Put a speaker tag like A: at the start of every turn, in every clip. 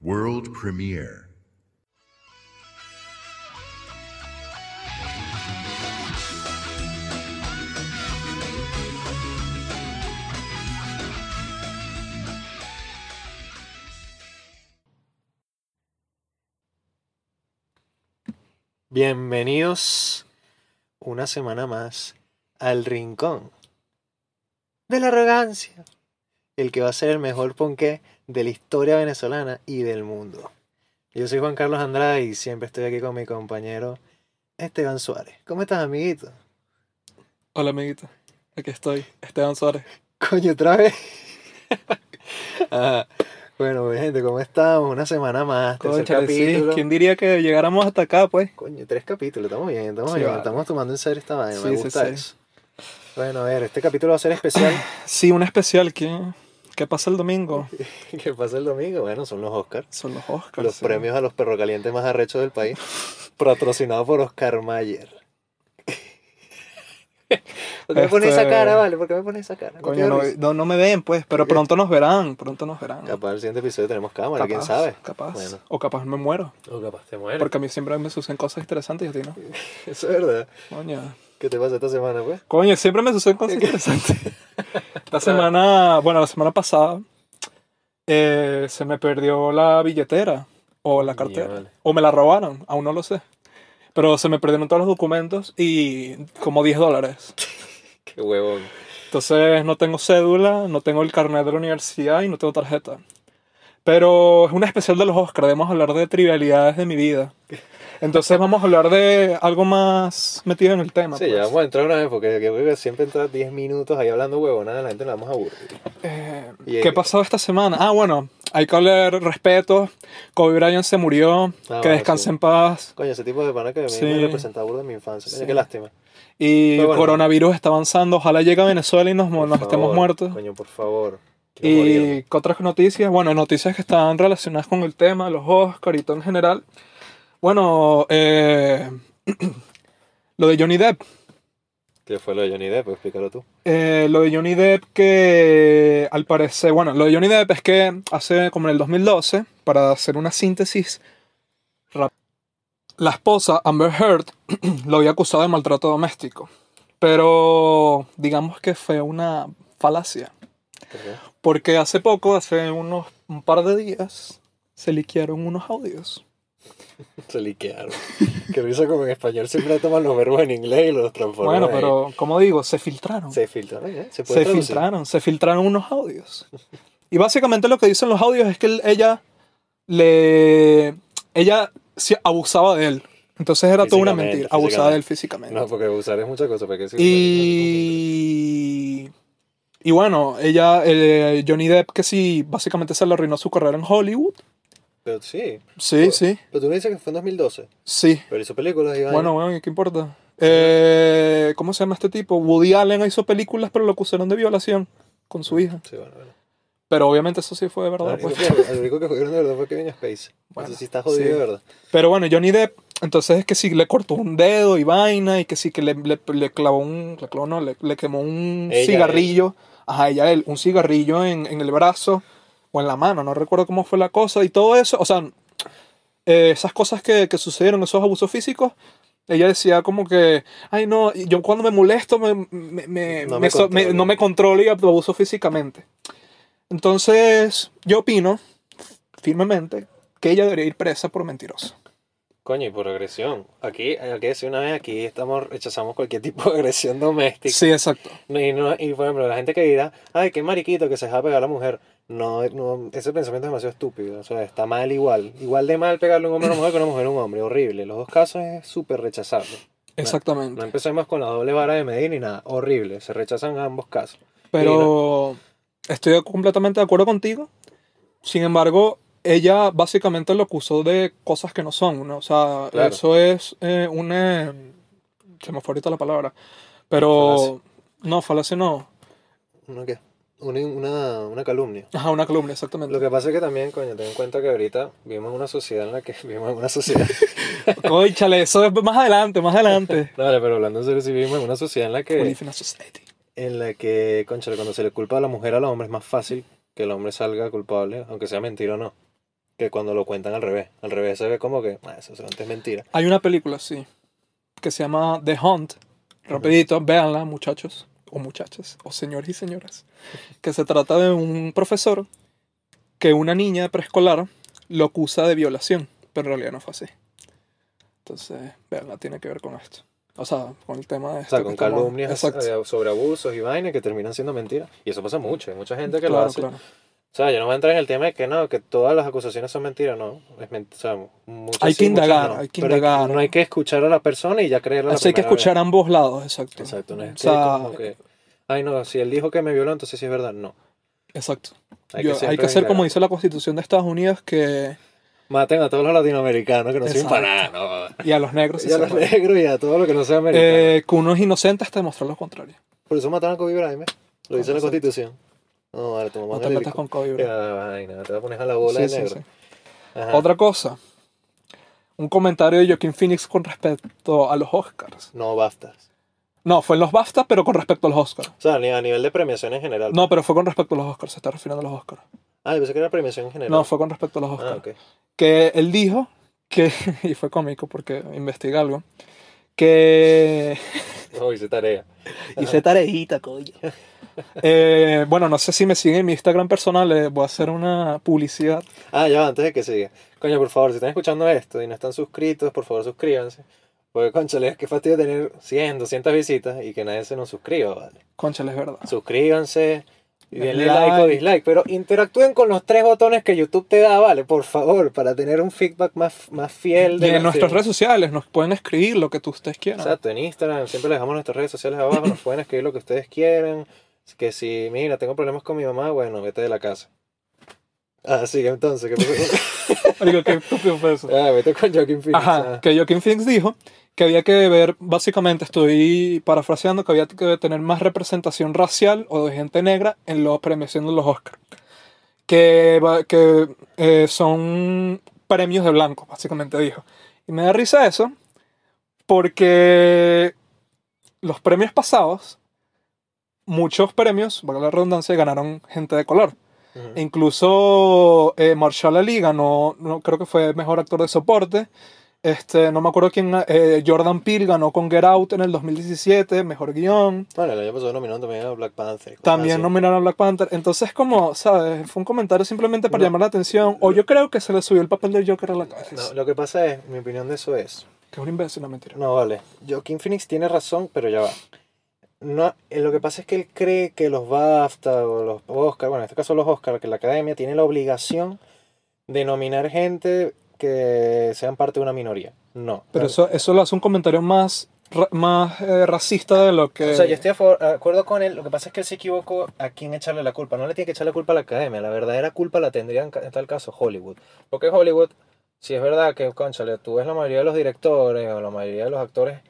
A: World premiere.
B: Bienvenidos una semana más al rincón de la arrogancia, el que va a ser el mejor ponqué de la historia venezolana y del mundo. Yo soy Juan Carlos Andrade y siempre estoy aquí con mi compañero Esteban Suárez. ¿Cómo estás, amiguito?
C: Hola amiguito, aquí estoy, Esteban Suárez.
B: Coño, otra vez. Ajá. Bueno, mi gente, ¿cómo estamos? Una semana más, tercer
C: Cónchale, sí,
B: Este capítulo.
C: ¿Quién diría que llegáramos hasta acá, pues?
B: Coño, tres capítulos, estamos bien, estamos
C: Sí,
B: bien,
C: vale.
B: estamos tomando en serio esta vaina, me
C: Sí, sí,
B: gusta
C: sí.
B: eso. Bueno, a ver, este capítulo va a ser especial.
C: Sí, un especial, ¿qué, qué pasa el domingo?
B: ¿Qué pasa el domingo? Bueno, son los Oscars.
C: Son los Oscars.
B: Los
C: sí.
B: premios a los perrocalientes más arrechos del país. Patrocinado por Oscar Mayer. ¿Por qué me pones esa
C: Este-
B: cara, vale? ¿Por qué me pones esa cara? ¿No te
C: Coño,
B: da
C: no,
B: risa?
C: no, no me ven, pues, pero pronto nos verán, pronto nos verán.
B: Capaz el siguiente episodio tenemos cámara, quién
C: Capaz,
B: sabe.
C: Capaz.
B: Bueno.
C: O capaz me muero.
B: O capaz te mueres.
C: Porque a mí siempre me suceden cosas interesantes y a ti no.
B: Eso es verdad.
C: Coño.
B: ¿Qué te pasa esta semana, pues?
C: Coño, siempre me suceden cosas interesantes. Esta semana, bueno, la semana pasada, eh, se me perdió la billetera o la cartera.
B: Mierda.
C: O me la robaron, aún no lo sé. Pero se me perdieron todos los documentos y como 10 dólares.
B: Qué huevón.
C: Entonces no tengo cédula, no tengo el carnet de la universidad y no tengo tarjeta. Pero es una especial de los Oscars, debemos hablar de trivialidades de mi vida. Entonces vamos a hablar de algo más metido en el tema.
B: Sí,
C: pues.
B: ya vamos a entrar una vez porque yo creo que siempre entras 10 minutos ahí hablando huevonada, la gente la vamos a aburrir.
C: Eh,
B: Y-
C: ¿Qué pasó esta semana? Ah, bueno, hay que hablar respeto. Kobe Bryant se murió,
B: Ah,
C: que
B: bueno,
C: descanse
B: sí.
C: en paz.
B: Coño, ese tipo de pana que a mí
C: Sí.
B: me representaba burda en mi infancia. Coño,
C: Sí.
B: qué lástima.
C: Y
B: Pero bueno.
C: coronavirus está avanzando. Ojalá llegue a Venezuela y nos,
B: Por
C: nos estemos
B: favor,
C: muertos.
B: Coño, por favor. Quiero morirme.
C: Y ¿qué otras noticias, bueno, noticias que están relacionadas con el tema, los Oscar y todo en general. Bueno, eh, lo de Johnny Depp.
B: ¿Qué fue lo de Johnny Depp? Explícalo tú.
C: Eh, lo de Johnny Depp que al parecer, bueno, lo de Johnny Depp es que hace como en el 2012, para hacer una síntesis, rap- la esposa Amber Heard lo había acusado de maltrato doméstico, pero digamos que fue una falacia,
B: ¿Por qué?
C: porque hace poco, hace unos un par de días, se liquearon unos audios.
B: Se liquearon. que risa como en español siempre toman los verbos en inglés y los transforman.
C: Bueno,
B: ahí.
C: pero como digo, se filtraron.
B: Se filtraron, ¿eh? Se, puede
C: se
B: traducir?
C: filtraron, se filtraron unos audios. Y básicamente lo que dicen los audios es que él- ella le ella se abusaba de él. Entonces era toda una
B: Físicamente,
C: mentira, abusaba de él
B: No,
C: físicamente.
B: porque usar es muchas cosas. Porque sí,
C: y y bueno, ella eh, Johnny Depp que sí básicamente se le arruinó su carrera en Hollywood.
B: Pero sí.
C: Sí, sí.
B: Pero tú me dices que fue en 2012.
C: Sí.
B: Pero hizo películas y
C: Bueno, bueno, ¿y ¿qué importa? Eh, ¿Cómo se llama este tipo? Woody Allen hizo películas, pero lo acusaron de violación con su hija.
B: Sí, bueno, bueno.
C: Pero obviamente eso sí fue de verdad.
B: Lo único
C: pues.
B: que- lo único que jodieron de verdad fue Kevin Space.
C: Bueno,
B: Eso sí está jodido
C: sí.
B: de verdad.
C: Pero bueno, Johnny Depp, entonces es que sí le cortó un dedo y vaina, y que sí que le, le- le clavó un. Le, clavó, no, le, le quemó un
B: Ella,
C: cigarrillo. Ajá, ella, él, un cigarrillo en, en el brazo o en la mano, no recuerdo cómo fue la cosa, y todo eso, o sea, eh, esas cosas que, que sucedieron, esos abusos físicos. Ella decía como que, ay no, y yo cuando me molesto me, me- me-
B: No
C: me
B: me
C: so- me-
B: controlo".
C: no me controlo y abuso físicamente. Entonces, yo opino firmemente que ella debería ir presa por mentirosa.
B: Coño, y por agresión. Aquí, hay que decir una vez, aquí estamos rechazamos cualquier tipo de agresión doméstica.
C: Sí, exacto.
B: No, Y, no, y por ejemplo, la gente que dirá, ay, qué mariquito que se deja pegar a la mujer. No, no, ese pensamiento es demasiado estúpido. O sea, está mal igual. Igual de mal pegarle a un hombre a una mujer que a una mujer a un hombre. Horrible. Los dos casos es súper rechazable.
C: Exactamente.
B: No empecemos con la doble vara de medir ni nada. Horrible. Se rechazan ambos casos.
C: Pero estoy completamente de acuerdo contigo. Sin embargo, ella básicamente lo acusó de cosas que no son, ¿no? O sea,
B: Claro.
C: eso es eh, un... eh, se me fue ahorita la palabra. Pero... No, falacia no.
B: ¿Una qué? Una, una, una calumnia.
C: Ajá, una columna, exactamente.
B: Lo que pasa es que también, coño, ten en cuenta que ahorita vivimos en una sociedad en la que vivimos en una sociedad.
C: Cónchale, eso es más adelante, más adelante.
B: no, pero hablando en serio, sí vivimos en una sociedad en la que.
C: We live in a society.
B: en la que, conchale, cuando se le culpa a la mujer al hombre es más fácil que el hombre salga culpable, aunque sea mentira o no. que cuando lo cuentan al revés. Al revés se ve como que, "Ah, eso solamente es mentira.
C: Hay una película, sí, que se llama The Hunt. Rapidito, véanla, muchachos, o muchachas, o señores y señoras. Que se trata de un profesor que una niña preescolar lo acusa de violación, pero en realidad no fue así. Entonces, véanla, tiene que ver con esto. O sea, con el tema de
B: O
C: esto
B: sea,
C: que
B: con
C: estamos-
B: calumnias
C: Exacto.
B: eh, sobre abusos y vainas que terminan siendo mentiras. Y eso pasa mucho, hay mucha gente que lo
C: Claro,
B: hace.
C: claro.
B: O sea, yo no voy a entrar en el tema de que no, que todas las acusaciones son mentiras, no. Es men- o sea, muchas
C: Hay
B: sí,
C: que
B: muchas
C: indagar,
B: no.
C: hay que
B: Pero
C: indagar.
B: No hay que escuchar a la persona y ya creerla. la
C: Así hay que
B: primera vez.
C: escuchar ambos lados, exacto.
B: Exacto, no es
C: O
B: que
C: sea,
B: como que, ay no, si él dijo que me violó, entonces sí es verdad, no.
C: Exacto.
B: Hay
C: Yo-
B: que,
C: hay
B: siempre
C: que hacer como
B: indagar.
C: dice la constitución de Estados Unidos que...
B: Maten a todos los latinoamericanos que no sirven
C: Exacto.
B: para nada, no.
C: Y a los negros. si
B: Y a
C: se
B: los
C: puede.
B: negros y a todo lo que no sea americano.
C: Eh, que uno es inocente hasta demostrar lo contrario.
B: Por eso mataron a Kobe Bryant, ¿eh? Lo dice la
C: Exacto.
B: constitución. No, vale, tu mamá
C: No
B: es
C: te metas
B: milico.
C: con Kobe Bryant.
B: Ya, vaina, te vas a poner a la bola
C: Sí,
B: de
C: sí,
B: negro.
C: sí.
B: Ajá.
C: Otra cosa. Un comentario de Joaquín Phoenix con respecto a los Oscars.
B: No basta.
C: No, fue en los BAFTA, pero con respecto a los Oscars.
B: O sea, ni- a nivel de premiación en general.
C: No, pero fue con respecto a los Oscars. Se está refiriendo a los Oscars.
B: Ah, yo pensé que era premiación en general.
C: No, fue con respecto a los
B: Ah,
C: Oscars.
B: ok.
C: que él dijo que, y fue cómico porque investiga algo, que
B: No, hice tarea.
C: hice tarejita, coño. Eh, bueno, no sé si me siguen en mi Instagram personal, eh, voy a hacer una publicidad.
B: Ah, ya, va, antes de que siga. Coño, por favor, si están escuchando esto y no están suscritos, por favor suscríbanse. Porque, conchale, qué fastidio tener 100, 200 visitas y que nadie se nos suscriba, ¿vale?
C: Concha, es verdad.
B: Suscríbanse, y denle
C: Like.
B: like o dislike, pero interactúen con los tres botones que YouTube te da, ¿vale? Por favor, para tener un feedback más, más fiel
C: Y
B: de
C: en
B: las-
C: nuestras redes sociales nos pueden escribir lo que tú ustedes quieran.
B: Exacto, en Instagram siempre les dejamos nuestras redes sociales abajo, nos pueden escribir lo que ustedes quieran. Que si, mira, tengo problemas con mi mamá, bueno, vete de la casa. Así que entonces, ¿qué pasó?
C: Marico, qué estúpido fue eso.
B: ah, vete con Joaquín Phoenix.
C: Ajá,
B: ah.
C: que Joaquín Phoenix dijo que había que ver, básicamente estoy parafraseando, que había que tener más representación racial o de gente negra en los premiación de los Oscars. Que, va- que eh, son premios de blanco, básicamente dijo. Y me da risa eso, porque los premios pasados, muchos premios, valga la redundancia, ganaron gente de color.
B: Ujú.
C: E incluso eh, Marshall Ali ganó, no, creo que fue mejor actor de soporte. Este, no me acuerdo quién, eh, Jordan Peele ganó con Get Out en el 2017, mejor guión.
B: Bueno, el año pasado nominaron también a Black Panther. y cosas
C: También
B: así.
C: nominaron a Black Panther. Entonces, como, ¿sabes? Fue un comentario simplemente para
B: No.
C: llamar la atención. O yo creo que se le subió el papel de Joker a la cabeza.
B: No, lo que pasa es, mi opinión de eso es.
C: Que es un imbécil, no mentira.
B: No, vale. Joaquín Phoenix tiene razón, pero ya va. No, eh, lo que pasa es que él cree que los BAFTA o los Oscar, bueno, en este caso los Oscar, que la academia tiene la obligación de nominar gente que sean parte de una minoría. No.
C: Pero
B: No.
C: eso, eso lo hace un comentario más, ra- más eh, racista de lo que.
B: O sea, yo estoy a favor- de acuerdo con él. Lo que pasa es que él se equivocó a quién echarle la culpa. No le tiene que echar la culpa a la academia. La verdadera culpa la tendría en ca- en tal caso Hollywood. Porque Hollywood, si es verdad que, conchale, tú ves la mayoría de los directores o la mayoría de los actores.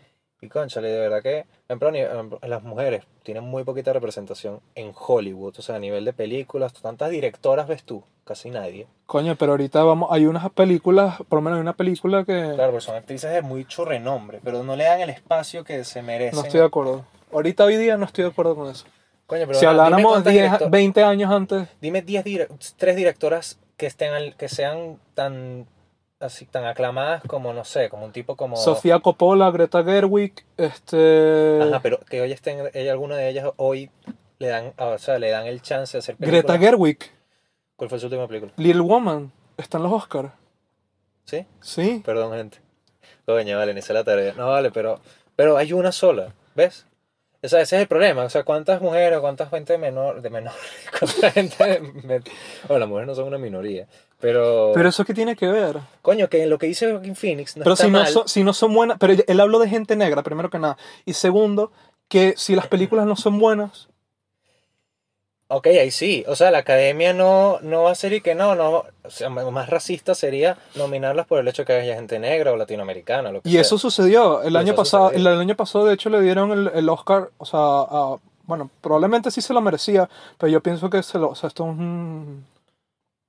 B: Y conchale, de verdad que, en plan, y- las mujeres tienen muy poquita representación en Hollywood. O sea, a nivel de películas, tantas directoras ves tú, casi nadie.
C: Coño, pero ahorita vamos, hay unas películas, por lo menos hay una película que.
B: Claro, pero son actrices de mucho renombre, pero no le dan el espacio que se merecen.
C: No estoy de acuerdo. Ahorita hoy día no estoy de acuerdo con eso.
B: Coño, pero
C: si
B: ah, dime
C: habláramos
B: cuántas
C: 10,
B: directo-
C: 20 años antes,
B: Dime 10 dire- tres directoras que estén al- que sean tan así tan aclamadas como no sé, como un tipo como
C: Sofía Coppola, Greta Gerwig, este
B: Ajá, pero que hoy estén ella, alguna de ellas hoy le dan, ah, o sea, le dan el chance de hacer películas.
C: Greta Gerwig,
B: ¿Cuál fue su última película?
C: Little Woman, están los Oscars.
B: ¿Sí?
C: Sí.
B: Perdón, gente. Coño, vale, ni sé la tarea. No, vale, pero pero hay una sola, ¿ves? O sea, ese es el problema. O sea, ¿cuántas mujeres, cuántas gente de menor, de menor, cuánta gente de men- Bueno, las mujeres no son una minoría. Pero,
C: Pero eso que tiene que ver.
B: coño, que lo que dice Joaquin Phoenix no
C: pero
B: está
C: si no,
B: mal.
C: son, si no son buenas, pero él habló de gente negra, primero que nada. Y segundo, que si las películas no son buenas,
B: Ok, ahí sí. O sea, la academia no, no va a ser y que no, no. O sea, m- más racista sería nominarlas por el hecho que haya gente negra o latinoamericana, lo que
C: y
B: sea.
C: eso sucedió el
B: Y
C: año
B: eso
C: pasado, el,
B: sucedió.
C: año pasado de hecho le dieron el, el Oscar, o sea, a- bueno, probablemente sí se lo merecía, pero yo pienso que se lo, o sea, esto es un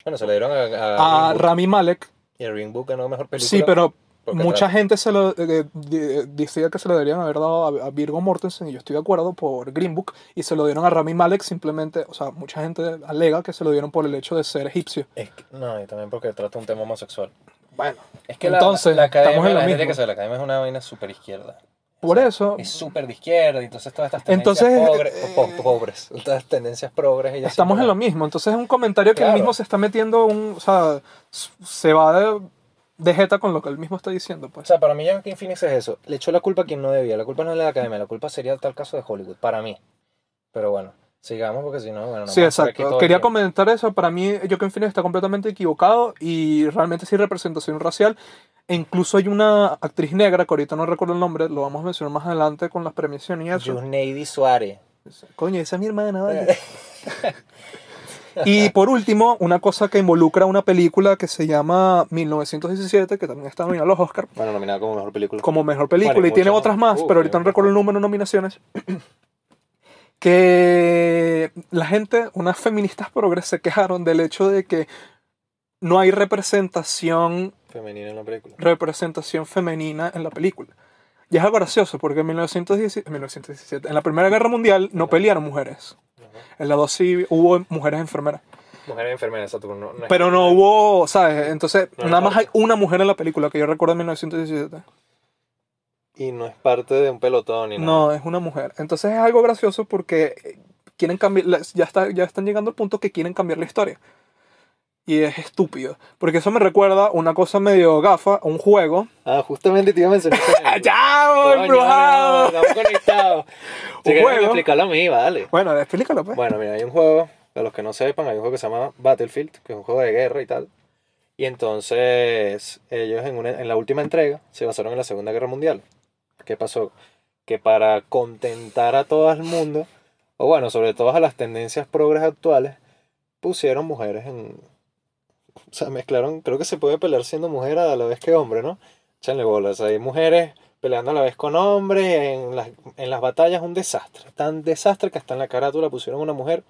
B: Bueno, se le dieron a, a,
C: a
B: Green Book.
C: Rami Malek.
B: Y a Green Book ganó mejor película.
C: Sí, pero
D: Porque
C: Mucha
D: tra-
C: gente se lo, eh, di- decía que se lo deberían haber dado a, a Virgo Mortensen, y yo estoy de acuerdo, por Green Book, y se lo dieron a Rami Malek simplemente, o sea, mucha gente alega que se lo dieron por el hecho de ser egipcio.
D: es que- no, y también porque trata un tema homosexual.
C: Bueno,
D: Es que la-
C: Entonces,
D: la, la academia,
C: estamos en lo
D: la gente
C: mismo.
D: que sabe, la academia es una vaina súper izquierda.
C: por eso,
D: Es súper de izquierda, y entonces todas estas tendencias
C: Entonces,
D: pobres,
C: eh,
D: po- po- pobres, todas estas tendencias progres. ellas
C: estamos en
D: siempre
C: lo mismo. Entonces es un comentario que él
D: Claro.
C: mismo se está metiendo, un, o sea, s- se va de, de jeta con lo que él mismo está diciendo,
D: O
C: pues.
D: sea, para mí Joaquin Phoenix es eso. Le echó la culpa a quien no debía. La culpa no es de la academia. La culpa sería tal caso de Hollywood. Para mí. Pero bueno, sigamos porque si no, bueno, no
C: Sí,
D: vamos a estar aquí todo
C: exacto.
D: el
C: Quería
D: tiempo.
C: comentar eso. Para mí, Joaquin Phoenix está completamente equivocado y realmente sí representación racial. E incluso hay una actriz negra, que ahorita no recuerdo el nombre, lo vamos a mencionar más adelante con las premiaciones y eso.
D: Junaidi Suárez.
C: Coño, esa es mi hermana,
D: Eh.
C: vale. y por último, una cosa que involucra una película que se llama 1917, que también está nominada a los Oscars
B: Bueno, nominada como mejor película.
C: como mejor película
D: Vale,
C: y tiene
D: mucho.
C: otras más,
D: Uh,
C: pero ahorita no
D: tiene
C: recuerdo el número de nominaciones. que la gente, unas feministas progres se quejaron del hecho de que no hay representación,
B: Femenina en la película.
C: representación femenina en la película. Y es algo gracioso porque en 1917, 1917, en la Primera Guerra Mundial no pelearon mujeres. En la 2 sí hubo mujeres enfermeras.
D: Mujer enfermera, exacto. pero No, no es-
C: Pero no hubo, ¿sabes? Entonces,
D: No, no
C: nada más hay
D: importa.
C: una mujer en la película que yo recuerdo en 1917.
B: Y no es parte de un pelotón ni nada.
C: No, es una mujer. Entonces es algo gracioso porque eh, quieren cambiar, las- ya, está, ya están llegando al punto que quieren cambiar la historia. Y es estúpido. Porque eso me recuerda una cosa medio gafa, un juego.
B: Ah, justamente te iba a mencionar. ese ejemplo.
C: ¡Chao,
B: Eh, Coño, no,
C: embrujado!
B: Estamos conectados. Si quieres
C: juego.
B: explicarlo a mí, vale.
C: Bueno, explícalo, pues.
B: Bueno, mira, hay un juego, para los que no sepan, hay un juego que se llama Battlefield, que es un juego de guerra y tal. Y entonces, ellos en, una- en la última entrega se basaron en la Segunda Guerra Mundial. ¿Qué pasó? Que para contentar a todo el mundo, o bueno, sobre todo a las tendencias progres actuales, pusieron mujeres en. O sea, mezclaron, creo que se puede pelear siendo mujer a la vez que hombre, ¿no? Échenle bolas, hay mujeres peleando a la vez con hombres, en las, en las batallas un desastre, tan desastre que hasta en la carátula pusieron una mujer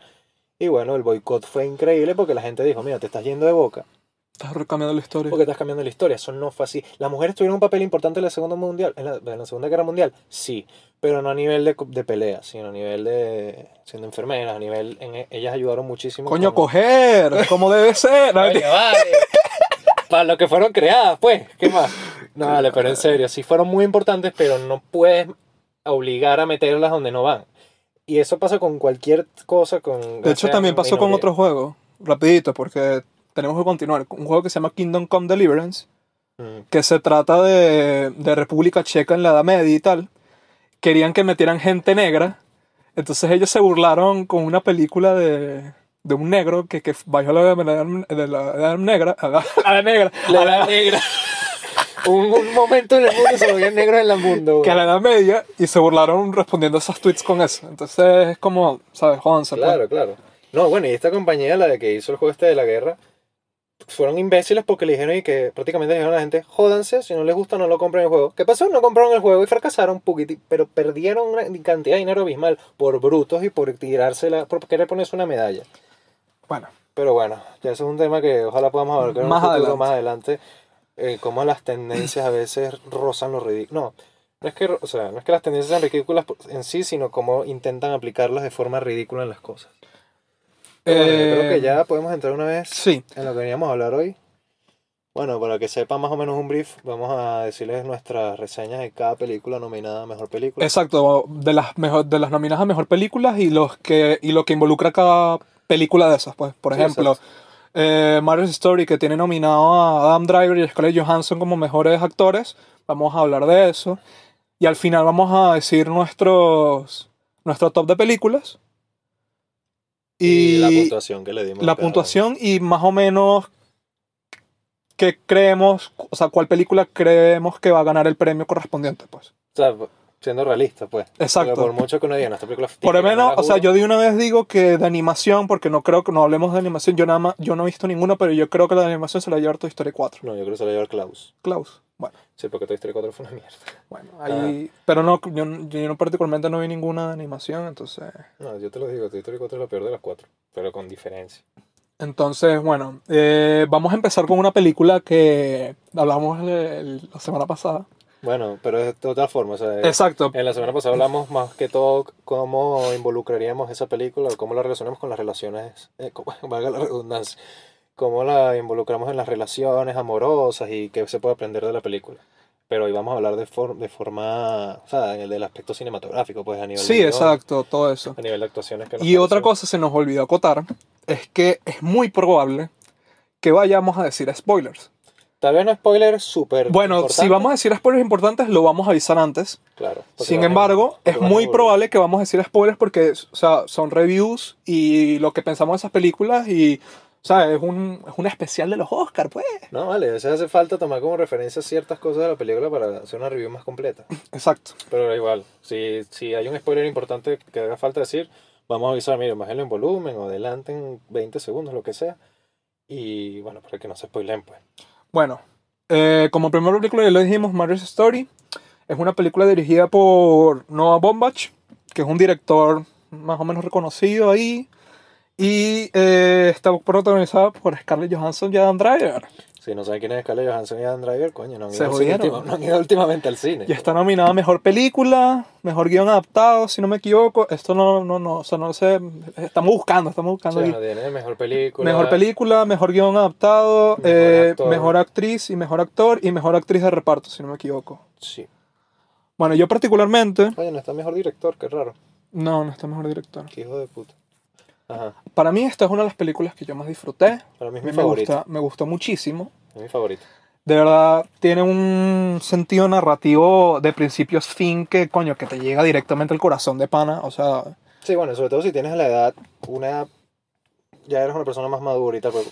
B: y bueno, el boicot fue increíble porque la gente dijo, mira, te estás yendo de boca,
C: Estás cambiando la historia.
B: porque estás cambiando la historia, eso no fue así. Las mujeres tuvieron un papel importante en la Segunda, mundial, en la, en la segunda Guerra Mundial, sí, pero no a nivel de, co- de pelea, sino a nivel de siendo enfermeras, a nivel, en- ellas ayudaron muchísimo.
C: Coño,
B: con-
C: coger, como debe ser. No, mentira.
B: Coño, vale. Para lo que fueron creadas, pues, ¿qué más? No, vale, pero en serio, sí fueron muy importantes, pero no puedes obligar a meterlas donde no van. Y eso pasa con cualquier cosa, con...
C: De hecho,
B: sea
C: también pasó con
B: minoría.
C: otro juego. Rapidito, porque tenemos que continuar. Un juego que se llama Kingdom Come Deliverance.
B: Mm,
C: que se trata de, de República Checa en la Edad Media y tal, querían que metieran gente negra. Entonces ellos se burlaron con una película de, de un negro que, que bajó la edad, de la edad negra. A la, a la negra.
B: La edad negra. un, un momento en el mundo se volvían negros en el mundo.
C: Que a la Edad Media y se burlaron respondiendo esos tweets con eso. Entonces es como, ¿sabes? Jonza, pues.
B: Claro, claro. No, bueno, y esta compañía, la de que hizo el juego este de la guerra, fueron imbéciles porque le dijeron y que prácticamente le dijeron a la gente, jódanse, si no les gusta no lo compren el juego. ¿Qué pasó? No compraron el juego y fracasaron un poquitito, pero perdieron una cantidad de dinero abismal por brutos y por tirársela, por querer ponerse una medalla.
C: Pues, Bueno,
B: Pero bueno, ya eso es un tema que ojalá podamos hablar
C: Más
B: más adelante.
C: adelante.
B: más adelante. eh, cómo las tendencias a veces rozan lo ridículo. No, no es, que, ro- o sea, no es que las tendencias sean ridículas por- en sí, sino cómo intentan aplicarlas de forma ridícula en las cosas. Pero bueno, yo creo
C: eh,
B: que ya podemos entrar una vez
C: Sí,
B: en lo que veníamos a hablar hoy. Bueno, para que sepan más o menos un brief, vamos a decirles nuestras reseñas de cada película nominada a Mejor Película.
C: exacto. De las, mejor, de las nominadas a mejor películas y, los que, y lo que involucra cada película de esas, pues. Por
B: Sí,
C: ejemplo,
B: exacto.
C: eh, Marriage Story, que tiene nominado a Adam Driver y Scarlett Johansson como mejores actores. Vamos a hablar de eso. Y al final vamos a decir nuestros, nuestro top de películas.
B: Y,
C: Y,
B: la puntuación que le dimos. a cada
C: la
B: una.
C: puntuación y más o menos qué creemos, o sea, cuál película creemos que va a ganar el premio correspondiente, pues.
B: O sea, siendo realista, pues.
C: Exacto.
B: Porque por mucho que uno diga, nuestra película
C: Por
B: tiene
C: lo
B: que
C: menos,
B: ganar
C: o sea,
B: uno".
C: yo de una vez digo que de animación, porque no creo que no hablemos de animación, yo nada más, yo no he visto ninguna, pero yo creo que la de animación se la lleva Toy Story 4.
B: No, yo creo que se la lleva el Klaus.
C: Klaus. Bueno,
B: Sí, porque Toy Story 4 fue una mierda.
C: bueno, ahí. Pero no, yo, yo no particularmente no vi ninguna de animación, entonces.
B: No, yo te lo digo, Toy Story 4 es la peor de las cuatro, pero con diferencia.
C: Entonces, bueno, eh, vamos a empezar con una película que hablamos el- la semana pasada.
B: Bueno, pero es de otra forma. o sea,
C: Exacto.
B: En la semana pasada hablamos más que todo cómo involucraríamos esa película, o cómo la relacionamos con las relaciones, eh, cómo- valga la redundancia, cómo la involucramos en las relaciones amorosas y qué se puede aprender de la película. Pero hoy vamos a hablar de, for- de forma, o sea, en el del aspecto cinematográfico, pues a nivel de
C: Sí,
B: guión,
C: exacto, todo eso.
B: a nivel de actuaciones. Que nos
C: Y otra
B: pareció.
C: cosa se nos olvidó acotar es que es muy probable que vayamos a decir spoilers.
B: Tal vez no spoiler súper
C: Bueno, si
B: importante,
C: vamos a decir spoilers importantes, lo vamos a avisar antes.
B: Claro, porque
C: Sin
B: van en-
C: embargo,
B: porque
C: es
B: van
C: muy
B: en-
C: probable que vamos a decir spoilers porque o sea, son reviews y lo que pensamos de esas películas y o sea, es un, es un especial de los Oscars, pues.
B: No, vale, a veces hace falta tomar como referencia ciertas cosas de la película para hacer una review más completa.
C: Exacto.
B: Pero igual, si, si hay un spoiler importante que haga falta decir, vamos a avisar, miren, bájenlo en volumen o adelanten 20 segundos, lo que sea. Y bueno, para que no se spoilen, pues.
C: Bueno, eh, como primera película ya lo dijimos, Marriage Story es una película dirigida por Noah Bombach, que es un director más o menos reconocido ahí. Y eh, está protagonizada por Scarlett Johansson y Adam Driver.
B: Si no saben quién es Scarlett Johansson y Adam Driver, coño, no han,
C: Se
B: ido, al cine
C: jodieron.
B: última- no han ido últimamente al cine.
C: Y está nominada a Mejor Película, Mejor Guión Adaptado, si no me equivoco. Esto no, no, no, o sea, no lo sé. Estamos buscando, estamos
B: O
C: buscando.
B: sea,
C: aquí.
B: tiene mejor película.
C: Mejor Película, Mejor Guión Adaptado,
B: Mejor
C: eh,
B: actor.
C: mejor Actriz y Mejor Actor y Mejor Actriz de Reparto, si no me equivoco.
B: Sí.
C: Bueno, yo particularmente...
B: Oye, no está mejor director, qué raro.
C: No, no está mejor director.
B: Qué hijo de puta. Ajá.
C: Para mí esta es una de las películas que yo más disfruté.
B: Para mí es mi
C: Me
B: favorito.
C: gusta, me gustó muchísimo.
B: Es mi favorito.
C: De verdad, tiene un sentido narrativo de principio a fin que, coño, que te llega directamente al corazón de pana. O sea,
B: Sí, bueno, sobre todo si tienes la edad, una edad- ya eres una persona más madura y tal, pero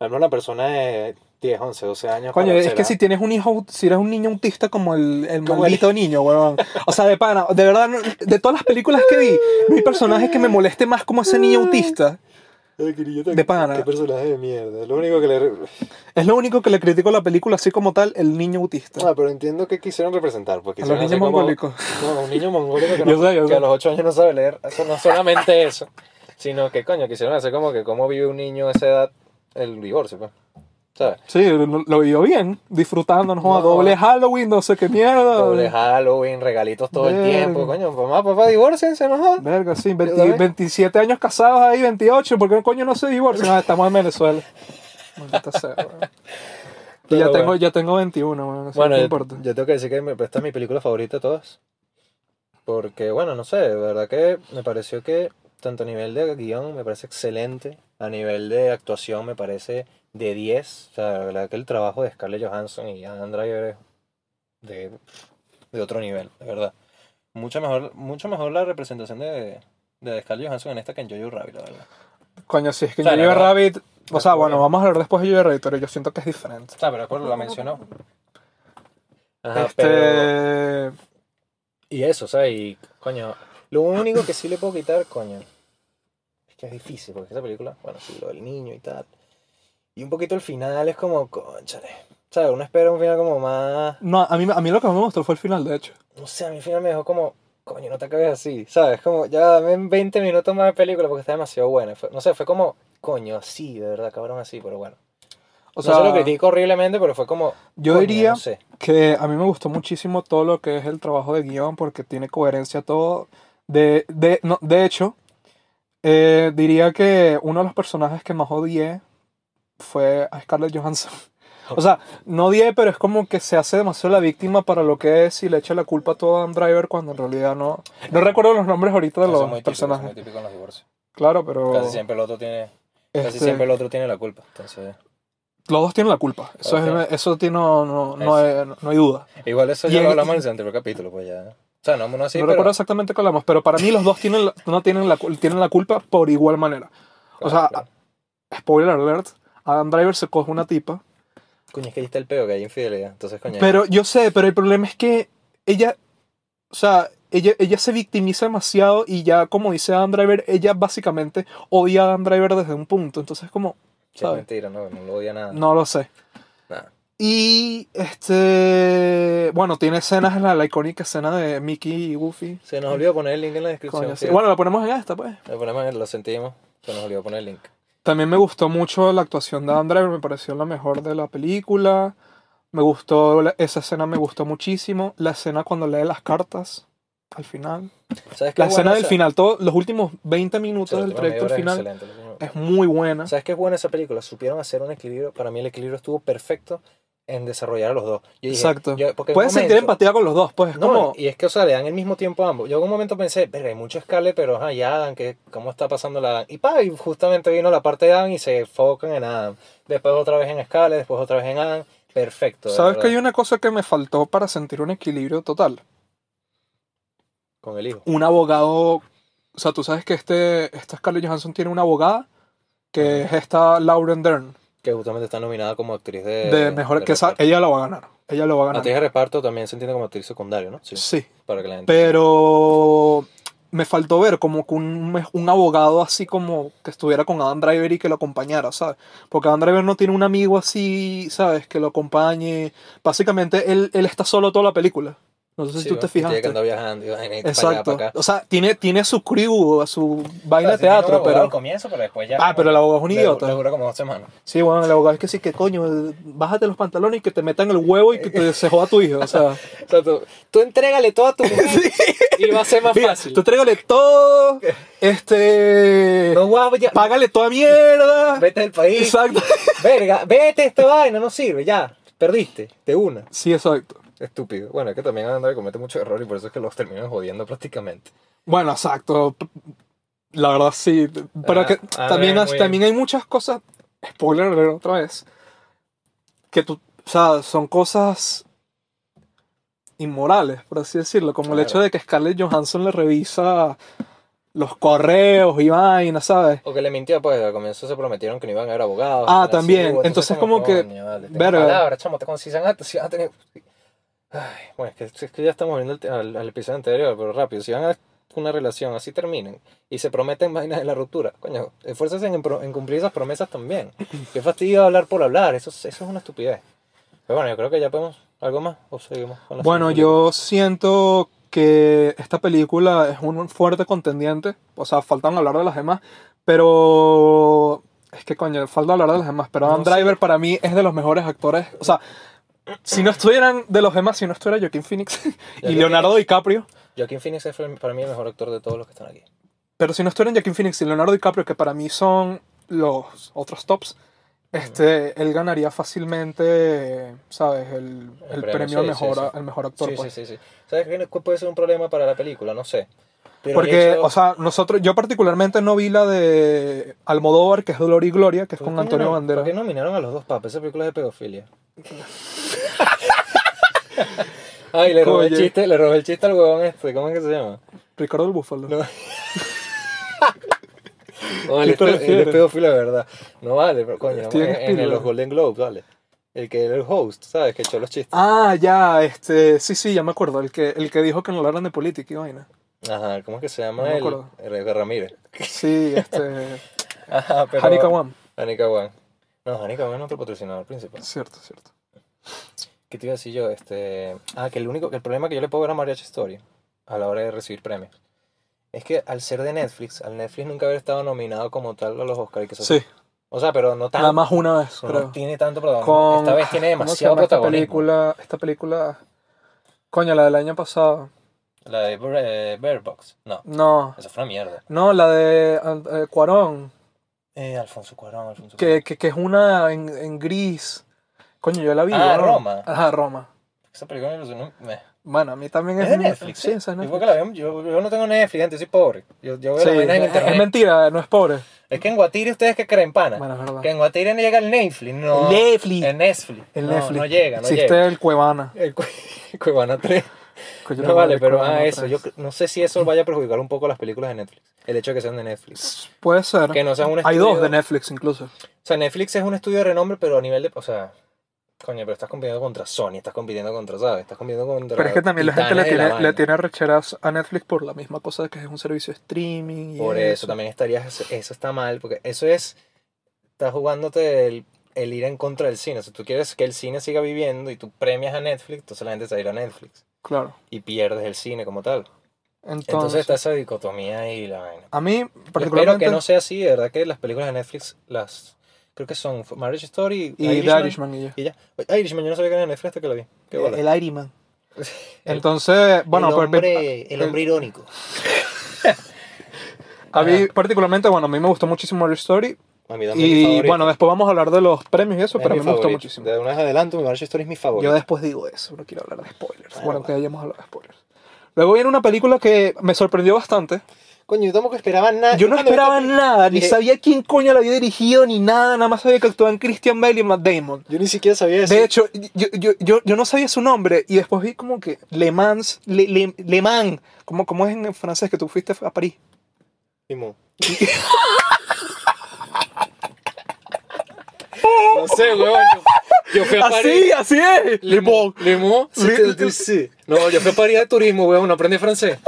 B: al menos una persona de 10, 11, 12 años.
C: coño,
B: para
C: es
B: ser
C: que
B: a-
C: si tienes un hijo, si eres un niño autista como el, el
B: Como
C: maldito niño, weón. O sea, de pana, de verdad, no- de todas las películas que vi, no hay personaje que me moleste más como ese niño autista.
B: Ay, qué niño tan-
C: de pana.
B: Qué personaje de mierda. Lo único que le.
C: Es lo único que le critico a la película, así como tal, el niño autista.
B: Ah, pero entiendo que quisieron representar. Porque
C: A los niños mongólicos.
B: No, un niño mongólico que,
C: Yo
B: no-
C: sé, yo
B: que
C: sé.
B: a los 8 años no sabe leer. Eso no es solamente eso, sino que, coño, quisieron hacer como que cómo vive un niño a esa edad el divorcio, pues. ¿Sabes?
C: Sí, lo, lo vivió bien, disfrutando, no, joda,
B: No.
C: doble Halloween, no sé qué mierda.
B: Doble Halloween, regalitos todo el
C: Verga.
B: tiempo. Coño, pues, mamá, papá, divórciense, no jodan.
C: Verga, sí, 20
B: ¿Sabes?
C: 27 años casados ahí, 28, ¿por qué coño no se divorcian? Ah, estamos en Venezuela. Maldita sea, weón. Y
B: Pero
C: ya, tengo,
B: bueno.
C: ya tengo 21, weón, así
B: Bueno,
C: no
B: yo,
C: importa.
B: yo tengo que decir que me- pues, esta es mi película favorita de todas. Porque, bueno, no sé, de verdad que me pareció que, tanto a nivel de guión, me parece excelente. A nivel de actuación, me parece de 10. O sea, la verdad que el trabajo de Scarlett Johansson y Adam Driver es de, de otro nivel, de verdad. Mucho mejor, mucho mejor la representación de, de Scarlett Johansson en esta que en Jojo Rabbit, la verdad.
C: Coño, si es que
B: o sea,
C: yo
B: la
C: llevo
B: verdad-
C: Rabbit, o sea,
B: Está
C: bueno,
B: bien.
C: vamos a hablar después de Yo Rabbit, pero yo siento que es diferente.
B: O sea, pero por lo mencionó. Ajá,
C: este...
B: Ah, pero... Y eso, ¿sabes? Y, coño, lo único que sí le puedo quitar, coño, es que es difícil, porque esa película, bueno, sí, lo del niño y tal. Y un poquito el final es como, conchale, ¿sabes? Uno espera un final como más,
C: No, a mí, a mí lo que más me gustó fue el final, de hecho.
B: no sé, a mí el final me dejó como, coño, no te acabes así, ¿sabes? Como, ya dame 20 minutos más de película porque está demasiado buena. Fue- no sé, fue como, coño, así, de verdad, cabrón, así, pero bueno.
C: O
B: no
C: sea,
B: se lo critico horriblemente, pero fue como,
C: yo
B: coño,
C: diría
B: no sé.
C: que a mí me gustó muchísimo todo lo que es el trabajo de guión porque tiene coherencia todo. De, de, no, de hecho, eh, diría que uno de los personajes que más odié fue a Scarlett Johansson. O sea, no odié, pero es como que se hace demasiado la víctima para lo que es y le echa la culpa a todo a Adam Driver cuando en realidad no. No recuerdo los nombres ahorita de
B: Eso es
C: los
B: muy típico, eso es muy
C: personajes.
B: típico en los divorcios.
C: Claro, pero.
B: Casi siempre el otro tiene, casi
C: este,
B: siempre el otro tiene la culpa, entonces...
C: Los dos tienen la culpa. Eso, es-
B: Ok.
C: eso tiene- no, no, no hay, no hay duda.
B: Igual eso
C: Y
B: ya
C: en-
B: lo hablamos en el anterior capítulo, pues ya. O sea, no, no así,
C: no
B: pero...
C: recuerdo exactamente cuál hablamos, pero para mí los dos tienen, la- no tienen la, cul- tienen la culpa por igual manera. o sea,
B: Claro.
C: Spoiler alert, Adam Driver se coge una tipa.
B: Coño, es que ahí está el peo, que hay infidelidad. Entonces, coño...
C: Pero yo sé, pero el problema es que ella, o sea, ella, ella se victimiza demasiado y ya, como dice Adam Driver, ella básicamente odia a Adam Driver desde un punto. Entonces, como,
B: che,
C: ¿sabes?
B: mentira, no, no lo odia nada.
C: no lo sé.
B: Nada.
C: Y, este, bueno, tiene escenas, la, la icónica escena de Mickey y Goofy.
B: Se nos olvidó poner el link en la descripción.
C: Coño, sí.
B: tío.
C: Bueno, la ponemos en esta, pues.
B: Lo ponemos, en- lo sentimos. Se nos olvidó poner el link.
C: También me gustó mucho la actuación de Adam Driver, me pareció la mejor de la película. Me gustó, la- esa escena me gustó muchísimo. La escena cuando lee las cartas al final.
B: ¿Sabes qué
C: La
B: es
C: escena
B: buena
C: del
B: esa?
C: final, todos los últimos 20
B: Sí,
C: minutos
B: la
C: del
B: última
C: trayecto al
B: media hora
C: final
B: es excelente.
C: es muy buena.
B: ¿Sabes qué es buena esa película? Supieron hacer un equilibrio. Para mí el equilibrio estuvo perfecto en desarrollar a los dos. Yo dije,
C: Exacto.
B: yo- porque en un
C: Puedes sentir
B: momento-
C: empatía con los dos, pues es
B: No,
C: como...
B: y es que, o sea, le dan el mismo tiempo a ambos. Yo en un momento pensé, verga, hay mucho escale, pero ajá, y Adam, ¿qué, ¿cómo está pasando la Adam? Y pa, y justamente vino la parte de Adam y se enfocan en Adam. Después otra vez en escale, después otra vez en Adam. Perfecto. de
C: ¿Sabes que
B: verdad.
C: hay una cosa que me faltó para sentir un equilibrio total?
B: Con el hijo.
C: Un abogado... O sea, tú sabes que este, esta Scarlett Johansson tiene una abogada que es esta Lauren Dern,
B: Que justamente está nominada como actriz Eh, de...
C: de mejor... que esa-
B: reparto.
C: ella la va a ganar. Ella lo va a
B: Actriz
C: ganar.
B: de reparto también se entiende como actriz secundaria, ¿no? Sí.
C: Sí.
B: Para que la gente...
C: Pero me faltó ver como que un, me- un abogado así como que estuviera con Adam Driver y que lo acompañara, ¿sabes? Porque Adam Driver no tiene un amigo así, ¿sabes? Que lo acompañe. Básicamente él, él está solo toda la película. No sé si
B: Sí,
C: tú
B: ¿no?
C: te
B: Y tiene que
C: fijaste.
B: andar viajando y vaina y para allá,
C: Exacto.
B: para acá.
C: O sea, tiene, tiene su crew, su
B: Claro,
C: vaina de
B: sí tiene un
C: teatro,
B: abogado
C: pero...
B: al comienzo, pero después ya...
C: Ah,
B: como
C: pero el abogado es un
B: le- le
C: idiota.
B: dura como dos semanas.
C: Sí, bueno, el abogado es que sí, que coño, bájate los pantalones y que te metan el huevo y que te, se joda tu hijo. O sea,
B: O sea, tú, tú entrégale todo a tu mujer y va a ser más
C: mira,
B: fácil.
C: tú trégale todo, este...
B: No guau, ya-
C: Págale toda mierda.
B: Vete del país.
C: Exacto.
B: Verga, vete esta vaina, no sirve, ya. Perdiste, de una.
C: Sí, exacto.
B: Estúpido. Bueno, es que también André comete muchos errores y por eso es que los terminan jodiendo prácticamente.
C: Bueno, exacto. P- La verdad sí. Pero
B: Ah,
C: que
B: ah,
C: también,
B: muy
C: has-
B: bien.
C: también hay muchas cosas. Spoiler alert otra vez. Que tú. O sea, son cosas inmorales, por así decirlo. Como el
B: Claro.
C: hecho de que Scarlett Johansson le revisa los correos y vainas, ¿sabes?
B: O que le mintió, pues al comienzo se prometieron que no iban a haber abogados.
C: Ah,
B: que no
C: también.
B: hubo.
C: Entonces, como que,
B: coño, vale, tengo
C: verga.
B: palabras, chamo, te concisan antes, si van a tener. Ay, bueno, es que, es que ya estamos viendo el te- al, al episodio anterior, pero rápido. Si van a una relación, así terminen. Y se prometen vainas de la ruptura. Coño, esfuércense en, pro- en cumplir esas promesas también. Qué fastidio hablar por hablar. Eso, es- eso es una estupidez. Pero bueno, yo creo que ya podemos. ¿Algo más? ¿O seguimos con la
C: Bueno,
B: siguiente película?
C: yo siento que esta película es un fuerte contendiente. O sea, faltan hablar de las demás. Pero. Es que coño, falta hablar de las demás. Pero Adam
B: No sé.
C: Driver para mí es de los mejores actores. O sea, si no estuvieran de los demás, si no estuviera Joaquin Phoenix y
B: Joaquin
C: Leonardo
B: Phoenix.
C: DiCaprio.
B: Joaquin Phoenix es el- para mí el mejor actor de todos los que están aquí.
C: Pero si no estuvieran Joaquin Phoenix y Leonardo DiCaprio, que para mí son los otros tops, este, él ganaría fácilmente, ¿sabes? El,
B: El
C: el
B: premio,
C: premio al
B: sí, sí,
C: mejor,
B: sí.
C: al mejor actor.
B: Sí,
C: pues.
B: sí, sí, sí. ¿Sabes qué cuál puede ser un problema para la película? No sé. Pero
C: Porque,
B: el hecho-
C: o sea, nosotros, yo particularmente no vi la de Almodóvar, que es Dolor y Gloria, que es
B: ¿Por
C: con
B: qué
C: Antonio
B: no-
C: Banderas.
B: ¿Por qué nominaron a los dos papas? Esa película es de pedofilia. Ay, le robé el
C: Oye.
B: chiste, le robé el chiste al huevón este. ¿Cómo es que se llama?
C: Ricardo el Búfalo.
B: No. Oh, él,
C: ¿Qué
B: es
C: te
B: pedo- él es
C: refieres?
B: pedófilo de verdad. No vale, pero coño, en,
C: Steven
B: en
C: Spielberg.
B: los Golden Globes, vale. El que era el host, ¿sabes? Que echó los chistes.
C: Ah, ya, este, sí, sí, ya me acuerdo, el que, el que dijo que no hablaran de política y vaina.
B: Ajá, ¿cómo es que se llama
C: No me
B: él?
C: acuerdo.
B: El Ramírez.
C: Sí, este,
B: Ajá, pero...
C: Hanika Wam.
B: Hanika Wan. No, Hanika Wan es nuestro patrocinador principal.
C: Cierto, cierto.
B: ¿Qué te iba a decir yo? Este... Ah, que el único, que el problema que yo le puedo ver a Mariachi Story a la hora de recibir premios es que al ser de Netflix, al Netflix nunca haber estado nominado como tal a los Oscars. y Que eso-
C: Sí,
B: O sea, pero no
C: nada
B: tan,
C: más una vez,
B: no
C: creo.
B: tiene tanto protagonismo.
C: Con,
B: Esta vez tiene
C: ¿cómo se
B: demasiado
C: llama esta
B: protagonismo.
C: película, esta película, coño, la del año pasado.
B: La de Bear, eh, Bear Box. No,
C: No,
B: esa fue una mierda.
C: no, la de eh, Cuarón.
B: Eh, Alfonso Cuarón, Alfonso Cuarón.
C: que, que, que es una en, en gris. Coño, yo la vi.
B: Ah,
C: ¿no?
B: Roma.
C: Ajá, Roma.
B: Esa película me ilusionó. me-
C: Bueno, a mí también es.
B: Es de Netflix.
C: Sí, esa es
B: Yo creo
C: Netflix.
B: que la veo- yo, yo no tengo Netflix, gente, yo soy pobre. Yo, yo veo
C: Sí,
B: la vaina en
C: es,
B: internet.
C: es mentira, no es pobre.
B: Es que en Guatire ustedes que creen pana.
C: Bueno, es verdad.
B: Que en Guatire no llega el Netflix, no.
C: Netflix.
B: El Netflix.
C: El
B: no,
C: Netflix.
B: No llega, no
C: Existe
B: llega.
C: el Cuevana.
B: El Cu- Cuevana 3.
C: Coño,
B: No vale,
C: el
B: pero
C: Cuevana
B: a eso.
C: tres.
B: Yo cre- no sé si eso vaya a perjudicar un poco las películas de Netflix. El hecho de que sean de Netflix.
C: Puede ser.
B: Que no sean un
C: Hay dos
B: estudio-
C: de Netflix incluso.
B: O sea, Netflix es un estudio de renombre, pero a nivel de. O sea. Coño, pero estás compitiendo contra Sony, estás compitiendo contra, ¿sabes? Estás compitiendo contra.
C: Pero es que también la gente le
B: titanes de la
C: tiene, le
B: vaina.
C: tiene recheras a Netflix por la misma cosa de que es un servicio de streaming. y
B: Por eso también estarías. Eso está mal, porque eso es. Estás jugándote el, el ir en contra del cine. Si tú quieres que el cine siga viviendo y tú premias a Netflix, entonces la gente se va a ir a Netflix.
C: Claro.
B: Y pierdes el cine como tal.
C: Entonces,
B: Entonces está esa dicotomía ahí la vaina.
C: a mí
B: Yo Espero
C: particularmente
B: que no sea así, de verdad que las películas de Netflix, las creo que son Marriage Story
C: y The Irishman y yo.
B: Y ya. Oye, Irishman, yo no sabía que era de Netflix hasta que la vi. Qué bola.
A: el Iron
C: Entonces, bueno,
B: el
C: pues,
B: hombre, el
C: el-
B: hombre irónico.
C: a mí particularmente, bueno, a mí me gustó muchísimo Marriage Story.
B: A mí también mi
C: Y
B: favorito.
C: bueno, después vamos a hablar de los premios y eso,
B: Es
C: pero a
B: mi
C: mí me gustó
B: favorito.
C: muchísimo.
B: De una vez adelanto, mi Marriage Story es mi favorito.
C: Yo después digo eso, no quiero hablar de
B: Bueno,
C: spoilers. Bueno,
B: bueno.
C: que hayamos hablado de spoilers. Luego viene una película que me sorprendió bastante.
A: Coño, yo tampoco esperaba nada.
B: Ah,
C: Yo no
A: cuando vi
C: esperaba
A: esta peli-
C: nada, ni
A: dije-
C: sabía quién coño la había dirigido, ni nada, nada más sabía que actuaban Christian Bale y Matt Damon.
A: Yo ni siquiera sabía eso.
C: De hecho, yo, yo, yo, yo no sabía su nombre y después vi como que Le Mans, Le, Le, Le Mans, ¿cómo, cómo es en francés que tú fuiste a París?
A: Simón. no sé, weón.
B: Yo fui a
C: Así,
B: París.
C: ¡Ah, así es. Le Mans.
B: Limón.
C: Sí,
B: Sí,
C: sí,
B: sí. No, yo fui a París de turismo, weón, no aprendí francés.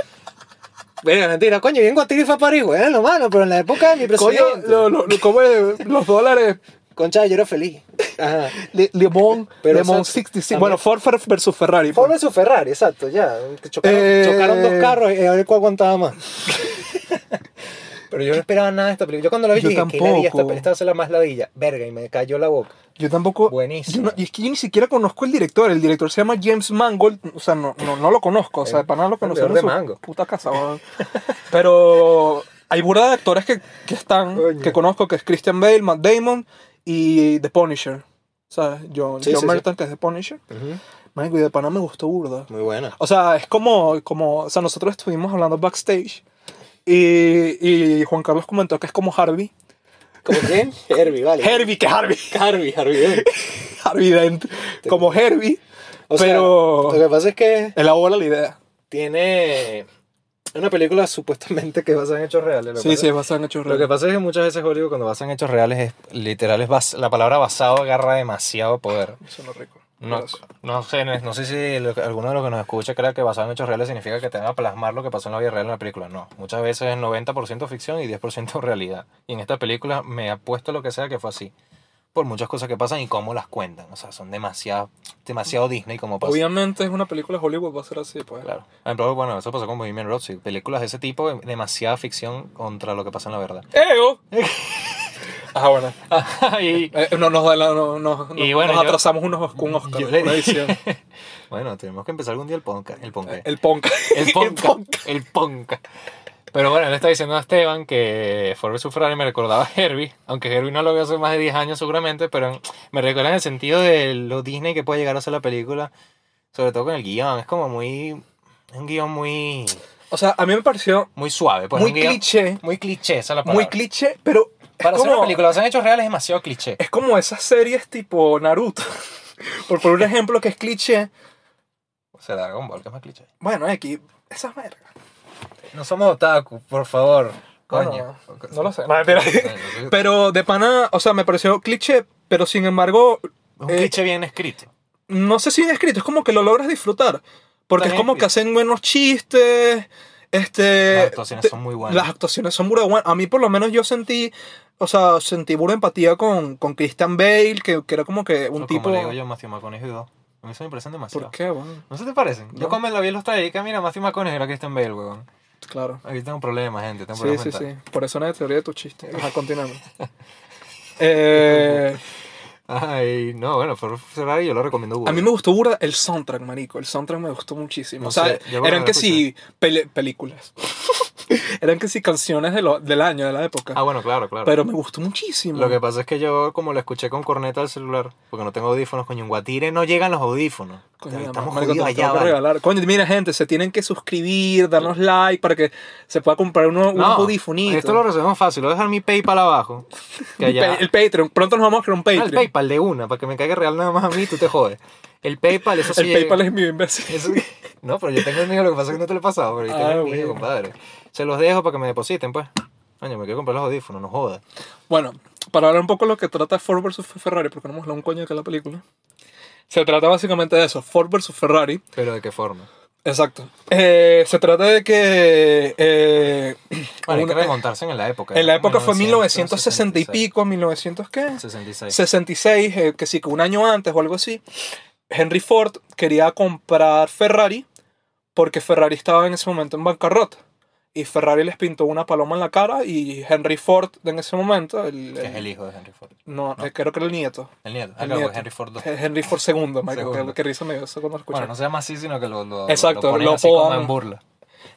A: Mira, mentira, coño, vengo a Tigre fue a París, weón, lo malo, pero en la época de mi
C: Coño,
A: presidente.
C: lo- lo- lo- ¿cómo es? los dólares.
A: Concha, yo era feliz. Ajá.
C: Le, Le Mans,
A: Pero
C: Le Mans
A: eso-
C: 66. Bueno, Ford Fer- versus Ferrari. pues.
A: Ford versus Ferrari, exacto, ya. Chocaron,
C: Eh.
A: chocaron dos carros y a ver cuál aguantaba más.
B: Pero yo no esperaba nada de esta película. Yo cuando la vi
C: Yo
B: dije, ¿qué ladilla esta
C: tampoco.
B: película? Esta va a ser la más ladilla. Verga, y me cayó la boca.
C: Yo tampoco.
B: Buenísimo.
C: yo no- y es que yo ni siquiera conozco el director. El director se llama James Mangold. O sea, no, no, no lo conozco. O sea,
A: Eh,
B: El-
C: para nada lo
B: el
C: conozco.
B: peor de Mango.
C: Puta casa, weón. Pero hay burda de actores que, que están,
A: Coño.
C: que conozco, que es Christian Bale, Matt Damon y The Punisher. O sea, John,
A: Sí, sí,
C: John
A: sí.
C: Merton, que es The Punisher. Marico, y de Panamá me gustó burda.
B: Muy buena.
C: O sea, es como, como, o sea, nosotros estuvimos hablando backstage y, y Juan Carlos comentó que es como Harvey.
A: ¿Cómo quién? Herbie, vale.
C: Herbie, que Harvey.
A: Harvey, Harvey. Dent.
C: Harvey Dent, como Herbie,
A: O sea,
C: pero
A: Lo que pasa es que
C: elabora la idea.
B: Tiene una película supuestamente que basa en hechos reales. lo
C: Sí,
B: cual-
C: sí, es basado en hechos
B: Lo que
C: reales.
B: pasa es que muchas veces Hollywood cuando basan hechos reales es literal, es bas- la palabra basado agarra demasiado poder.
C: Suena rico.
B: No,
C: Gracias.
B: no sé, no, no sé si lo que- alguno de los que nos escucha crea que basado en hechos reales significa que te van a plasmar lo que pasó en la vida real en la película. No, muchas veces es 90% ficción y 10% realidad. Y en esta película me apuesto lo que sea que fue así. Por muchas cosas que pasan y cómo las cuentan. O sea, son demasiado, demasiado Disney como pasa.
C: Obviamente es una película de Hollywood, va a ser así, pues.
B: Claro. Por ejemplo, bueno, eso pasó con Bohemian Rhapsody. Películas de ese tipo, em, demasiada ficción contra lo que pasa en la verdad.
C: ¡Ego! Ajá, bueno.
B: y,
C: Eh, no, nos, da la- no, no, no-
B: Y bueno,
C: nos
B: yo-
C: atrasamos unos, con un Oscar,
B: yo le-
C: una edición.
B: bueno, tenemos que empezar algún día el podcast. El podcast.
C: El ponca.
B: El Ponca. El Ponca. Pero bueno, le está diciendo a Esteban que Ford vs. Ferrari me recordaba a Herbie, aunque Herbie no lo veo hace más de 10 años seguramente, pero me recuerda en el sentido de lo Disney que puede llegar a ser la película, sobre todo con el guión. Es como muy. es un guión muy.
C: O sea, a mí me pareció
B: muy suave. Pues,
C: muy
B: un guión-
C: cliché.
B: Muy cliché, esa es la palabra.
C: Muy cliché, pero
B: Para
C: es
B: hacer una
C: como,
B: película, se han hecho reales, es demasiado cliché.
C: es como esas series tipo Naruto. Por poner un ejemplo que es cliché.
B: O sea, Dragon Ball, que es más cliché.
C: Bueno, aquí, esas vergas.
B: No somos otaku, por favor. Coño.
C: Bueno, no lo sé. No, mentira.
B: Es
C: Pero de pana, o sea, me pareció cliché, pero sin embargo,
B: un
C: Eh,
B: cliché bien escrito.
C: no sé si bien escrito, es como que lo logras disfrutar. Porque es
B: También
C: como que hacen buenos chistes. Este,
B: Las actuaciones
C: te-
B: son muy buenas.
C: Las actuaciones son burda buenas. A mí, por lo menos, yo sentí, o sea, sentí pura empatía con, con Christian Bale, que, que era como que un
B: O
C: tipo.
B: Como le digo yo, Matthew McConaughey 2. A mí se me parecen demasiado.
C: ¿Por qué, weón?
B: ¿No se te parecen?
C: No.
B: Yo cuando la vi en los trailers dije, mira, Matthew McConaughey era Christian Bale, weón.
C: Claro.
B: Aquí tengo un problema, gente. Tengo un
C: Sí,
B: problema
C: sí,
B: mental.
C: sí. Por eso no es teoría de tu chiste. Ajá, continuamos. Eh,
B: Ay, no, bueno, por Ferrari yo lo recomiendo.
C: a
B: burda.
C: mí me gustó burda el soundtrack, marico. El soundtrack me gustó muchísimo.
B: No
C: o sea,
B: sé, yo cuando
C: eran
B: lo
C: que sí pele- películas. eran que sí canciones de lo- del año, de la época.
B: Ah, bueno, claro, claro.
C: Pero me gustó muchísimo.
B: Lo que pasa es que yo, como lo escuché con corneta del celular, porque no tengo audífonos, coño, en Guatire no llegan los audífonos.
C: Coño,
B: Estamos
C: marico, te
B: jodidos
C: los tengo
B: allá,
C: que
B: vale.
C: regalar. Coño, mira, gente, se tienen que suscribir, darnos like para que se pueda comprar uno, un
B: No,
C: audífonito.
B: esto lo resolvemos fácil. Lo voy a dejar mi PayPal abajo. Que
C: el,
B: allá,
C: pa- el Patreon. Pronto nos vamos a crear un
B: Ah,
C: Patreon.
B: el PayPal de una, para que me caiga real nada más a mí, tú te jodes. El PayPal, eso sí.
C: El
B: llega-
C: PayPal es mi imbécil.
B: Eso- no, pero yo tengo el mío, lo que pasa es que no te lo he pasado, pero yo tengo
C: Ah,
B: el mío,
C: bueno.
B: compadre. Se los dejo para que me depositen, pues. Coño, me quiero comprar los audífonos, no jodas.
C: Bueno, para hablar un poco de lo que trata Ford vs. Ferrari, porque no hemos hablado un coño de que es la película. Se trata básicamente de eso, Ford vs. Ferrari.
B: Pero de qué forma.
C: Exacto. Eh, se trata de que... eh,
B: Bueno, hay que
C: una-
B: remontarse en la época.
C: en la época fue 1960
B: 1966.
C: y pico, 1900 qué?
B: 66.
C: 66, eh, que sí, que un año antes o algo así, Henry Ford quería comprar Ferrari porque Ferrari estaba en ese momento en bancarrota. Y Ferrari les pintó una paloma en la cara y Henry Ford en ese momento... el-
B: Que es
C: el-
B: el hijo de Henry Ford.
C: no,
B: ¿no?
C: eh, creo que era el nieto.
B: El nieto.
C: El
B: Ah, claro,
C: nieto.
B: Henry Ford II.
C: Henry Ford II, Michael,
B: Segundo.
C: que, que risa me dio eso cuando lo escuché.
B: Bueno, no se llama así, sino que lo, lo,
C: Exacto,
B: lo ponen
C: lo
B: así como
C: apodan.
B: en burla.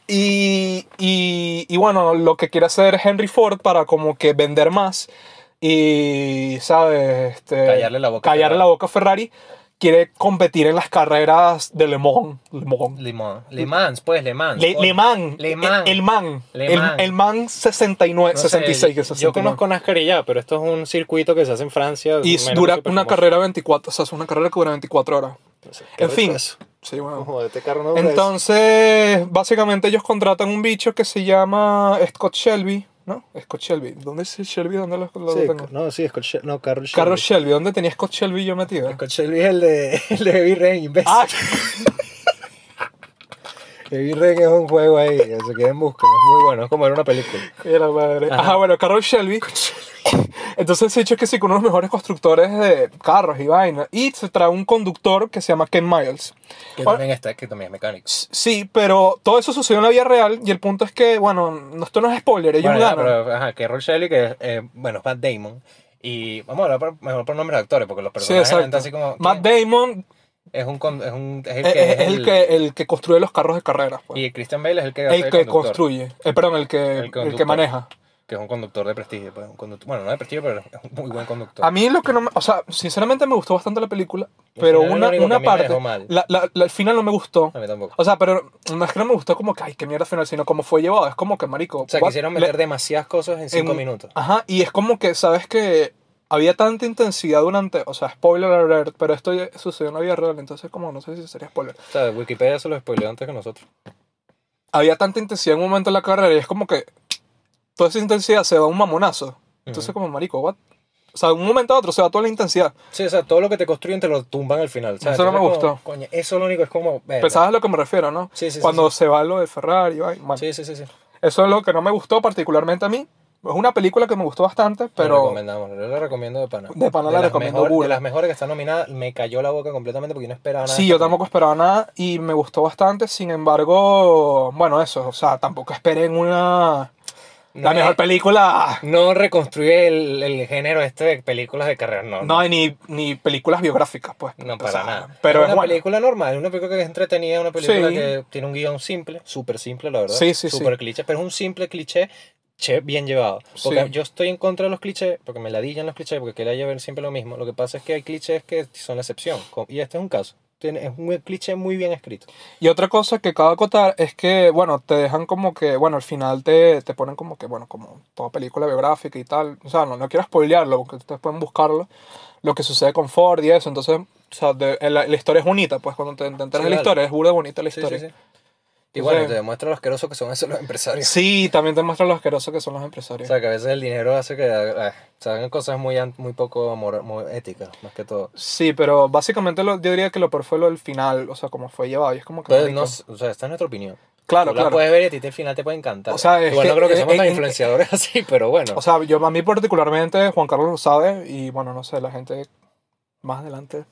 C: Y, y, y bueno, lo que quiere hacer Henry Ford para como que vender más y, ¿sabes? Este,
B: Callarle la boca.
C: callarle la boca a Ferrari, quiere competir en las carreras de Le Mans. Le Mans.
B: Limón. Le Mans, pues, Le Mans.
C: Le,
B: coño.
C: Le Mans.
B: Le Mans.
C: El, el Man.
B: Le
C: el,
B: Mans.
C: el Man 69,
B: No sé,
C: 66. que
B: yo-
C: es 69.
E: Yo conozco Nascar y ya, pero esto es un circuito que se hace en Francia.
C: Y
E: menos
C: dura
E: súper
C: una
E: famoso.
C: carrera 24, o sea, es una carrera que dura 24 horas.
E: Qué
C: En fin.
E: retraso.
C: Sí, bueno.
A: Joder, este carro no dura eso.
C: Entonces, básicamente ellos contratan un bicho que se llama Scott Shelby, ¿no? Scott Shelby. ¿Dónde es Shelby? ¿Dónde lo, lo
A: Sí,
C: tengo?
A: no, sí, es Carl Shelby. No, Carl Shelby.
C: Carlos Shelby. ¿Dónde tenía Scott Shelby yo metido?
B: Con Shelby es el de, el de Heavy Rain, imbécil.
C: Ah,
B: Heavy Rain es un juego ahí, que se quieren buscar. Es muy bueno, es como ver una película.
C: qué la madre. Ajá,
B: Ajá.
C: bueno, Carlos Shelby. Entonces ese bicho es que sí, que uno de los mejores constructores de carros y vaina. Y se trae un conductor que se llama Ken Miles.
B: Que
C: Ahora-
B: también está, que también es mecánico.
C: S- Sí, pero todo eso sucedió en la vida real y el punto es que, bueno, no- esto no es spoiler, ellos
B: Bueno, ya,
C: ganan.
B: pero, ajá, que Roy Shelley, que eh, bueno, es Matt Damon. Y vamos a hablar por- mejor por nombres de actores, porque los
C: Sí,
B: personajes
C: exacto.
B: están así como.
C: Matt
B: ¿qué?
C: Damon
B: es un. con- Es, un, es el
C: eh,
B: que.
C: eh, es el que, el que construye los carros de carreras. pues.
B: Y Christian Bale es el que. hace
C: El que
B: conductor,
C: construye, eh, perdón, el que, el,
B: conductor.
C: que maneja.
B: Que es un conductor de prestigio. pues, un conductor- bueno, no de prestigio, pero es un muy buen conductor.
C: A mí lo que no me, o sea, sinceramente me gustó bastante la película, pero
B: final es lo
C: una,
B: único que
C: una
B: a mí me
C: parte,
B: dejó mal.
C: la, la, la- el final no me gustó.
B: A mí tampoco.
C: O sea, pero no es que no me gustó como que, ay, qué mierda final, sino como fue llevado, es como que marico.
B: O sea,
C: what-
B: quisieron
C: le-
B: meter demasiadas cosas en cinco
C: en-
B: minutos.
C: Ajá, y es como que, sabes que había tanta intensidad durante, o sea, spoiler alert, pero esto ya sucedió en la vida real, entonces como no sé si sería spoiler.
B: O sea, Wikipedia se lo spoileó antes que nosotros.
C: Había tanta intensidad en un momento en la carrera y es como que toda esa intensidad se va a un mamonazo. Entonces
B: Ujú.
C: como marico, what? O sea, de un momento a otro se va toda la intensidad.
B: Sí, o sea, todo lo que te construyen te lo tumban al final. o sea,
C: Eso no me
B: entonces como,
C: gustó.
B: coño, eso lo único es como. verga.
C: Pues sabes a lo que me refiero, ¿no?
B: Sí, sí, sí,
C: Cuando
B: sí.
C: se va lo de Ferrari, ay, bueno,
B: Sí, sí, sí. sí.
C: eso es lo que no me gustó particularmente a mí. Es una película que me gustó bastante,
B: La
C: pero
B: recomendamos, yo la recomiendo de pana.
C: De pana la
B: las
C: recomiendo
B: mejor-
C: burda.
B: De las mejores que está nominada, me cayó la boca completamente porque yo no esperaba nada. este
C: sí, yo tampoco esperaba nada y me gustó bastante. Sin embargo, bueno, eso, o sea, tampoco esperen una...
B: No eh,
C: la
B: es-
C: mejor película...
B: No reconstruye el, el género este de películas de carrera, no.
C: No, y ni, ni películas biográficas, pues.
B: no,
C: o
B: para
C: sea,
B: nada.
C: Pero
B: es
C: es
B: una
C: buena.
B: película normal, una película que es entretenida, una película
C: Sí.
B: que tiene un guión simple, súper simple, la verdad.
C: Sí, sí, sí.
B: Súper cliché, pero es un simple cliché che, bien llevado. Porque
C: Sí.
B: yo estoy en contra de los clichés, porque me ladillan los clichés, porque quería llevar siempre lo mismo. Lo que pasa es que hay clichés que son la excepción, co- y este es un caso. Tiene- es un cliché muy bien escrito.
C: Y otra cosa que acabo de acotar es que, bueno, te dejan como que, bueno, al final te, te ponen como que, bueno, como toda película biográfica y tal. O sea, no, no quiero spoilearlo, porque ustedes pueden buscarlo, lo que sucede con Ford y eso. Entonces, o sea, de- eh, la, la historia es bonita, pues cuando te, te enteras
B: Sí,
C: de la
B: vale.
C: historia, es burda bonita la
B: Sí,
C: historia.
B: sí,
C: Sí,
B: sí. Y bueno,
C: Entonces-
B: te demuestra lo asqueroso que son esos los empresarios.
C: también te muestra lo asqueroso que son los
B: O
C: empresarios.
B: sea, que a veces el dinero hace que eh, se hagan cosas muy, an- muy poco mora- muy éticas, más que todo.
C: Sí, pero básicamente lo, yo diría que lo peor fue lo del final, o sea, como fue llevado. Y es como que.
B: Entonces,
C: marico.
B: no, s- o sea, esta es nuestra opinión.
C: claro,
B: Tú la
C: claro.
B: puedes ver y a ti al final te puede encantar.
C: O sea, es
B: Igual no
C: que-
B: creo que
C: eh,
B: seamos tan
C: eh,
B: influenciadores así, pero bueno.
C: O sea, yo, a mí particularmente, Juan Carlos lo sabe, y bueno, no sé, la gente más adelante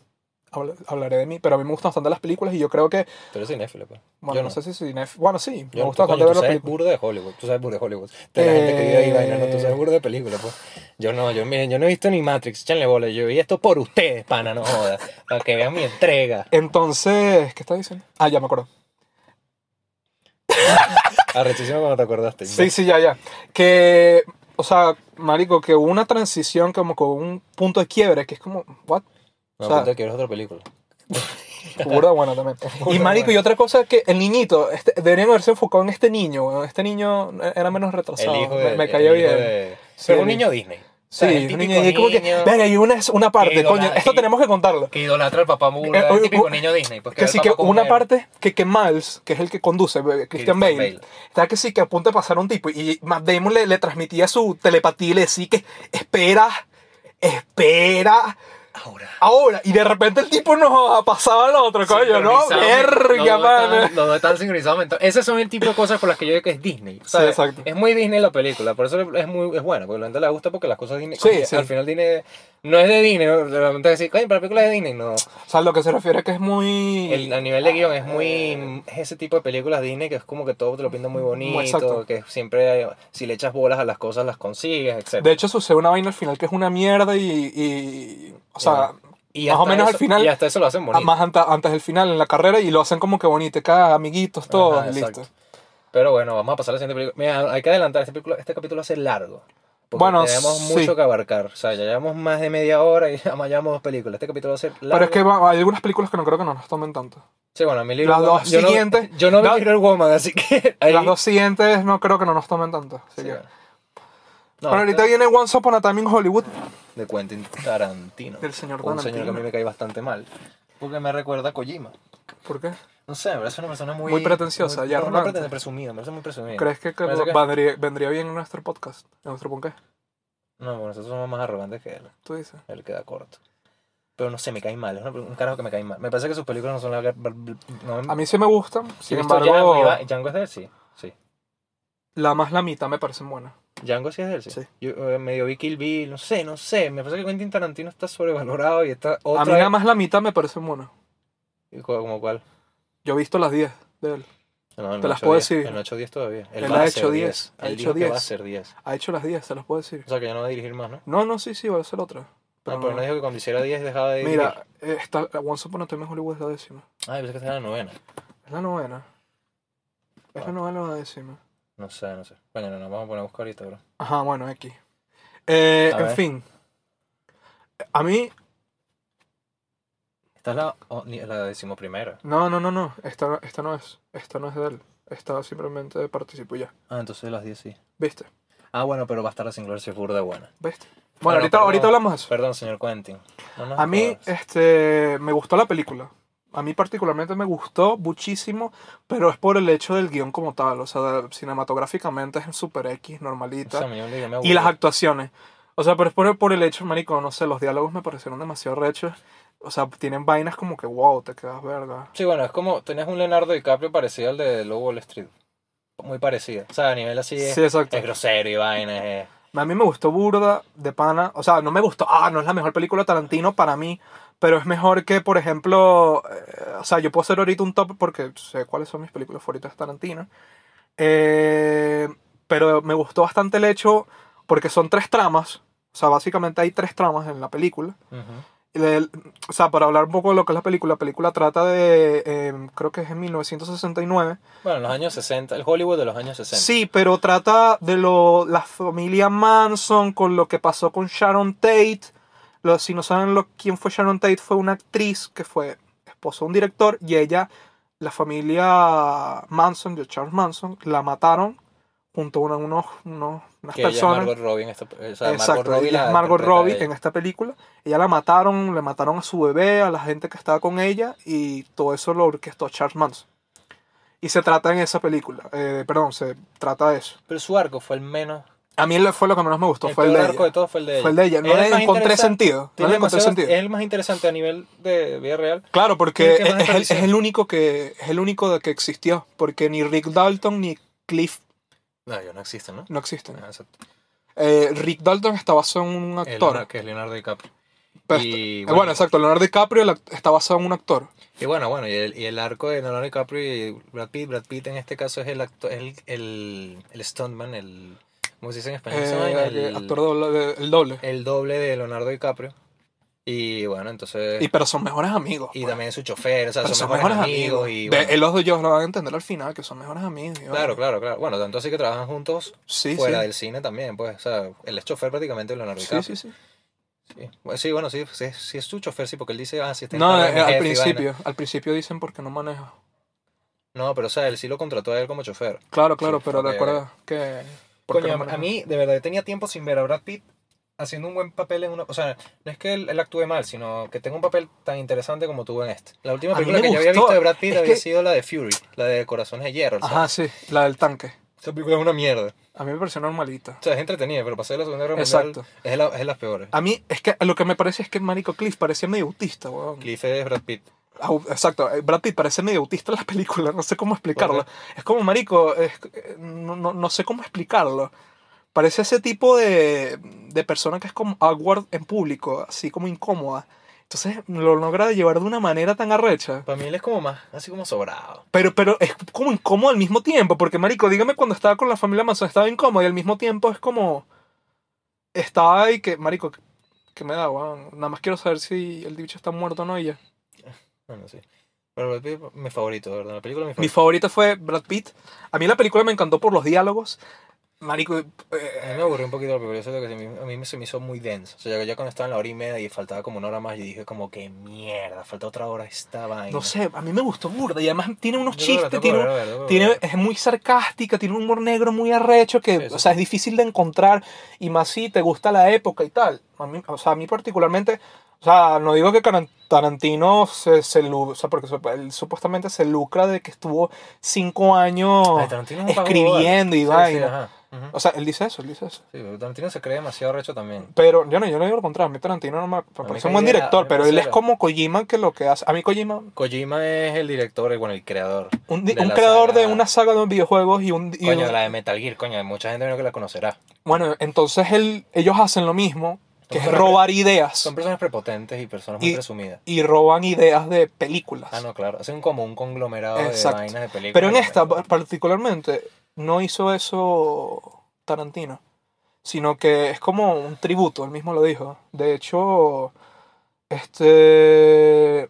C: habla- hablaré de mí, pero a mí me gustan bastante las películas y yo creo que,
B: tú eres cinéfilo, pues.
C: bueno,
B: Yo
C: no.
B: no.
C: sé si soy nef- Bueno, sí, me
B: Yo-
C: gusta
B: tú, coño,
C: bastante ver
B: tú
C: las
B: sabes
C: películas.
B: burda de Hollywood. Tú sabes burda de Hollywood. De la gente que vive ahí, vaina, no, tú
C: Eh.
B: sabes burda de película, pues. Yo no, yo, miren, yo no he visto ni Matrix, échenle bola. Yo vi esto por ustedes, pana, no jodas. Para que vean mi entrega.
C: Entonces, ¿qué estás diciendo? Ah, ya me acuerdo.
B: Arrechísimo cuando te acordaste.
C: Sí, sí, ya, ya. Que, o sea, marico, que hubo una transición como con un punto de quiebre, que es como, what?
B: No,
C: o sea-
B: puta, quiero otra película.
C: Burda buena también. Y
B: Burda
C: marico, y
B: buena.
C: otra cosa que el niñito, este, deberían haberse enfocado en este niño, weón. este niño era menos retrasado,
B: El hijo
C: me,
B: de.
C: me cayó
B: el hijo
C: bien.
B: de-
C: Sí,
B: Pero
C: el
B: un
C: hijo.
B: niño Disney. O
C: Sí,
B: sea, el
C: es un
B: típico
C: niño, y es como que,
B: niño
C: verga, y una, una parte,
B: ídolo,
C: coño,
B: ah,
C: esto
B: y-
C: tenemos que contarlo.
B: Que idolatra al papá burda,
C: Eh,
B: el
C: oye,
B: típico
C: u-
B: niño Disney. Pues
C: Que
B: ve
C: sí
B: al
C: que
B: papá como
C: una
B: un héroe.
C: parte que, que Miles, que es el que conduce, eh, Christian
B: Christian
C: Bale,
B: Bale.
C: está que sí que apunta a pasar un tipo y Matt Damon le, le transmitía su telepatía y le decía que espera, espera,
B: Ahora.
C: ahora. Y de repente el tipo nos pasaba al otro, coño, ¿no?
B: Sincronizado,
C: Verga,
B: los dos
C: mano.
B: están- Los dos están sincronizados. mental- Ese son el tipo de cosas por las que yo digo que es Disney. ¿sabes?
C: Sí, exacto.
B: Es muy Disney la película, por eso es muy es buena, porque a la gente le gusta porque las cosas Disney.
C: Sí,
B: coño,
C: sí.
B: Al final Disney No es de Disney, ¿no? realmente decir, coño, pero la película es de Disney, no.
C: O sea, lo que se refiere es que es muy...
B: El, a nivel de guión es
C: Eh.
B: muy. Es ese tipo de películas Disney que es como que todo te lo pinta muy bonito,
C: Exacto.
B: que siempre hay- si le echas bolas a las cosas las consigues, etc.
C: De hecho, sucede una vaina al final que es una mierda y... y- o sea,
B: y
C: más o
B: hasta
C: menos al
B: eso-
C: final-
B: Y hasta eso lo hacen bonito.
C: más anta- antes, del final, en la carrera, y lo hacen como que bonito, cada amiguitos, todo,
B: Ajá,
C: y listo.
B: exacto. Pero bueno, vamos a pasar a la siguiente película. Mira, hay que adelantar, este, película- este capítulo hace largo. Porque
C: Bueno,
B: tenemos
C: sí.
B: mucho que abarcar. O sea, ya llevamos más de media hora y ya llevamos dos películas. Este capítulo va a ser largo.
C: Pero es que va- hay algunas películas que no creo que nos las tomen tanto.
B: Sí, bueno, mi
C: las dos
B: yo no-
C: siguientes-
B: yo no vi
C: da-
B: Little Woman, así que. ahí-
C: Las dos siguientes no creo que no nos tomen tanto. así
B: sí,
C: que-
B: bueno. No,
C: Bueno, ahorita viene Once Upon a Time in Hollywood.
B: De Quentin Tarantino.
C: Del señor
B: Un señor que a
C: Tarantino.
B: mí me cae bastante mal. Porque me recuerda a Kojima.
C: ¿Por qué?
B: No sé, me parece una persona muy.
C: Muy pretenciosa
B: muy-
C: y
B: no, no,
C: arrogante.
B: pretende, presumida, me parece muy presumida.
C: ¿Crees que, que
B: Parece que-
C: Vendría, vendría bien en nuestro podcast? ¿En nuestro podcast?
B: No, bueno, nosotros somos más arrogantes que él.
C: ¿Tú dices?
B: Él queda corto. Pero no sé, me cae mal. Es una- un carajo que me cae mal. Me parece que sus películas no son la. No,
C: A mí sí me gustan.
B: Sí,
C: Sin
B: he visto
C: embargo,
B: Django, iba- Django es de él, sí. sí.
C: la más la mitad me parecen buenas.
B: Django sí es de él, sí.
C: Sí.
B: Yo eh, medio vi Kill Bill, no sé, no sé. Me parece que Quentin Tarantino está sobrevalorado y está otra
C: A mí
B: vez-
C: nada más la mitad me parecen buenas.
B: ¿Como cuál?
C: Yo he visto las 10 de él.
B: No, el
C: Te las
B: 8-10,
C: puedo decir.
B: El 8-10 todavía.
C: Él
B: va a
C: ha
B: hacer
C: hecho 10, ha
B: Él dijo
C: hecho
B: que va a
C: 10.
B: ser 10.
C: Ha hecho las 10, se las puedo decir.
B: O sea que ya no va a dirigir más, ¿no?
C: No, no, sí, sí, va a ser otra.
B: Pero,
C: Pero,
B: Ah, pero no dijo que cuando hiciera 10 dejaba de dirigir.
C: mira, eh, está, Once Upon a Time in Hollywood es la décima.
B: Ay, pensé que era la novena.
C: Es la novena. Es
B: Ah.
C: la novena o la décima.
B: No sé, no sé. Bueno, no nos vamos a poner a buscar ahorita, bro.
C: Ajá, bueno, aquí. Eh,
B: A
C: en
B: ver.
C: fin. A mí,
B: Esta es la, o- ni- la decimoprimera.
C: no, no, no, no. Esta, esta no es. Esta no es de él. Esta simplemente participo y ya.
B: Ah, entonces las 10 sí.
C: ¿Viste?
B: Ah, bueno, pero va a estar la singular si es burda buena.
C: ¿Viste?
B: Bueno,
C: Bueno, ahorita,
B: perdón.
C: ahorita hablamos de eso.
B: Perdón, señor Quentin. No nos
C: A mí,
B: jodas.
C: este, me gustó la película. A mí particularmente me gustó muchísimo, pero es por el hecho del guión como tal. O sea, de- cinematográficamente es super X,
B: O sea,
C: normalita.
B: me- yo me- me
C: Y las
B: aburrí.
C: actuaciones. O sea, pero es por, por el hecho, marico, no sé, los diálogos me parecieron demasiado rechos. O sea, tienen vainas como que, wow, te quedas verga.
B: Sí, bueno, es como tenías un Leonardo DiCaprio parecido al de Lobo Wall Street. Muy parecido. O sea, a nivel así es,
C: Sí, exacto.
B: es grosero y vaina. Es,
C: A mí me gustó Burda, de pana. O sea, no me gustó. Ah, no es la mejor película de Tarantino para mí. Pero es mejor que, por ejemplo. eh, o sea, yo puedo hacer ahorita un top porque sé cuáles son mis películas favoritas de Tarantino. Eh, pero me gustó bastante el hecho porque son tres tramas. O sea, básicamente hay tres tramas en la película.
B: Ujú.
C: El- o sea, para hablar un poco de lo que es la película, la película trata de. eh, creo que es en 1969.
B: Bueno, en los años 60, el Hollywood de los años 60.
C: Sí, pero trata de lo, la familia Manson con lo que pasó con Sharon Tate. Lo- si no saben lo, quién fue Sharon Tate, fue una actriz que fue esposa de un director y ella, la familia Manson, de Charles Manson, la mataron junto a una- unos, unos- unas
B: que ella
C: personas.
B: es Margot Robbie en esta. O sea,
C: Exacto,
B: Margot Robbie,
C: ella
B: la
C: es Margot
B: interpreta
C: Robbie
B: ella.
C: en esta película. Ella la mataron, le mataron a su bebé, a la gente que estaba con ella, y todo eso lo orquestó Charles Manson. Y se trata en esa película, eh, perdón, se trata de eso.
B: Pero su arco fue el menos.
C: A mí lo- fue lo que menos me gustó,
B: el
C: fue el
B: peor
C: de
B: arco de
C: ella.
B: todo fue el de ella.
C: Fue el de ella, no
B: Era
C: le
B: más
C: encontré
B: interesante-
C: sentido. No
B: tiene
C: le encontré
B: demasiado-
C: sentido.
B: Es el más interesante a nivel de vida real.
C: Claro, porque
B: Tiene
C: es,
B: que más
C: es el, es
B: aparición.
C: el único que es el único de que existió, porque ni Rick Dalton ni Cliff
B: No, yo no existe, ¿no?
C: no existen.
B: Ah, Exacto.
C: Eh, Rick Dalton está basado en un
B: El
C: actor.
B: que es Leonardo DiCaprio.
C: pero-
B: y,
C: eh, bueno, exacto, Leonardo DiCaprio la- está basado en un actor.
B: Y bueno, bueno, y el, y el arco de Leonardo DiCaprio y Brad Pitt, Brad Pitt en este caso es el acto, el, el, el stuntman, el, ¿cómo se dice en español? esa vaina?
C: Eh,
B: el,
C: actor doble, de- el doble.
B: el doble de Leonardo DiCaprio. Y bueno, entonces,
C: y pero son mejores amigos.
B: Eh, y,
C: pues.
B: también su chofer, o sea,
C: Pero
B: son mejores, amigos. y
C: De-
B: bueno,
C: eh, los dos yo lo van a entender al final, que son mejores amigos. y
B: claro,
C: bueno.
B: claro, claro. Bueno, tanto así que trabajan juntos
C: Sí,
B: fuera
C: sí.
B: del cine también, pues, o sea, él es chofer prácticamente de Leonardo
C: Sí,
B: DiCaprio.
C: sí, sí.
B: Sí, Bueno, sí, bueno, sí, sí, sí es su chofer, sí, porque él dice, ah, sí, está en
C: No,
B: cargo de
C: eh,
B: mi
C: al
B: jefe y vaina.
C: principio. Al principio dicen porque no maneja.
B: No, pero o sea, él sí lo contrató a él como chofer.
C: Claro, claro,
B: Sí,
C: pero
B: ok,
C: recuerda que. porque
B: Coño,
C: no
B: a
C: maneja.
B: mí, de verdad, yo tenía tiempo sin ver a Brad Pitt haciendo un buen papel en una... O sea, no es que él, él actúe mal, sino que tenga un papel tan interesante como tuvo en este. La última
C: A mí
B: película
C: me
B: que yo había
C: gustó.
B: visto de Brad Pitt
C: Es
B: había
C: que-
B: sido la de Fury, la de Corazones de Hierro. o sea,
C: Ajá, sí, la del tanque.
B: Esa película es una mierda.
C: A mí me pareció normalita.
B: O sea, es entretenida, pero pasé la Segunda Guerra Mundial
C: Exacto. Ah.
B: es de la, es de las peores.
C: A mí, es que lo que me parece es que Marico Cliff parecía medio autista, weón.
B: Cliff es Brad Pitt.
C: Au- Exacto, eh, Brad Pitt parece medio autista en la película, no sé cómo explicarlo. Es como, marico, es- eh, no, no- no sé cómo explicarlo. Parece ese tipo de, de persona que es como awkward en público, así como incómoda. Entonces lo logra llevar de una manera tan arrecha.
B: Para mí él es como más, así como sobrado.
C: Pero, pero es como incómodo al mismo tiempo, porque marico, dígame cuando estaba con la familia Manson, estaba incómodo y al mismo tiempo es como... Estaba ahí que, marico, que me da, weón? Nada más quiero saber si el bicho está muerto o no y ya.
B: Bueno, sí. Pero Brad Pitt es mi favorito, de ¿verdad? La película es mi
C: Mi
B: favorito.
C: favorita fue Brad Pitt. A mí la película me encantó por los diálogos. Marico,
B: A
C: eh,
B: mí me aburrió un poquito la película, eso es lo que se me- a mí me- se me hizo muy denso. O sea, ya- ya cuando estaba en la hora y media y faltaba como una hora más, yo dije como que mierda, falta otra hora esta vaina.
C: no sé, a mí me gustó burda. Y además tiene unos
B: Yo creo que la tengo
C: chistes, tiene,
B: que
C: un-
B: ver, la tengo que
C: tiene,
B: ver.
C: es muy sarcástica, tiene un humor negro muy arrecho que,
B: Sí, sí,
C: o sea,
B: sí.
C: es difícil de encontrar. Y más si te gusta la época y tal. A mí, o sea, a mí particularmente, o sea, no digo que Caran- Tarantino se, se lu- o sea, porque su- él supuestamente se lucra de que estuvo cinco años.
B: Ay, Tarantino es un pajo,
C: escribiendo y
B: vale. Sí, sí,
C: vaina.
B: ajá. Ujú.
C: O sea, él dice eso, él dice eso.
B: Sí, pero Tarantino se cree demasiado recho también.
C: Pero yo no, yo no digo lo contrario. A mí Tarantino no me, me
B: mí
C: parece un buen
B: Kojima-
C: director,
B: me
C: pero
B: parece
C: él es
B: la-
C: como Kojima que lo que hace. A mí Kojima,
B: Kojima es el director, el- bueno, el creador.
C: un, di-
B: De
C: un
B: la
C: creador de
B: saga-
C: una saga de videojuegos y un... y
B: Coño,
C: un-
B: la de Metal Gear, coño, hay mucha gente menos que la conocerá.
C: Bueno, entonces él, ellos hacen lo mismo, que
B: Son
C: es
B: pre-
C: robar ideas.
B: Son personas prepotentes y personas muy
C: Y-
B: presumidas.
C: Y roban ideas de películas.
B: Ah, no, claro. Hacen como un conglomerado
C: Exacto.
B: de vainas de películas. Ah,
C: pero en esta pa- particularmente no hizo eso Tarantino, sino que es como un tributo, él mismo lo dijo. De hecho, este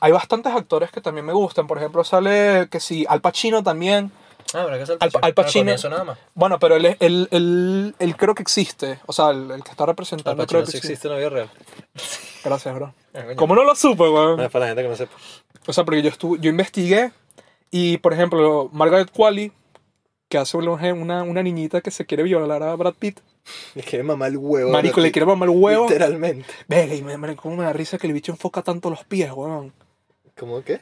C: hay bastantes actores que también me gustan, por ejemplo, sale que sí, Al Pacino también.
B: Ah, pero es que es
C: Al- Al
B: Al
C: Pacino- Ah,
B: Pacino. Eso nada más.
C: Bueno, pero él, es- él, él- él creo que existe, o sea, el, el que está
B: Al
C: representando
B: Pacino
C: creo que
B: sí
C: existe.
B: existe en la vida real.
C: Gracias, bro.
B: Ah, coño.
C: ¿Cómo no lo supe, weón?
A: Ah,
E: No es para la gente que no sepa.
C: O sea, porque yo estuve, yo investigué y, por ejemplo, Margaret Qualley, que hace una, una- una niñita que se quiere violar a Brad Pitt.
A: Le quiere mamar el huevo. a
C: Marico,
A: Brad
C: le
A: Pitt,
C: quiere mamar el huevo.
A: Literalmente.
C: Verga, y me, me, cómo me da risa que el bicho enfoca tanto los pies, weón.
A: ¿Cómo qué?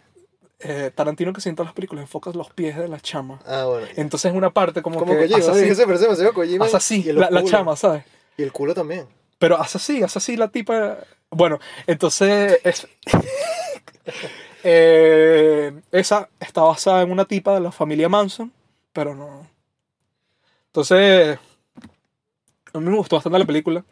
C: Eh, Tarantino que sienta las películas enfoca los pies de la chama.
A: Ah, bueno.
C: Entonces una parte como,
A: Como
C: que
A: Kojima.
C: hace
A: ¿no?
C: así,
A: Ese parece demasiado a Kojima.
C: hace así,
A: y el
C: la, la
A: culo.
C: chama, ¿sabes?
A: Y el culo también.
C: Pero hace así, hace así la tipa. Bueno, entonces. es- Eh, esa está basada en una tipa de la familia Manson, pero no. Entonces. A mí me gustó bastante la película.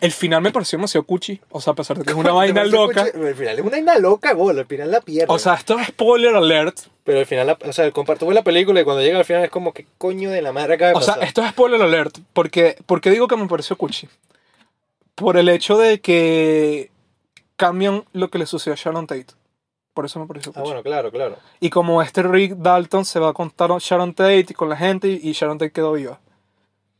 C: El final me pareció demasiado cuchi. O sea, a pesar de que es una vaina
A: Demasiado
C: loca.
A: cuchi- Al final es una vaina loca, bol. Al final la pierde.
C: O sea, esto es spoiler alert.
E: Pero al final, la- o sea, comparto la película y cuando llega al final es como, ¿qué coño de la madre acaba de
C: O sea,
E: pasar?
C: esto es spoiler alert. Porque, porque digo que me pareció cuchi. Por el hecho de que cambian lo que le sucedió a Sharon Tate. Por eso me pareció cuchi.
E: Ah, bueno, claro, claro.
C: Y como este Rick Dalton se va a contar a Sharon Tate y con la gente y y Sharon Tate quedó viva.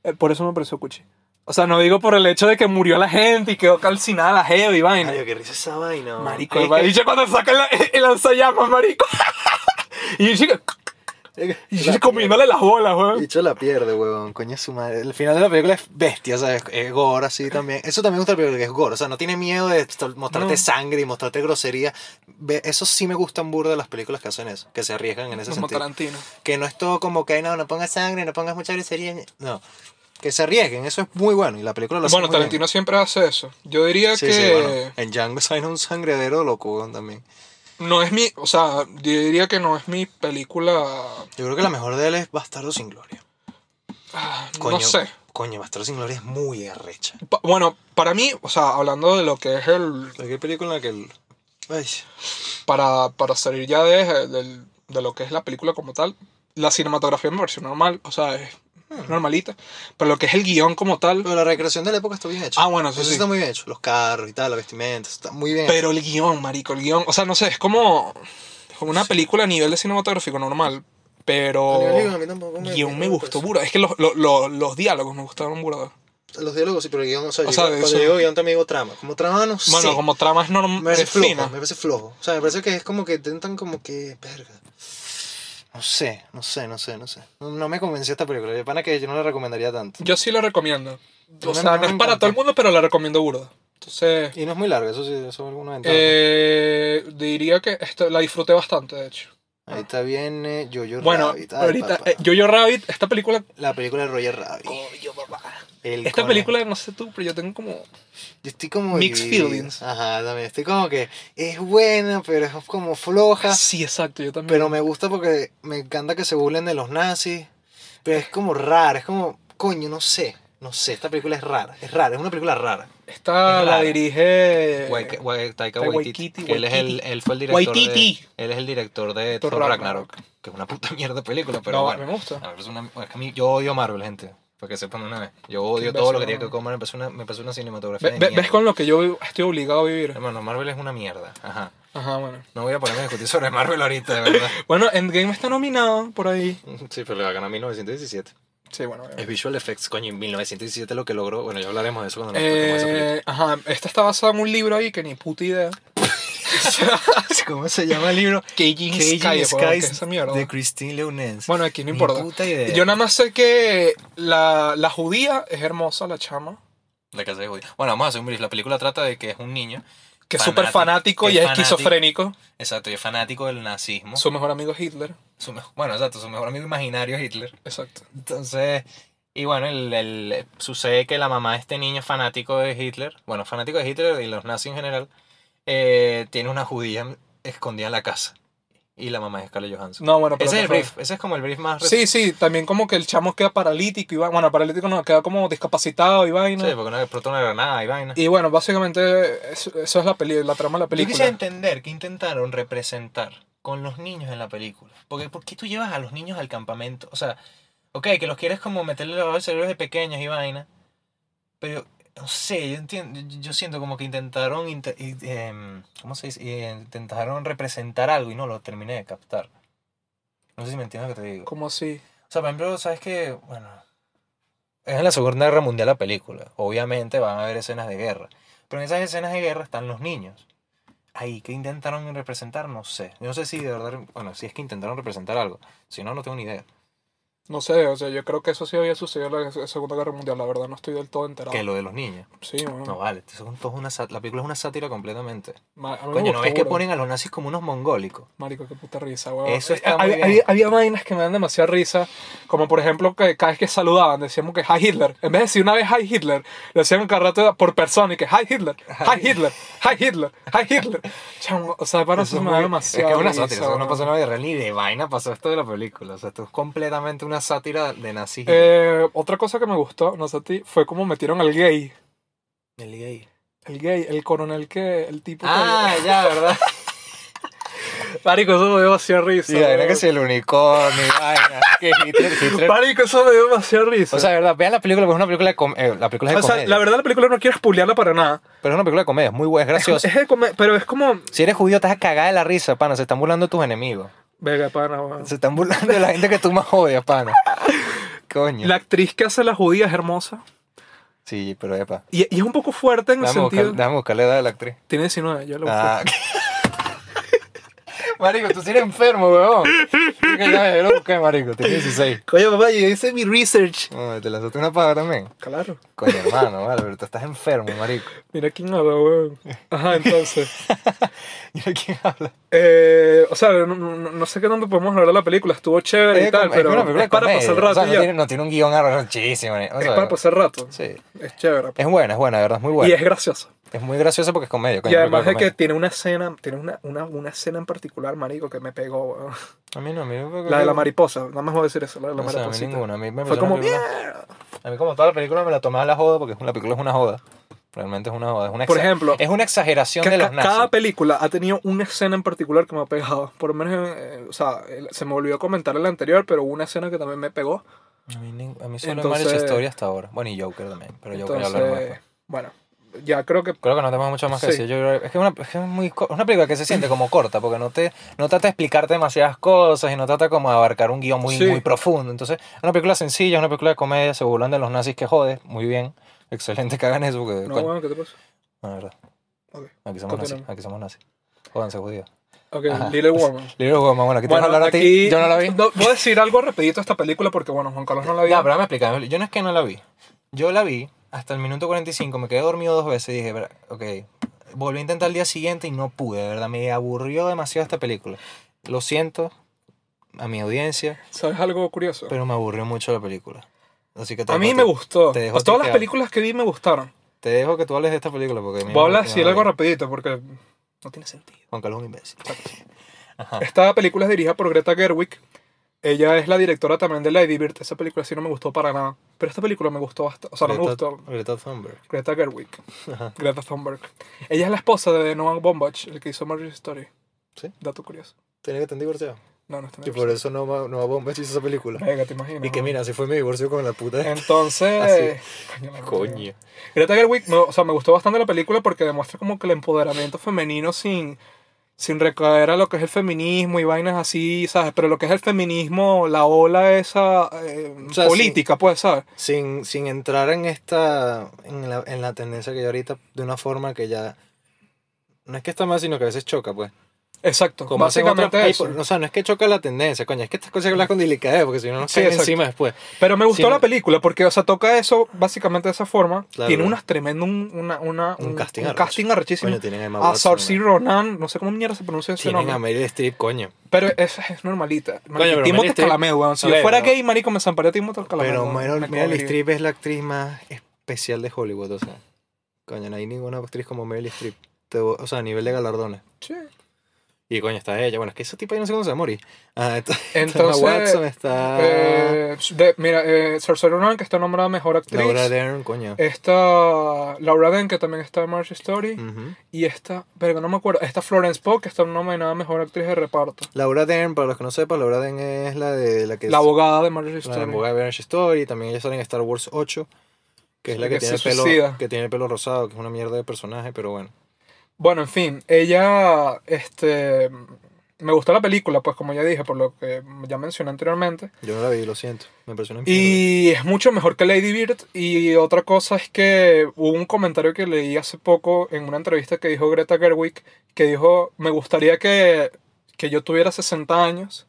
C: Eh, Por eso me pareció cuchi. O sea, no digo por el hecho de que murió la gente y quedó calcinada la jeva y vaina.
A: Mario, qué risa esa vaina. bol.
C: Marico, el bicho cuando saca la- el, lanzallamas, marico. y el chico, y el
A: La
C: chico comiéndole las bolas, weón.
A: Bicho la pierde, huevón. Coño, su madre. El final de la película es bestia, o sea, es, es gore así también. Eso también me gusta de la película, que es gore. O sea, no tiene miedo de estar- mostrarte
C: No.
A: sangre y mostrarte grosería. Ve- Eso sí me gustan burda de las películas que hacen eso, que se arriesgan en ese
C: Como
A: sentido.
C: Tarantino.
A: Que no es todo como que, "Ay, no, no pongas sangre, no pongas mucha grosería. No. Que se arriesguen, eso es muy bueno. Y la película lo hace
C: Bueno,
A: muy bien.
C: Tarantino siempre hace eso. Yo diría
A: Sí,
C: que
A: sí, bueno. En Django es un sangredero loco, huevón, también.
C: no es mi, o sea, yo diría que no es mi película,
A: Yo creo que la mejor de él es Bastardo sin Gloria.
C: ah,
A: Coño,
C: no sé.
A: Coño, Bastardo sin Gloria es muy arrecha.
C: Pa- bueno, para mí, o sea, hablando de lo que es el,
A: ¿Qué película que el... Ay.
C: para, para salir ya de, del- de lo que es la película como tal, la cinematografía me pareció normal, o sea, es normalita, pero lo que es el guión como tal,
A: Pero la recreación de la época está bien hecha.
C: Ah, bueno, eso sí.
A: está muy bien hecho. Los carros y tal, la vestimenta, está muy bien.
C: pero el guión, marico, el guión, o sea, no sé, es como, como una película a nivel de cinematográfico normal, pero
A: A nivel guión, a mí tampoco me- pues.
C: guión me
A: no me
C: gustó
A: pareció.
C: burda, es que los, los, los- los diálogos me gustaron burda.
A: Los diálogos sí, pero el guión, o sea,
C: O
A: yo-
C: sea,
A: cuando
C: eso-
A: digo guión también digo trama. Como trama no
C: Bueno,
A: sé.
C: como tramas
A: me parece
C: normales
A: flojo,
C: finas.
A: me parece flojo. O sea, me parece que es como que intentan como que, verga. No sé, no sé, no sé, no sé. No, no me convenció esta película. De pana que yo no la recomendaría tanto.
C: Yo sí la recomiendo. O
A: No,
C: sea,
A: no,
C: no
A: me
C: es para
A: encanta.
C: todo el mundo, pero la recomiendo burda. Entonces,
A: Y no es muy largo, eso sí, eso es alguna ventaja.
C: eh, diría que esto, la disfruté bastante, de hecho.
A: Ahí está bien eh, Jojo
C: Bueno,
A: Rabbit. Ay,
C: ahorita,
A: papá.
C: eh, Jojo Rabbit, esta película,
A: La película de Roger Rabbit. El
C: esta
A: conejo.
C: película, no sé tú, pero yo tengo como...
A: Yo estoy como.
C: Mixed
A: dividido.
C: feelings.
A: Ajá, también. Estoy como que es buena, pero es como floja.
C: Sí, exacto, yo también.
A: Pero me gusta porque me encanta que se burlen de los nazis. Pero es como raro, es como. Coño, no sé.
E: No sé, esta película es rara. Es rara, es una película rara.
C: Esta
E: Es
C: la
E: rara.
C: dirige.
B: Waika- Wa- Taika
C: Eh, Taika
B: Waititi,
C: Waititi,
B: que él, es el, él fue el director de,
C: Waititi.
B: él es el director de
C: Thor
B: Thor
C: Ragnarok.
B: Ragnarok, que es una puta mierda de película, pero
C: no,
B: bueno.
C: me gusta.
B: A ver, es una- es que a mí- yo odio Marvel, gente, para que sepan de una vez. Yo odio
C: Qué
B: todo lo que
C: imbécil,
B: tiene que
C: ¿no?
B: comer, me parece una, me parece una cinematografía
C: Ve-
B: de
C: ve-
B: mierda.
C: ¿Ves con lo que yo vivo? estoy obligado a vivir?
B: Hermano, Marvel es una mierda, ajá.
C: Ajá, bueno.
B: No voy a ponerme a discutir sobre Marvel ahorita, de verdad.
C: Bueno, Endgame está nominado por ahí.
B: Sí, pero le va a ganar 1917.
C: Sí, bueno.
B: Es Visual Effects, coño, en 1917 lo que logró. Bueno, ya hablaremos de eso cuando nos toquemos esa película.
C: Eh, ajá, esta está basada en un libro ahí que ni puta idea.
B: ¿Cómo se llama el libro?
C: Caging
B: Caging
C: Sky, weón, ¿qué es
B: Skies
C: esa mierda?
B: de Christine Leonens.
C: Bueno, aquí
B: Ni
C: no importa.
B: puta idea.
C: Yo nada más sé que la, la judía es hermosa, la chama.
B: La casa de Woody. Bueno, vamos a hacer un brief. La película trata de que es un niño,
C: Que es
B: Fanático,
C: súper fanático y
B: que
C: es
B: es fanático.
C: esquizofrénico.
B: exacto, y es fanático del nazismo.
C: Su mejor amigo es Hitler.
B: Su me- bueno, exacto, su mejor amigo imaginario es Hitler.
C: Exacto.
B: Entonces, y bueno, el, el- sucede que la mamá de este niño es fanático de Hitler, bueno, fanático de Hitler y los nazis en general, eh, tiene una judía escondida en la casa. Y la mamá es Scarlett Johansson.
C: No, bueno, pero.
B: ese es el
C: por favor.
B: brief, ese es como el brief más
C: Sí, sí, también como que el chamo queda paralítico y va, bueno, paralítico no, queda como discapacitado y vaina.
B: Sí, porque no explotó una granada y vaina.
C: Y bueno, básicamente eso, eso es la peli, la trama de la
B: Yo quise
C: película.
B: entender que intentaron representar con los niños en la película. Porque ¿por qué tú llevas a los niños al campamento? O sea, ok, que los quieres como meterle los cerebros de pequeños y vaina. Pero, no sé, yo entiendo, yo- yo siento como que intentaron, inte- y, em, ¿cómo se dice? Y, eh, Intentaron representar algo y no lo terminé de captar. No sé si me entiendes lo que te digo.
C: Como así.
B: O sea, por ejemplo, sabes que, bueno, es en la Segunda Guerra Mundial la película. Obviamente van a haber escenas de guerra. Pero en esas escenas de guerra están los niños. Ahí, que intentaron representar? No sé. Yo no sé si de verdad, bueno, si es que intentaron representar algo. Si no, no tengo ni idea.
C: No sé, o sea, yo creo que eso sí había sucedido en la Segunda Guerra Mundial, la verdad no estoy del todo enterado.
B: Que lo de los niños.
C: Sí, bueno.
B: No vale, son todos una sá- la película es una sátira completamente.
C: Ma- a mí me
B: Coño, ¿no
C: gustó,
B: ves que
C: bro.
B: ponen a los nazis como unos mongólicos?
C: Marico, qué puta risa, weón. Eh,
B: Eso está muy
C: había,
B: bien.
C: había- había vainas que me dan demasiada risa, como por ejemplo que cada vez que saludaban decíamos que Hi Hitler. En vez de decir una vez Hi Hitler, le decían cada rato por persona y que Hi Hitler, Hi Hitler, Hi Hitler, Hi Hitler. Chamo, o sea, para
B: Eso
C: eso
B: es
C: me
B: muy-
C: da
B: Es que
C: demasiado
B: es una sátira, eso no
C: weón.
B: pasó en la guerra, ni de vaina pasó esto de la película. O sea, esto es completamente una sátira de nazismo.
C: Eh, otra cosa que me gustó, no sé a ti, fue como metieron al gay.
B: El gay.
C: El gay, el coronel que, el tipo
B: Ah, ya, ¿verdad?
C: que... Marico, eso me dio demasiada risa.
B: Sí, la verdad
C: weón.
B: que sí, el unicornio, y vaina. Que Hitler, Hitler.
C: Marico, eso me dio demasiada risa.
B: O sea, de verdad, vean la película, porque es una película de com- eh, la película es de
C: O sea,
B: comedia.
C: la verdad la película no quiero spoilearla para nada.
B: Pero es una película de comedia, es muy buena, es graciosa.
C: Es de come- pero es como.
B: Si eres judío, estás cagada de la risa, pana. Se están burlando de tus enemigos.
C: Venga, pana, weón.
B: Se están burlando de la gente que tú más odias, pana. Coño.
C: La actriz que hace la judía es hermosa.
B: Sí, pero epa.
C: Y, y es un poco fuerte en el
B: Déjame
C: sentido.
B: buscar, déjame buscar la edad de la actriz.
C: Tiene 19, yo la busco.
B: Ah. marico, tú sí eres enfermo, weón. Yo que ya, yo lo busqué, marico. Tiene 16.
E: Coño, papá, yo hice mi research.
B: No, te lanzaste una paga también.
C: Claro.
B: Coño, hermano, vale, pero tú estás enfermo, marico.
C: Mira quién habla, weón. Ajá, entonces.
B: ¿Y quién habla?
C: eh, o sea, no, no- no sé qué tanto podemos hablar de la película. Estuvo chévere
B: Es
C: y tal,
B: como-
C: pero
B: es una película
C: es para
B: de
C: pasar
B: comedia.
C: rato
B: O sea,
C: ya.
B: no, tiene, no tiene un guión arrochísimo. ¿eh? O
C: Es
B: sea,
C: para pasar rato.
B: Sí.
C: Es chévere. pues.
B: Es buena, es buena, de verdad, es muy
C: Y
B: buena.
C: es
B: Es...
C: graciosa.
B: muy graciosa porque es comedia. coño,
C: Y además de
B: película
C: que tiene una escena, tiene una, una, una escena en particular, marico, que me pegó, weón.
B: comedia. A mí no, a mí no-
C: La de la mariposa, nada más voy a decir eso, la de la
B: No sé, a mí
C: mariposita.
B: ninguna. A mí, me
C: Fue
B: pareció
C: como,
B: una película-
C: "Mierda".
B: a mí como toda la película me la tomaba la joda porque la película es una joda. Realmente es una joda. Es una,
C: Por
B: exa-
C: ejemplo,
B: es una exageración
C: Ca-
B: de los
C: ca-
B: nazis.
C: Cada película ha tenido una escena en particular que me ha pegado. Por lo menos, eh, o sea, el- se me olvidó comentar en la anterior, pero hubo una escena que también me pegó.
B: A mí, ning- a mí solo
C: Entonces-
B: me ha hecho historia hasta ahora. Bueno, y Joker también. Pero Joker ya hablaremos
C: Entonces,
B: después.
C: bueno, ya creo que...
B: Creo que no tenemos mucho más que
C: Sí.
B: decir. Yo creo- es que, una, es que es muy co- es una película que se siente como corta, porque no te no trata de explicarte demasiadas cosas y no trata como de abarcar un guión muy,
C: Sí.
B: muy profundo. Entonces, es una película sencilla, es una película de comedia, se burlan de los nazis que jode, muy bien. Excelente que hagan eso, porque,
C: No,
B: coño,
C: bueno, ¿qué te pasa?
B: la verdad.
C: Ok,
B: Aquí somos nazis,
C: continuemos.
B: aquí somos nazis. Jódanse judíos.
C: Ok,
B: Ajá.
C: Little Woman.
B: Libro bueno, bueno, aquí te
C: Bueno,
B: vas a hablar a ti.
C: aquí-
B: Yo no la vi.
C: no, voy a decir algo rapidito de esta película porque, bueno, Juan Carlos no la vio.
B: Ya, pero me explica. Yo no es que no la vi. Yo la vi hasta el minuto 45, me quedé dormido dos veces y dije, "Bra- ok, volví a intentar el día siguiente y no pude, de verdad, me aburrió demasiado esta película. Lo siento a mi audiencia,
C: ¿Sabes algo curioso?
B: pero me aburrió mucho la película. Así que te
C: a
B: dejo
C: mí
B: ti-
C: me gustó.
B: te dejo
C: Todas las
B: tilteado.
C: películas que vi me gustaron.
B: Te dejo que tú hables de esta película porque a mí
C: Voy a
B: no-
C: hablar
B: yo no
C: decir
B: la
C: algo
B: vi.
C: rapidito porque no tiene sentido.
B: Juan Carlos es un imbécil. Ajá.
C: Esta película es dirigida por Greta Gerwig. Ella es la directora también de Lady Bird. Esa película sí no me gustó para nada. Pero esta película me gustó bastante. O sea, no me
B: Greta-
C: gustó.
B: Greta Thunberg.
C: Greta Gerwig.
B: Ajá.
C: Greta Thunberg. Ella es la esposa de Noah Bombach, el que hizo Marriage Story.
B: Sí.
C: Dato curioso.
B: Tenía que estar divorciado.
C: No, no está en
B: Y
C: el-
B: por eso no va, no va bomba hizo esa película.
C: Venga, te imaginas.
B: Y que
C: ¿no?
B: mira, así fue mi divorcio con la puta. de-
C: Entonces. Coño, la madre.
B: Coño.
C: Greta Gerwig, me, o sea, me gustó bastante la película porque demuestra como que el empoderamiento femenino sin, sin recaer a lo que es el feminismo y vainas así, ¿sabes? Pero lo que es el feminismo, la ola esa eh,
B: O sea,
C: política, pues, ¿sabes?
B: Sin, sin entrar en esta. En la, en la tendencia que hay ahorita de una forma que ya. No es que está mal, sino que a veces choca, pues.
C: Exacto.
B: Como hacen otras-
C: básicamente
B: ay,
C: eso.
B: por- O sea, no es que choca la tendencia, coño. Es que estas cosas hay que hablas con delicadeza, porque si no nos
C: Sí,
B: caen
C: exacto.
B: encima después.
C: Pero me gustó
B: Sí,
C: la
B: no.
C: película porque, o sea, toca eso básicamente de esa forma.
B: Claro,
C: Tiene
B: claro.
C: unas tremendo un, una, una,
B: Un casting
C: un
B: arrecho.
C: casting arrechísimo.
B: Coño, tienen a Emma
C: a
B: Watson,
C: Saoirse
B: ¿no?
C: Ronan, no sé cómo mierda se pronuncia ese
B: Tienen a
C: nombre.
B: Meryl Streep, coño.
C: Pero esa es normalita.
B: pero Meryl
C: Timothy
B: Streep-
C: Chalamet, weón. Si
B: A
C: yo
B: ver,
C: fuera
B: pero-
C: gay, marico, me zamparía a Timothy Chalamet.
B: Pero
C: weón. Me
B: Meryl, Meryl
C: cogería.
B: Streep es la actriz más especial de Hollywood, o sea. Coño, no hay ninguna actriz como Meryl Streep. Te vo- o sea, a nivel de galardones.
C: Sí.
B: Y coño, está ella. Bueno, es que ese tipo ahí no sé cómo se va a morir. Ah, está, está
C: Entonces,
B: Emma Watson, está.
C: Eh, de- mira, eh, Saoirse Ronan, que está nombrada mejor actriz.
B: Laura Dern, coño.
C: Está Laura Dern, que también está en Marriage Story.
B: Ujú.
C: Y está, verga, no me acuerdo. Está Florence Pugh, que está nominada mejor actriz de reparto.
B: Laura Dern, para los que no sepan, Laura Dern es la de la que
C: La
B: es-
C: abogada de Marriage
B: la de
C: Story.
B: abogada de Marriage Story. También ella sale en Star Wars 8, que es la que,
C: Sí, que
B: tiene el
C: se
B: pelo,
C: suicida.
B: que tiene el pelo rosado, que es una mierda de personaje, pero bueno.
C: Bueno, en fin, ella, este, me gustó la película, pues como ya dije, por lo que ya mencioné anteriormente.
B: Yo no la vi, lo siento. Me pareció una mierda.
C: Y es mucho mejor que Lady Bird. Y otra cosa es que hubo un comentario que leí hace poco en una entrevista que dijo Greta Gerwig, que dijo, me gustaría que, que yo tuviera 60 años.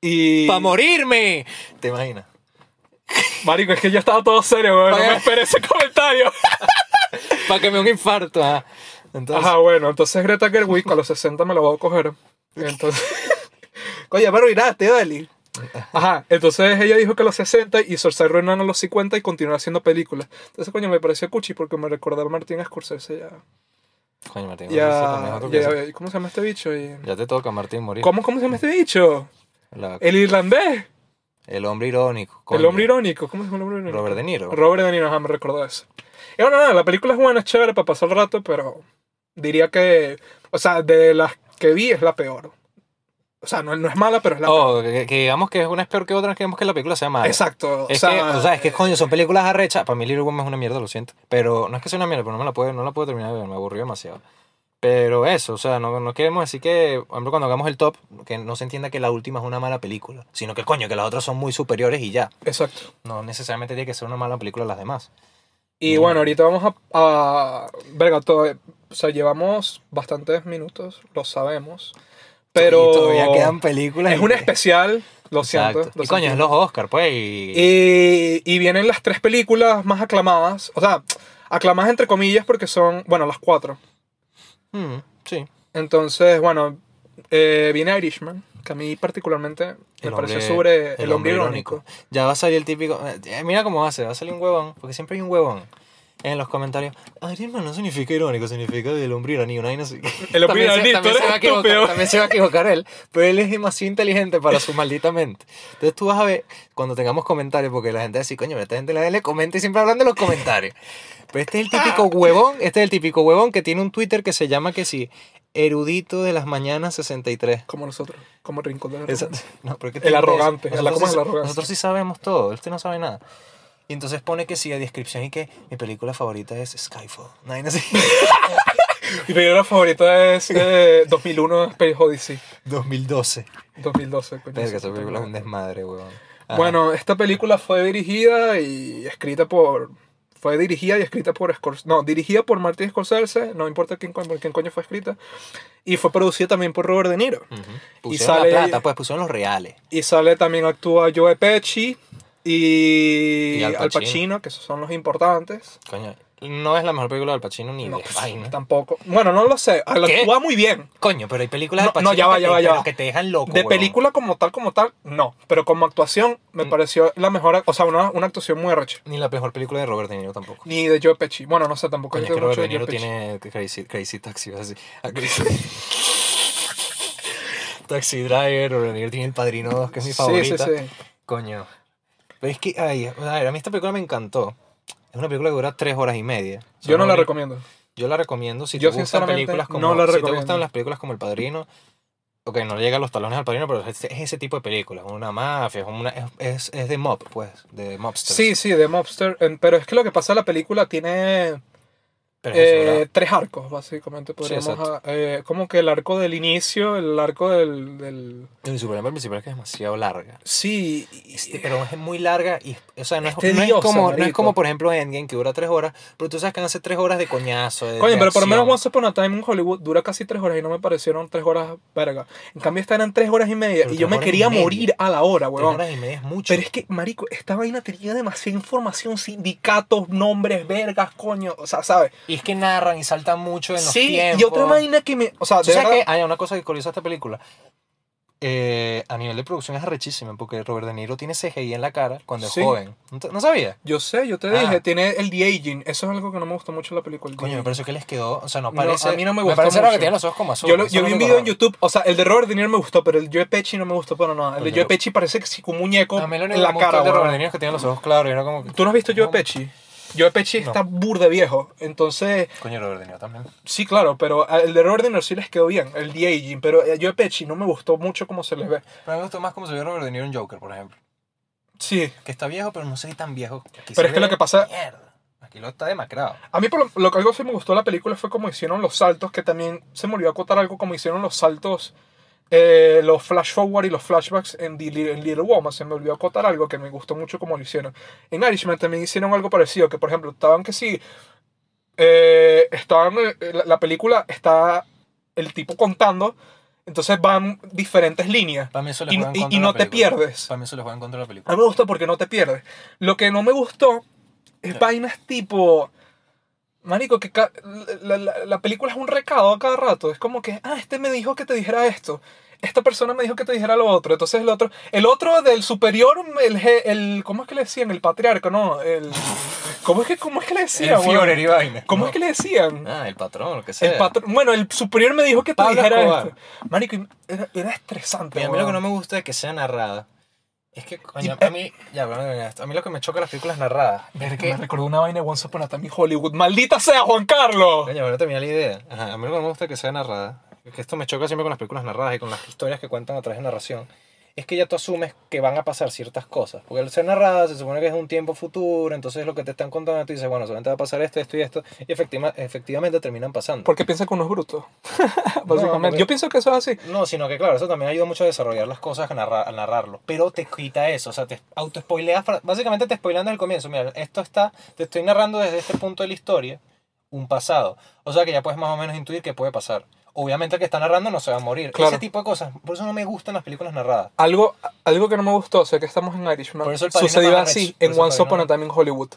C: Y...
B: ¡Para morirme! ¿Te imaginas?
C: Marico, es que yo estaba todo serio, weón, No
B: Vaya.
C: me esperé ese comentario.
B: Para que me dé un infarto. ajá. Entonces,
C: Ajá, bueno, entonces Greta Gerwig a los 60 me la voy a coger. Entonces. Coño, me arruinaste, Dali. Ajá, entonces ella dijo que a los 60 y Saoirse Ronan a los 50 y continuó haciendo películas. Entonces, coño, me pareció cuchi porque me recordaba a Martín Scorsese ya.
B: coño, Martín,
C: ya,
B: no sé, también es
C: ya,
B: otro que-
C: ¿Cómo se llama este bicho? Y-
B: ya te toca, Martín, morir.
C: ¿Cómo, ¿Cómo se llama este bicho?
B: La-
C: El irlandés.
B: el hombre irónico.
C: El
B: coño.
C: hombre irónico. ¿Cómo se llama el hombre irónico?
B: Robert De Niro.
C: Robert De Niro, ajá, me recordó eso. Y bueno, nada, la película es buena, es chévere para pasar el rato, pero diría que, o sea, de las que vi es la peor. O sea, no, no es mala, pero es la
B: Oh, que, que digamos que una es peor que otra, que digamos que la película sea
C: peor.
B: mala.
C: Exacto.
B: Es
C: o sea,
B: que, o sea, es que coño, son películas arrechas. Para mí Little Women es una mierda, lo siento. Pero no es que sea una mierda, pero no me la puedo, no la puedo terminar de ver, me aburrió demasiado. Pero eso, o sea, no, no queremos decir que, por ejemplo, cuando hagamos el top, que no se entienda que la última es una mala película, sino que coño, que las otras son muy superiores y ya.
C: exacto.
B: No necesariamente tiene que ser una mala película las demás.
C: Y
B: Mm.
C: bueno, ahorita vamos a... a- verga, todo, o sea, llevamos bastantes minutos, lo sabemos. Pero...
B: Y todavía quedan películas.
C: es
B: y-
C: un especial, lo
B: Exacto.
C: siento. lo
B: y coño,
C: sentimos.
B: es los Oscar, pues. Y,
C: Y, y vienen las tres películas más aclamadas. O sea, aclamadas entre comillas porque son, bueno, las cuatro.
B: Mm, sí.
C: Entonces, bueno, eh, viene Irishman, que a mí particularmente me
B: El
C: pareció
B: hombre-
C: sobre el, hombre irónico.
B: Ya va a salir el típico. eh, mira cómo hace, va a salir un huevón, porque siempre hay un huevón en los comentarios. Irishman no significa irónico, significa del hombre iraní. Una vaina así".
C: El hombre
B: También se-
C: iraní, tú
B: también se
C: eres
B: va a equivocar-
C: estúpido.
B: También se va a equivocar él, pero él es demasiado inteligente para su maldita mente. Entonces tú vas a ver cuando tengamos comentarios, porque la gente va a decir, coño, pero esta gente la le comenta y siempre hablan de los comentarios. Pero este es el típico huevón, este es el típico huevón que tiene un Twitter que se llama que sí, erudito de las mañanas 63.
C: Como nosotros, como Rincón de la
B: Esa-
C: Arrogancia.
B: no, pero ¿qué
C: El
B: tiene eso?
C: arrogante,
B: Nosotros
C: la- ¿cómo
B: sí-
C: es el arrogante?
B: Nosotros sí sabemos todo, usted no sabe nada. Y entonces pone que sí, a descripción y que mi película favorita es Skyfall. No hay nada así.
C: Mi película favorita es eh, 2001 Space Odyssey.
B: 2012.
C: 2012, coño.
B: Verga,
C: sí,
B: esa película es un desmadre, weón. Ajá.
C: Bueno, esta película fue dirigida y escrita por... Fue dirigida y escrita por Scorsese. No, dirigida por Martin Scorsese, no importa quién, co- por quién coño fue escrita. Y fue producida también por Robert De Niro.
B: Ujú.
C: y
B: Pusieron
C: sale-
B: la plata, pues pusieron los reales.
C: Y sale también actúa Joe Pesci y,
B: Y Al
C: Al,
B: Pacino.
C: Pacino. que esos son los importantes.
B: Coño, no es la mejor película del Pacino ni
C: No, pues,
B: de vaina.
C: tampoco. Bueno, no lo sé. Al
B: ¿Qué?
C: actúa muy bien.
B: Coño, pero hay películas del
C: No,
B: Pacino
C: no, ya va,
B: que,
C: ya
B: te,
C: va, ya
B: pero
C: va.
B: que te dejan loco.
C: de
B: weón.
C: película como tal, como tal, no. Pero como actuación me
B: Mm.
C: pareció la mejor, o sea, una, una actuación muy arrecha.
B: Ni la mejor película de Robert De Niro tampoco.
C: Ni de Joe Pesci. Bueno, no sé, tampoco
B: Coño, es
C: yo
B: que Robert
C: mucho
B: De
C: de
B: Niro
C: Joe Pesci.
B: Ah, tiene Crazy, crazy Taxi, así. Taxi Driver o Daniel tiene El Padrino 2, que es mi favorita.
C: Sí, sí, sí.
B: Coño. Pero es que, ay, a ver, a mí esta película me encantó. Es una película que dura tres horas y media.
C: Yo no
B: Son
C: la
B: una-
C: recomiendo.
B: Yo la recomiendo si
C: Yo
B: te gustan
C: sinceramente
B: películas como
C: no la
B: si te
C: recomiendo.
B: gustan las películas como El Padrino. Ok, no llega a los talones al padrino, pero es, es ese tipo de películas. Una mafia, es, una, es, es de mob, pues, de mobsters.
C: Sí, sí, de Mobster. em, Pero es que lo que pasa, la película tiene
B: pero es eso,
C: eh,
B: ¿verdad?
C: tres arcos, básicamente. Podríamos,
B: exacto.
C: eh, como que el arco del inicio, el arco del... del-
B: Y su problema principal es que es demasiado larga.
C: Sí, y-
B: Este, pero es muy larga y, o sea, no es,
C: Es tediosa,
B: no es como, no es
C: marico.
B: como, por ejemplo, Endgame, que dura tres horas, pero tú sabes que van a ser tres horas de coñazo. de-
C: Coño,
B: de
C: pero por lo menos
B: acción.
C: Once Upon a Time en Hollywood dura casi tres horas y no me parecieron tres horas verga. En cambio, esta eran tres horas y media
B: Pero tres
C: y yo me
B: horas y
C: quería
B: media.
C: morir a la hora,
B: Tres
C: huevón.
B: horas y media es mucho.
C: Pero es que, marico, esta vaina tenía demasiada información, sindicatos, nombres, vergas, coño, o sea, ¿sabes?
B: Y es que narran y saltan mucho en los
C: Sí,
B: tiempos.
C: y otra vaina que me... O sea,
B: O
C: de
B: sea
C: verdad,
B: que hay Ah, una cosa que curiosa de esta película. Eh, a nivel de producción es arrechísima porque Robert De Niro tiene CGI en la cara cuando
C: Sí.
B: es joven. ¿No, te- no sabía?
C: yo sé, yo te
B: Ah.
C: dije, tiene el de-aging, eso es algo que no me gustó mucho en la película. el
B: Coño, me
C: de-aging.
B: pareció que les quedó. O sea, no
C: No,
B: parece.
C: a mí no me gustó
B: parece raro
C: mucho.
B: que tiene los ojos como azules.
C: Yo, lo-
B: eso
C: yo
B: no
C: vi
B: me
C: un video
B: acordaba.
C: en YouTube, o sea, el de Robert De Niro me gustó, pero el Joe Pesci no me gustó para nada. El
B: Coño,
C: de Joe
B: yo-
C: Pesci parece que sí, como un muñeco
B: A mí lo único
C: en
B: que
C: la
B: me gustó
C: cara,
B: de Robert
C: weón.
B: De Niro es que tiene los ojos claros. y Era como que-
C: ¿Tú no has visto Joe
B: No.
C: Pesci? Joe Pesci
B: No.
C: está burda viejo. Entonces,
B: Coño, Robert De Niro también.
C: sí, claro, pero el de Robert De Niro sí les quedó bien, el de aging. Pero eh, Joe Pesci no me gustó mucho cómo se les ve.
B: Pero a mí me gustó más como se vio Robert De Niro en Joker, por ejemplo.
C: Sí,
B: Que está viejo, pero no sé si tan viejo. Aquí se
C: pero es que
B: ve
C: lo que pasa.
B: Mierda. Aquí lo está demacrado.
C: A mí, por lo, lo que algo sí me gustó de la película fue cómo hicieron los saltos, que también se me olvidó acotar algo, como hicieron los saltos, eh, los flash forward y los flashbacks en, The Little, en Little Woman. Se me olvidó acotar algo que me gustó mucho cómo lo hicieron. En Irishman también hicieron algo parecido, que por ejemplo, estaban que sí. eh, estaban. eh, la- la película está el tipo contando, entonces van diferentes líneas.
B: Para mí eso le
C: Y,
B: juega en
C: y-
B: contra
C: y
B: a la
C: no te
B: película.
C: pierdes. Ah,
B: Para mí eso le juega en contra de la película.
C: A mí me gustó porque no te pierdes. Lo que no me gustó es
B: Ya.
C: vainas tipo. Marico, que ca- la, la- la película es un recado a cada rato. Es como que, ah, este me dijo que te dijera esto. Esta persona me dijo que te dijera lo otro. Entonces el otro. El otro del superior, el. je- el ¿Cómo es que le decían? El patriarca, ¿no? El, ¿cómo, es que, ¿Cómo es que le
B: El
C: decían,
B: Führer
C: weón?
B: y vaina.
C: ¿Cómo es que le decían?
B: Ah, el patrón, lo que sea.
C: El patr- bueno, el superior me dijo que te
B: Pablo
C: dijera
B: Escobar.
C: esto. Marico, y era, era estresante.
B: Mira, a mí lo que
C: weón.
B: no me gusta de que sea narrada es que, coño,
C: Y-
B: a mí, ya, bueno, mira, esto, a mí lo que me choca de las películas narradas es
C: Que
B: que,
C: me recordó una vaina de Once Upon a Time in Hollywood. ¡Maldita sea, Juan Carlos!
B: coño, bueno, terminé la idea. Ajá, a mí lo que me gusta de que sea narrada, es que esto me choca siempre con las películas narradas y con las historias que cuentan a través de narración, es que ya tú asumes que van a pasar ciertas cosas. Porque al ser narrada se supone que es un tiempo futuro, entonces lo que te están contando tú dices, bueno, solamente va a pasar esto, esto y esto, y efectiva- efectivamente terminan pasando.
C: Porque piensa que uno es bruto. Básicamente.
B: porque-
C: Yo pienso que eso es así.
B: No, sino que claro, eso también ayuda mucho a desarrollar las cosas al, narra- al narrarlo. Pero te quita eso, o sea, te auto-spoileas, fra- básicamente te spoilean desde el comienzo. Mira, esto está, te estoy narrando desde este punto de la historia un pasado. O sea que ya puedes más o menos intuir qué puede pasar. Obviamente el que está narrando no se va a morir.
C: Claro.
B: Ese tipo de cosas. Por eso no me gustan las películas narradas.
C: Algo, algo que no me gustó, o sea, que estamos en Irishman,
B: Por eso el padrino
C: sucedió
B: más arrecho.
C: así
B: Por
C: en
B: eso el
C: Once Upon
B: padrino-
C: a Time in Hollywood.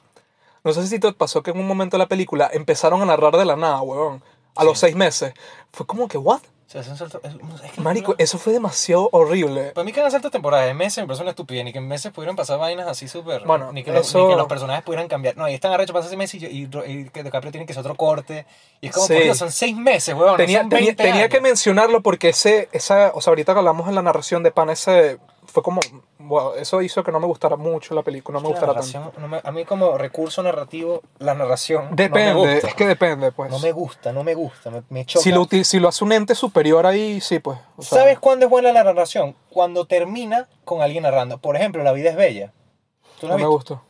C: No sé si te pasó que en un momento de la película empezaron a narrar de la nada, huevón. A los
B: Sí.
C: seis meses. Fue como que, ¿what?
B: O sea, son saltos- es- es que-
C: Marico, eso fue demasiado horrible.
B: Para mí que hagan ciertas temporadas de meses me parece una estupidez. Ni que en meses pudieran pasar vainas así súper...
C: Bueno,
B: ni, que los-
C: eso-
B: ni que los personajes pudieran cambiar. No, ahí están arrechos, pasa seis meses y, y, y que DiCaprio tiene que hacer otro corte. Y es como,
C: Sí.
B: por Dios, son seis meses, huevón. no
C: tenía,
B: son
C: tenía,
B: 20
C: tenía que
B: años.
C: mencionarlo porque ese, esa, o sea, ahorita que hablamos en la narración de Pan, ese fue como, wow, eso hizo que no me gustara mucho la película, no me
B: La
C: gustara tanto.
B: narración, no me- a mí como recurso narrativo, la narración
C: Depende,
B: no me gusta.
C: es que depende, pues.
B: No me gusta, no me gusta, me, me choca.
C: si, lo, util- si lo hace un ente superior ahí, sí, pues. o sea,
B: ¿Sabes cuándo es buena la narración? Cuando termina con alguien narrando. Por ejemplo, La vida es bella. ¿Tú la
C: No
B: has
C: me
B: visto?
C: gustó.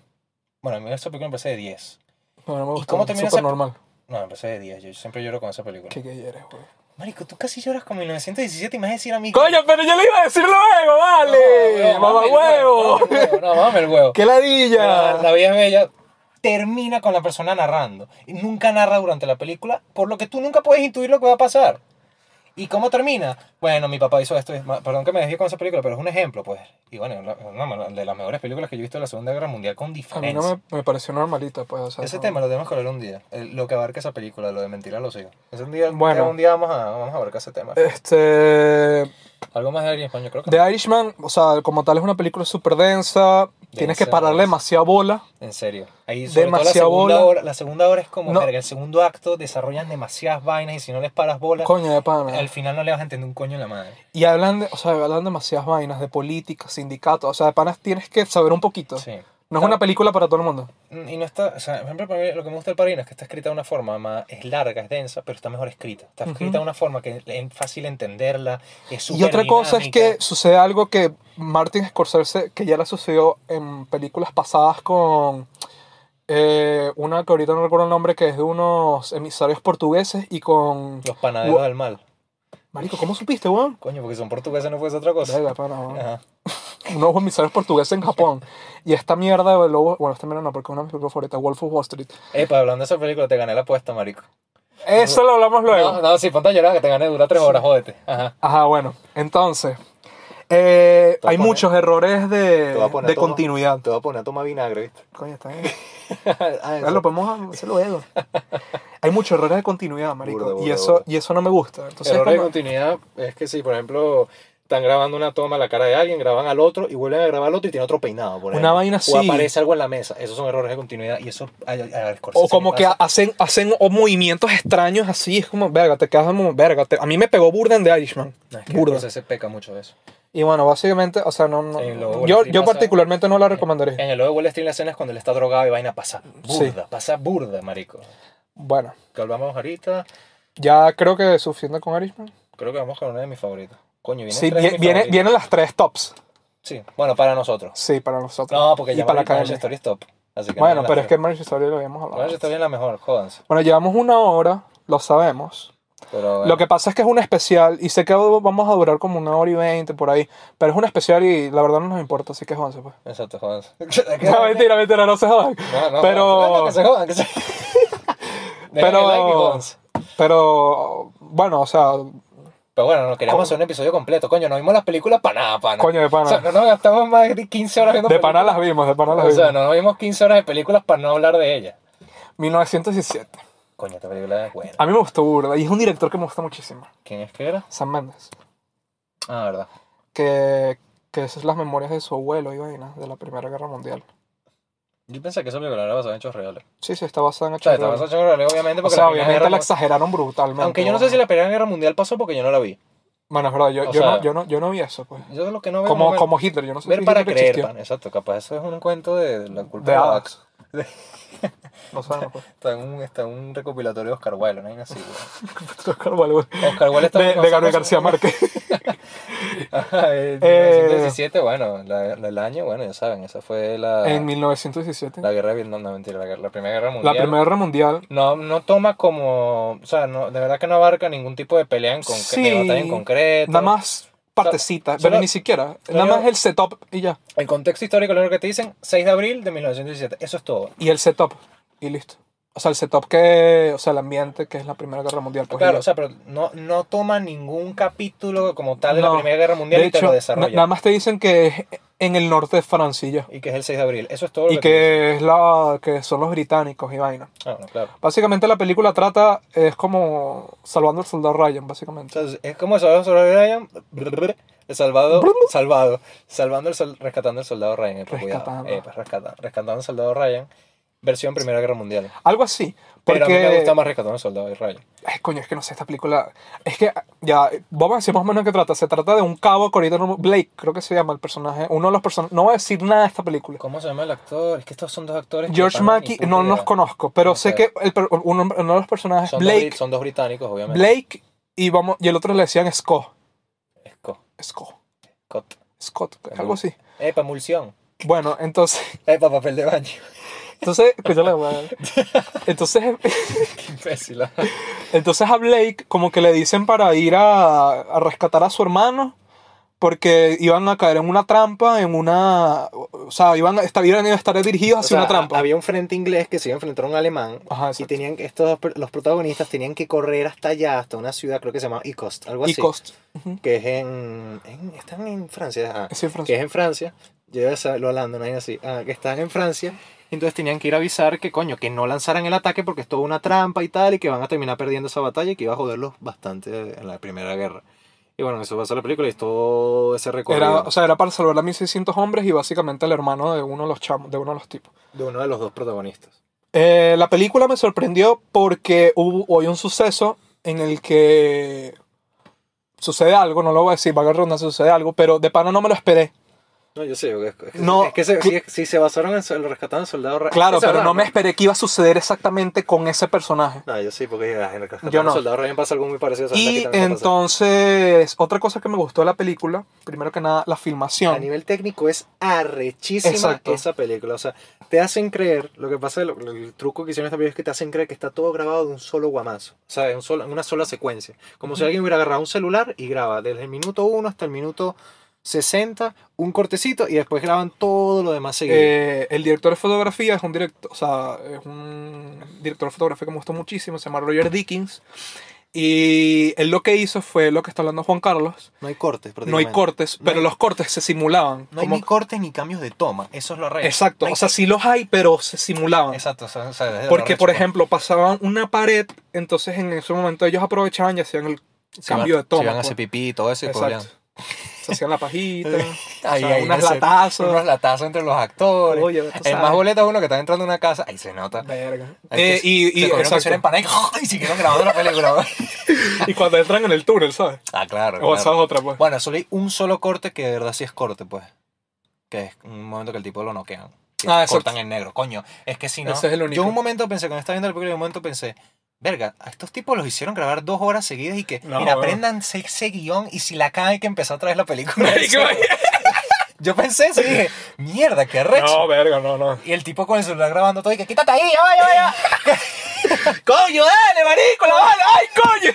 B: Bueno, a mí esa película me parece de 10.
C: No, no me gustó.
B: cómo termina
C: Súper
B: esa-
C: normal.
B: No, me parece de 10. Yo siempre lloro con esa película.
C: ¿Qué que eres, güey?
B: Marico, tú casi lloras con 1917 y me vas a decir a mí...
C: Coño, pero yo le iba a decir luego, vale.
B: No,
C: Mamá
B: huevo,
C: huevo.
B: mame el huevo, No, mame el huevo.
C: ¡Qué ladilla!
B: La, la vida es bella termina con la persona narrando. Y nunca narra durante la película, por lo que tú nunca puedes intuir lo que va a pasar. ¿Y cómo termina? Bueno, mi papá hizo esto. y- ma- Perdón que me desvíe con esa película, pero es un ejemplo, pues. Y bueno, la- una ma- de las mejores películas que yo he visto de la Segunda Guerra Mundial con
C: A mí
B: diferencia.
C: no me, me pareció normalita, pues. o sea,
B: Ese
C: no-
B: tema lo tenemos que hablar un día. el- lo que abarca esa película, lo de mentir a los hijos. Ese día,
C: Bueno. Eh.
B: un día vamos a, vamos a abarcar ese tema.
C: Este.
B: Algo más de Iron Man, yo creo que
C: The Irishman, o sea, como tal es una película súper densa, tienes que
B: Densa,
C: pararle
B: densa.
C: demasiada bola.
B: En serio. Ahí sobre todo
C: Demasiada
B: la segunda
C: bola.
B: hora, la segunda hora es como
C: No.
B: verga, el segundo acto desarrollan demasiadas vainas y si no les paras bolas,
C: Coño de pana.
B: al final no le vas a entender un coño en la madre.
C: Y hablan de, o sea, hablan demasiadas vainas, de política, sindicatos, o sea, de panas tienes que saber un poquito.
B: Sí. Mm,
C: No es una película para todo el mundo.
B: Y no está, o sea, por ejemplo, para mí lo que me gusta del Padrino es que está escrita de una forma más, es larga, es densa, pero está mejor escrita. Está
C: Ujú.
B: escrita de una forma que es fácil entenderla, es súper
C: Y otra cosa es que
B: dinámica.
C: sucede algo que Martin Scorsese, que ya le sucedió en películas pasadas con eh, una que ahorita no recuerdo el nombre, que es de unos emisarios portugueses y con...
B: Los panaderos
C: Wo-
B: del mal.
C: Marico, ¿cómo supiste, weón?
B: Coño, porque son portugueses, no fuese otra cosa.
C: Verga, pana, weón.
B: Ajá.
C: unos emisarios portugueses en Japón. Y esta mierda de Lobo... Bueno, esta mierda no, porque es una de mis películas favoritas, Wolf of Wall Street.
B: Epa, hablando de esa película, te gané la apuesta, marico.
C: Eso lo hablamos luego.
B: No, no, sí, ponte a llorar, que te gané, dura tres horas, jódete. Ajá.
C: Ajá, bueno. Entonces, eh,
A: voy a
C: hay
A: poner-
C: muchos errores de,
A: Te voy a poner
C: de
A: todo.
C: continuidad.
A: Te voy a poner a tomar vinagre, ¿viste?
C: Coño, está bien.
A: Ah, eso.
C: Claro, lo podemos hacer luego. hay muchos errores de continuidad, marico.
A: Burda, burda,
C: y, eso,
A: burda.
C: y eso no me gusta. Entonces,
E: error de
C: como-
E: continuidad es que si, por ejemplo, están grabando una toma a la cara de alguien, graban al otro y vuelven a grabar al otro y tiene otro peinado, por
C: una
E: ejemplo. O
C: vaina así.
E: aparece algo en la mesa. Esos son errores de continuidad y eso a, a- a Scorsese
C: O como
E: le
C: que
E: pasa.
C: hacen, hacen o movimientos extraños así. Es como, verga, te quedas como, verga. te- a mí me pegó Burden de Irishman.
B: No, es que
C: burda.
B: Scorsese peca mucho de eso.
C: Y bueno, básicamente, o sea, no. no-
B: Sí, lo-
C: yo
B: sí
C: yo
B: pasa.
C: particularmente no la recomendaría.
B: En el logo de Wall Street la escena es cuando él está drogado y vaina pasa burda, pasa burda, marico.
C: Bueno,
B: Que hablamos ahorita,
C: ya creo que es suficiente con Irishman.
B: creo que vamos con una de mis favoritas. Coño, viene
C: Sí, vie- viene, vienen las tres tops.
B: Sí, bueno, para nosotros.
C: Sí, para nosotros.
B: No, porque
C: Y
B: ya
C: para la
B: Marriage- Marriage Story
C: academia.
B: es top. Así que
C: bueno,
B: no,
C: pero
B: la-
C: es que Marriage Story lo habíamos hablado.
B: Marriage Story es la mejor, jódanse.
C: Bueno, llevamos una hora, lo sabemos.
B: Pero
C: Lo
B: bueno,
C: que pasa es que es un especial y sé que vamos a durar como una hora y veinte por ahí, pero es un especial y la verdad no nos importa, así que jódanse pues.
B: exacto, jódanse.
C: No, mentira, mentira, no se jodan.
B: No, no,
C: Pero-
B: jódanse. No, que se jodan, que se Dejen el like y
C: Pero,
B: jódanse.
C: pero, bueno, o sea,
B: Pero bueno, no queríamos
C: Coño.
B: hacer un episodio completo. Coño, no vimos las películas para nada, pana.
C: coño de
B: O sea,
C: pana.
B: no nos gastamos más de 15 horas viendo
C: De pana las vimos, de pana las
B: O sea,
C: vimos.
B: no nos vimos 15 horas de películas para no hablar de ellas.
C: 1917.
B: Coño, esta película es buena.
C: A mí me gustó burda y es un director que me gusta muchísimo,
B: ¿Quién es que era?
C: Sam Mendes,
B: Ah, verdad.
C: que, que esas son las memorias de su abuelo y vainas de la Primera Guerra Mundial.
B: Yo pensé que esa película era basada en hechos reales.
C: Sí, sí, está basada en
B: O sea,
C: hechos
B: está basada en
C: reales.
B: hechos reales, obviamente,
C: O
B: porque
C: sea,
B: la Primera
C: obviamente
B: Guerra
C: la
B: Mu-
C: exageraron brutalmente.
B: Aunque yo no sé
C: bueno.
B: si la Primera Guerra Mundial pasó porque yo no la vi.
C: Bueno, es verdad, yo,
B: O
C: yo,
B: sea-
C: no, yo, no, yo no vi eso, pues.
B: Yo lo que no veo
C: Como,
B: es
C: como Hitler, yo no sé
B: ver
C: si
B: para
C: Hitler
B: creer,
C: existió.
B: pana. Exacto, capaz eso es un cuento de de la culpa
C: De
B: de
C: hadas.
B: Vax.
C: No sabemos, pues.
B: Está en un, está en un recopilatorio de Oscar Wilde, no hay así, güey.
C: Oscar Wilde.
B: Oscar Wilde está...
C: De, de Gabriel García
B: Márquez.
C: Márquez.
B: en
C: Eh,
B: 1917, bueno, la- la- el año, bueno, ya saben, esa fue la,
C: en 1917.
B: la guerra de Vietnam, no, mentira, la, guerra- la Primera Guerra
C: La
B: Mundial.
C: Primera Guerra Mundial.
B: No, no toma como, o sea, no, de verdad que no abarca ningún tipo de pelea en concreto,
C: Sí.
B: de batalla en concreto.
C: Nada más partecitas,
B: solo-
C: pero ni siquiera. Nada
B: solo-
C: más el setup y ya.
B: El contexto histórico, lo único que te dicen, 6 de abril de 1917, eso es todo.
C: Y el setup. Y listo. O sea, el setup que. O sea, el ambiente que es la Primera Guerra Mundial. Pues, y
B: claro,
C: ya.
B: o sea, pero no, no toma ningún capítulo como tal de
C: No,
B: la Primera Guerra Mundial
C: de
B: y te lo
C: hecho, na-
B: desarrolla.
C: nada más te dicen que es en el norte de Francia y ya.
B: Y que es el 6 de abril, eso es todo lo
C: Y
B: que te dicen.
C: que, es la, que son los británicos y vaina.
B: Ah, no, claro.
C: Básicamente la película trata, es como salvando al soldado Ryan, básicamente.
B: Entonces, es como el soldado soldado Ryan, brr, el salvado, salvado, salvando el sol- rescatando el soldado Ryan, epa, cuidado,
C: Rescatando.
B: epa, rescata- rescatando el soldado Ryan, versión Primera Guerra Mundial.
C: Algo así. Porque,
B: Pero a mí me gusta más rescatando al soldado Ryan.
C: Ay, coño, es que no sé, esta película... Es que, ya, vamos a decir más o menos de qué trata. Se trata de un cabo que ahorita no- Blake, creo que se llama el personaje. Uno de los personajes... No voy a decir nada de esta película.
B: ¿Cómo se llama el actor? Es que estos son dos actores. que
C: George
B: para mí
C: Mackey,
B: ni puta
C: no
B: idea.
C: los conozco, pero
B: Ok.
C: sé que el per- uno, uno de los personajes
B: Son, dos,
C: Blake,
B: bri- son dos británicos, obviamente.
C: Blake y, vamos, y el otro le decían Scott.
B: Scott.
C: Scott.
B: Scott.
C: Scott, algo así.
B: Epa, emulsión.
C: Bueno, entonces...
B: Epa, papel de baño.
C: Entonces, escúchale, weón. entonces,
B: Qué imbécil. ah.
C: entonces a Blake como que le dicen para ir a, a rescatar a su hermano porque iban a caer en una trampa, en una... O sea, iban a estar, iban a estar dirigidos
E: O
C: hacia
E: sea,
C: una trampa.
E: Había un frente inglés que se iba a enfrentar a un alemán.
C: Ajá,
E: Y
C: exacto.
E: tenían que- estos dos per- los protagonistas tenían que correr hasta allá, hasta una ciudad, creo que se llama Icost, algo
C: Y
E: así.
C: Cost.
E: Que es en, en- Están en Francia. ajá.
C: Sí, en Francia.
E: que es en Francia, yo ya sabía, lo hablando, no hay así, ah, que están en Francia, entonces tenían que ir a avisar que coño, que no lanzaran el ataque porque es toda una trampa y tal, y que van a terminar perdiendo esa batalla y que iba a joderlos bastante en la primera guerra.
B: Y bueno, eso pasa en la película y es todo ese recorrido
C: Era, o sea, era para salvar a 1600 hombres y básicamente el hermano de uno de los chamos, de uno de los tipos.
B: de uno de los dos protagonistas.
C: Eh, la película me sorprendió porque hubo, hoy un suceso en el que sucede algo, no lo voy a decir, valga la redundancia, sucede algo, pero de pana no me lo esperé.
B: No, yo sé, es, es-
C: No,
B: es que se-
C: cl-
B: si, si se basaron en el rescatado soldado Ra-
C: Claro,
B: esa
C: pero
B: verdad,
C: no me esperé que iba a suceder exactamente con ese personaje.
B: No, yo sí, porque ah, en el rescatado
C: Yo no.
B: soldado Ryan pasa algo muy parecido. ¿sabes? Aquí
C: Y
B: también va a pasar.
C: entonces, otra cosa que me gustó de la película, primero que nada, la
B: A
C: filmación.
B: nivel técnico es arrechísima
C: Exacto.
B: esa película. O sea, te hacen creer, lo que pasa, lo- lo- el truco que hicieron esta película es que te hacen creer que está todo grabado de un solo guamazo. O sea, en, un solo- en una sola secuencia. Como si alguien hubiera agarrado un celular y graba desde el minuto 1 hasta el minuto 60, un cortecito y después graban todo lo demás seguido.
C: Eh, el director de fotografía es un director, o sea, es un director de fotografía que me gustó muchísimo, se llama Roger Dickens. Y él lo que hizo fue lo que está hablando Juan Carlos.
B: no hay cortes,
C: No hay
B: prácticamente.
C: cortes,
B: No
C: pero
B: hay-
C: los cortes se simulaban.
B: No hay
C: como-
B: ni cortes ni cambios de toma. Eso es lo arrecho.
C: exacto,
B: No hay-
C: o sea, sí los hay, pero se simulaban.
B: Exacto, o sea, o sea, es lo
C: Porque,
B: arrecho,
C: por
B: pues.
C: ejemplo, pasaban una pared, entonces en ese momento ellos aprovechaban y hacían el
B: Si
C: cambio
B: van-
C: de toma.
B: Si van a
C: pues.
B: hacer pipí y todo eso pues, y
C: Exacto. Se hacían la pajita, o
B: Ahí,
C: sea,
B: ahí,
C: unas
B: ese-
C: latazos.
B: Unos latazos entre los actores.
C: Oye, tú
B: el
C: sabes.
B: más boleto es uno que está entrando a una casa. Ahí se nota.
C: Verga.
B: Ahí
C: Eh,
B: que- se
C: y, y,
B: cogieron que
C: exacto.
B: hacer en pana y siguieron grabando la película.
C: y cuando entran en el túnel, ¿sabes?
B: ah, claro.
C: O esa es
B: claro.
C: otra, pues.
B: Bueno, solo hay un solo corte que de verdad sí es corte, pues. Que es un momento que el tipo lo noquean. Que
C: Ah, exacto.
B: cortan en negro. Coño, es que si no.
C: Ese es el único.
B: Yo un momento pensé, cuando estaba viendo la película, yo un momento pensé. Verga, a estos tipos los hicieron grabar dos horas seguidas y que,
C: No,
B: mira,
C: bueno.
B: apréndanse ese guión y si la cagan hay que empezar otra vez la película.
C: Marico,
B: Yo pensé eso y dije, mierda, qué recho.
C: No, verga, no, no.
B: Y el tipo con el celular grabando todo y que quítate ahí, ya va, ya va, ya va". ¡Coño, dale, marico, la bala! ¡Ay, coño!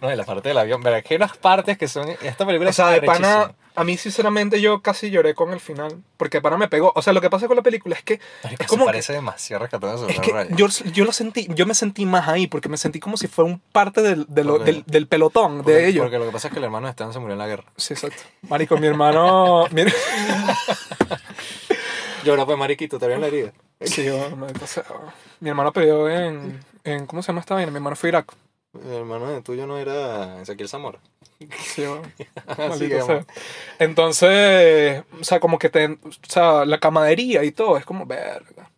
B: No, y la parte del avión, pero que hay unas partes que son. Esta película
C: O sea,
B: es
C: de pana,
B: arrechísima.
C: a mí sinceramente yo casi lloré con el final. Porque de pana me pegó. O sea, lo que pasa con la película es que.
B: Marico, se
C: es como que-
B: parece demasiado rescatando sobre
C: Es
B: la
C: que
B: raya.
C: yo, yo lo sentí, yo me sentí más ahí, porque me sentí como si fuera un parte del, de lo-
B: Ok.
C: del, del pelotón
B: porque,
C: de ellos.
B: Porque lo que pasa es que el hermano de Stan se murió en la guerra.
C: Sí, exacto. Marico, mi hermano. mi her-
B: Llora, pues, mariquito, te en la herida.
C: Sí, yo, no, entonces, oh. mi hermano peleó en, en. ¿Cómo se llama esta vaina? Mi hermano fue a Irak.
B: El hermano de tuyo no era Ezequiel Zamora.
C: Sí, yo,
B: Así
C: maldito
B: que,
C: sea. Entonces, o sea, como que te, o sea, la camadería y todo, es como verga.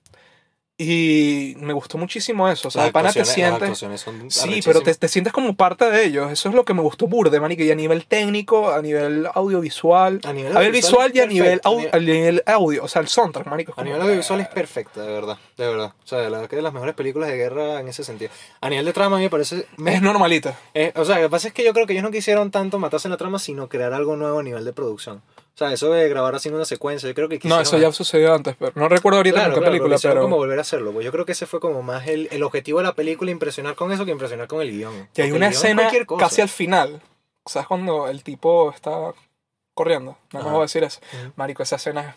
C: Y me gustó muchísimo eso. O sea, de pana te sientes. Sí, pero te, te sientes como parte de ellos. Eso es lo que me gustó burde, marico. Y a nivel técnico, a nivel audiovisual.
B: A nivel
C: A nivel visual y a
B: perfecto.
C: nivel,
B: A
C: au-
B: nivel-
C: a nivel audio. O sea, el soundtrack, marico. es
B: A
C: como,
B: nivel audiovisual es perfecta, de verdad, de verdad. O sea, de la verdad que de las mejores películas de guerra en ese sentido. A nivel de trama a mí me parece... me-
C: Es normalita.
B: eh, o sea, lo que pasa es que yo creo que ellos no quisieron tanto matarse en la trama, sino crear algo nuevo a nivel de producción. O sea, eso de grabar haciendo una secuencia, yo creo que quisieron...
C: No, eso ya sucedió antes, pero no recuerdo ahorita
B: Claro,
C: en qué
B: claro,
C: película,
B: lo quisieron
C: pero.
B: como volver a hacerlo. Pues yo creo que ese fue como más el, el objetivo de la película, impresionar con eso que impresionar con el guión.
C: Que
B: Porque
C: hay
B: el
C: una
B: guión es
C: escena
B: cualquier cosa.
C: casi al final. ¿Sabes cuando el tipo está corriendo? No me
B: Ajá.
C: voy a decir eso.
B: Ujú.
C: Marico, esa escena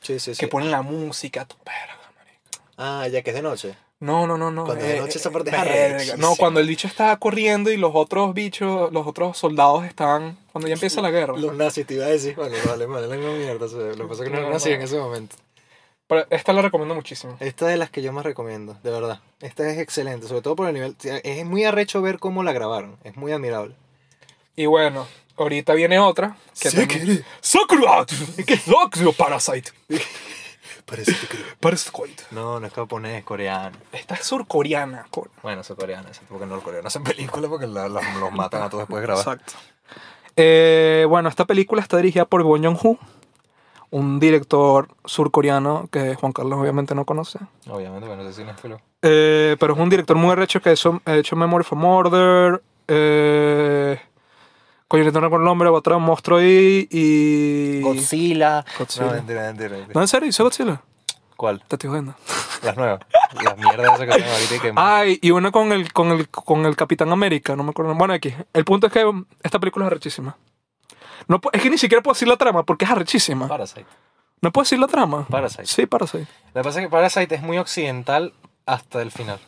B: Sí, sí, sí.
C: que ponen la música. tu verga, marico.
B: Ah, ya que es de noche.
C: No, no, no, no.
B: Cuando de noche esa parte es
C: verga.
B: arrechísima.
C: No, cuando el bicho estaba corriendo y los otros bichos, los otros soldados estaban. Cuando ya empieza la guerra.
B: Los nazis, te iba a decir, bueno, los alemanes, la misma mierda. o sea, Lo que pasa es que no
C: No,
B: eran nazis
C: no.
B: en ese momento.
C: Pero esta la recomiendo muchísimo.
B: Esta es de las que yo más recomiendo, de verdad. Esta es excelente, sobre todo por el nivel. Es muy arrecho ver cómo la grabaron. Es muy admirable.
C: Y bueno, ahorita viene otra. Que también- Sakura, que es Sakura Parasite.
B: Parece
C: Parasite.
B: No, no es japonés, es coreano.
C: Esta es surcoreana. cor-
B: Bueno, soy coreano, es porque no los coreanos hacen películas porque la- la- los matan a todos después de grabar.
C: Exacto. Eh, bueno, esta película está dirigida por Bong Joon-ho, un director surcoreano que Juan Carlos obviamente no conoce.
B: Obviamente, bueno, no sé si no es filo.
C: Eh, pero es un director muy arrecho que hizo- ha hecho Memory for Murder, eh, Coño, ahorita no recuerdo el nombre, Batalla de un monstruo ahí y...
B: Godzilla.
C: Godzilla.
B: No, mentira, mentira. mentira.
C: ¿No, en serio? ¿Hizo Godzilla?
B: ¿Cuál?
C: Te estoy jodiendo.
B: Las nuevas. Las mierdas esas que están ahorita y que.
C: Ay, y una con el, con el, con el Capitán América, no me acuerdo. Bueno, aquí. El punto es que esta película es arrechísima. No, pu- es que ni siquiera puedo decir la trama porque es arrechísima.
B: Parasite.
C: ¿No puedo decir la trama?
B: Parasite.
C: Sí, Parasite.
B: Lo que pasa es que Parasite es muy occidental hasta el final.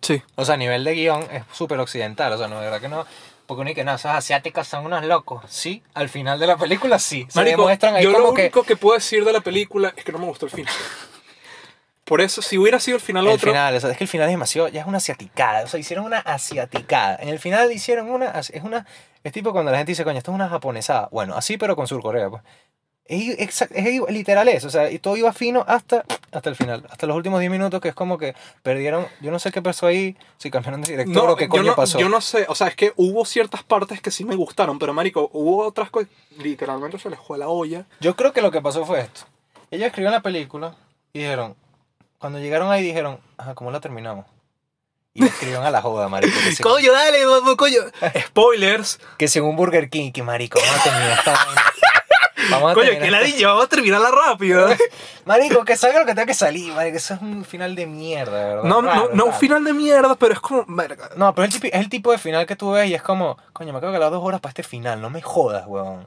C: Sí.
B: O sea, a nivel de guión es súper occidental. O sea, no, de verdad que no. Porque uno dice, no, esos asiáticos son unos locos. Sí, al final de la película sí. Se
C: Marico,
B: demuestran ahí
C: yo
B: como
C: lo
B: que.
C: único que... puedo decir de la película es que no me gustó el final. por eso, si hubiera sido el final
B: el
C: otro,
B: final, o sea, es que el final es demasiado, ya es una asiaticada, o sea, hicieron una asiaticada. En el final hicieron una, as- es una, es tipo cuando la gente dice, coño, esto es una japonesada. Bueno, así pero con Surcorea, pues. Es, i- exact- es i- literal eso, o sea, y todo iba fino hasta, hasta el final, hasta los últimos 10 minutos que es como que perdieron, yo no sé qué pasó ahí, si cambiaron de director
C: No,
B: o qué
C: yo
B: coño
C: no-
B: pasó.
C: Yo no sé, o sea, es que hubo ciertas partes que sí me gustaron, pero marico, hubo otras cosas, literalmente se les fue la olla.
B: Yo creo que lo que pasó fue esto. Ellos escribieron la película y dijeron, cuando llegaron ahí dijeron, ajá, ¿cómo la terminamos? Y la escribieron a la joda, marico. que se-
C: Coño, dale, vamos, coño. Spoilers.
B: Que según Burger King, que marico, vamos a terminar esta vaina. Vamos a
C: Coño,
B: terminar
C: que
B: esta-
C: ladilla, vamos a terminarla rápido.
B: Marico, que salga lo que tenga que salir, marico. Eso es un final de mierda, de ¿verdad?
C: No, no,
B: Raro,
C: no un
B: raro.
C: final de mierda, pero es como. verga.
B: No, pero es el, tipi- es el tipo de final que tú ves y es como, coño, me acabo de las dos horas para este final, no me jodas, weón.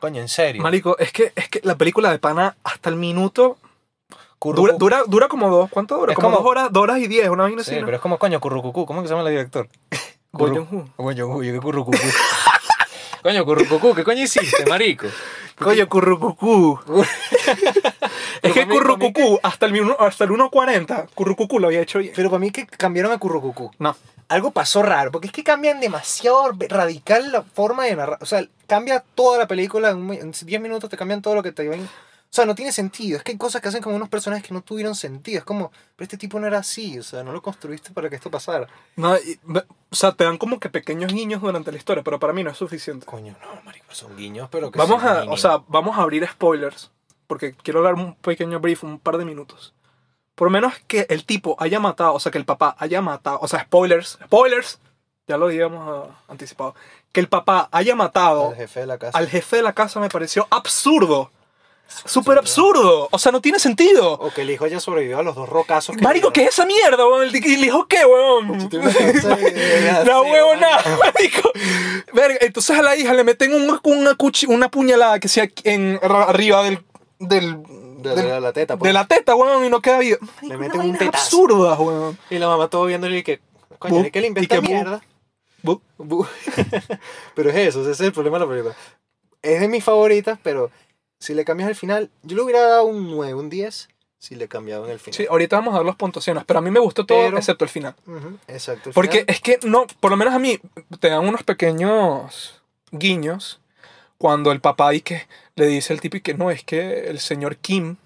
B: Coño, en serio.
C: Marico, es que, es que la película de Pana hasta el minuto
B: Currucu-
C: dura, dura, dura como dos. ¿Cuánto dura?
B: Es
C: como,
B: como-
C: dos horas, dos horas y diez, una vaina
B: Sí,
C: así. ¿no?
B: pero es como, coño, currucucú. ¿Cómo que se llama el director?
C: Go
B: Curru-
C: Jong-ho.
B: Coño, coño, qué currucucú. coño, currucucú, ¿qué coño hiciste, marico?
C: Coño, currucucú. es que
B: Pero para mí-
C: currucucú, hasta el, minu- hasta el 1.40, currucucú lo había hecho bien.
B: Pero para mí que cambiaron a currucucú.
C: No.
B: algo pasó raro, porque es que cambian demasiado radical la forma de narrar. O sea, cambia toda la película, en un- en 10 minutos te cambian todo lo que te ven. O sea, no tiene sentido. Es que hay cosas que hacen como unos personajes que no tuvieron sentido. Es como, pero este tipo no era así, o sea, no lo construiste para que esto pasara.
C: No, y- ve- o sea, te dan como que pequeños guiños durante la historia, pero para mí no es suficiente.
B: Coño, no, marico, son guiños, pero que
C: Vamos
B: son
C: a, o
B: mínimos.
C: sea, vamos a abrir spoilers, porque quiero dar un pequeño brief, un par de minutos. Por lo menos que el tipo haya matado, o sea, que el papá haya matado, o sea, spoilers, spoilers, ya lo habíamos ah, anticipado, que el papá haya matado
B: El jefe de la casa.
C: al jefe de la casa me pareció absurdo, súper absurdo, o sea, no tiene sentido.
E: O que el hijo haya sobrevivido a los dos rocazos. que
C: Marico, ¿qué
E: le
C: es esa mierda, weón? ¿Y el hijo qué, weón?
E: dieron.
C: La huevona, marico. Verga, entonces a la hija le meten un- una, cuchi- una puñalada que sea en, ra- arriba del, del,
E: De,
C: del-
E: de la teta, pues.
C: de la teta, weón, y no queda viva. Marico,
E: Le
C: una
E: meten un
C: vaina
E: tetazo.
C: absurda, weón.
E: Y la mamá todo viéndole y que. Coño,
C: Bu-
E: hay que limpiar
C: y que
E: esta
C: bu-
E: mierda.
C: Bu-
E: Bu- pero es eso, ese es el problema de la película. Es de mis favoritas, pero si le cambias el final, yo le hubiera dado un 9, un 10 si le cambiaban el final.
C: Sí, ahorita vamos a dar las puntuaciones, pero a mí me gustó todo
E: Pero-
C: excepto el final.
E: Ujú, Exacto. el
B: Pues
C: Porque
E: final.
C: es que no, por lo menos a mí, te dan unos pequeños guiños cuando el papá y que le dice el tipo y que no, es que el señor Kim,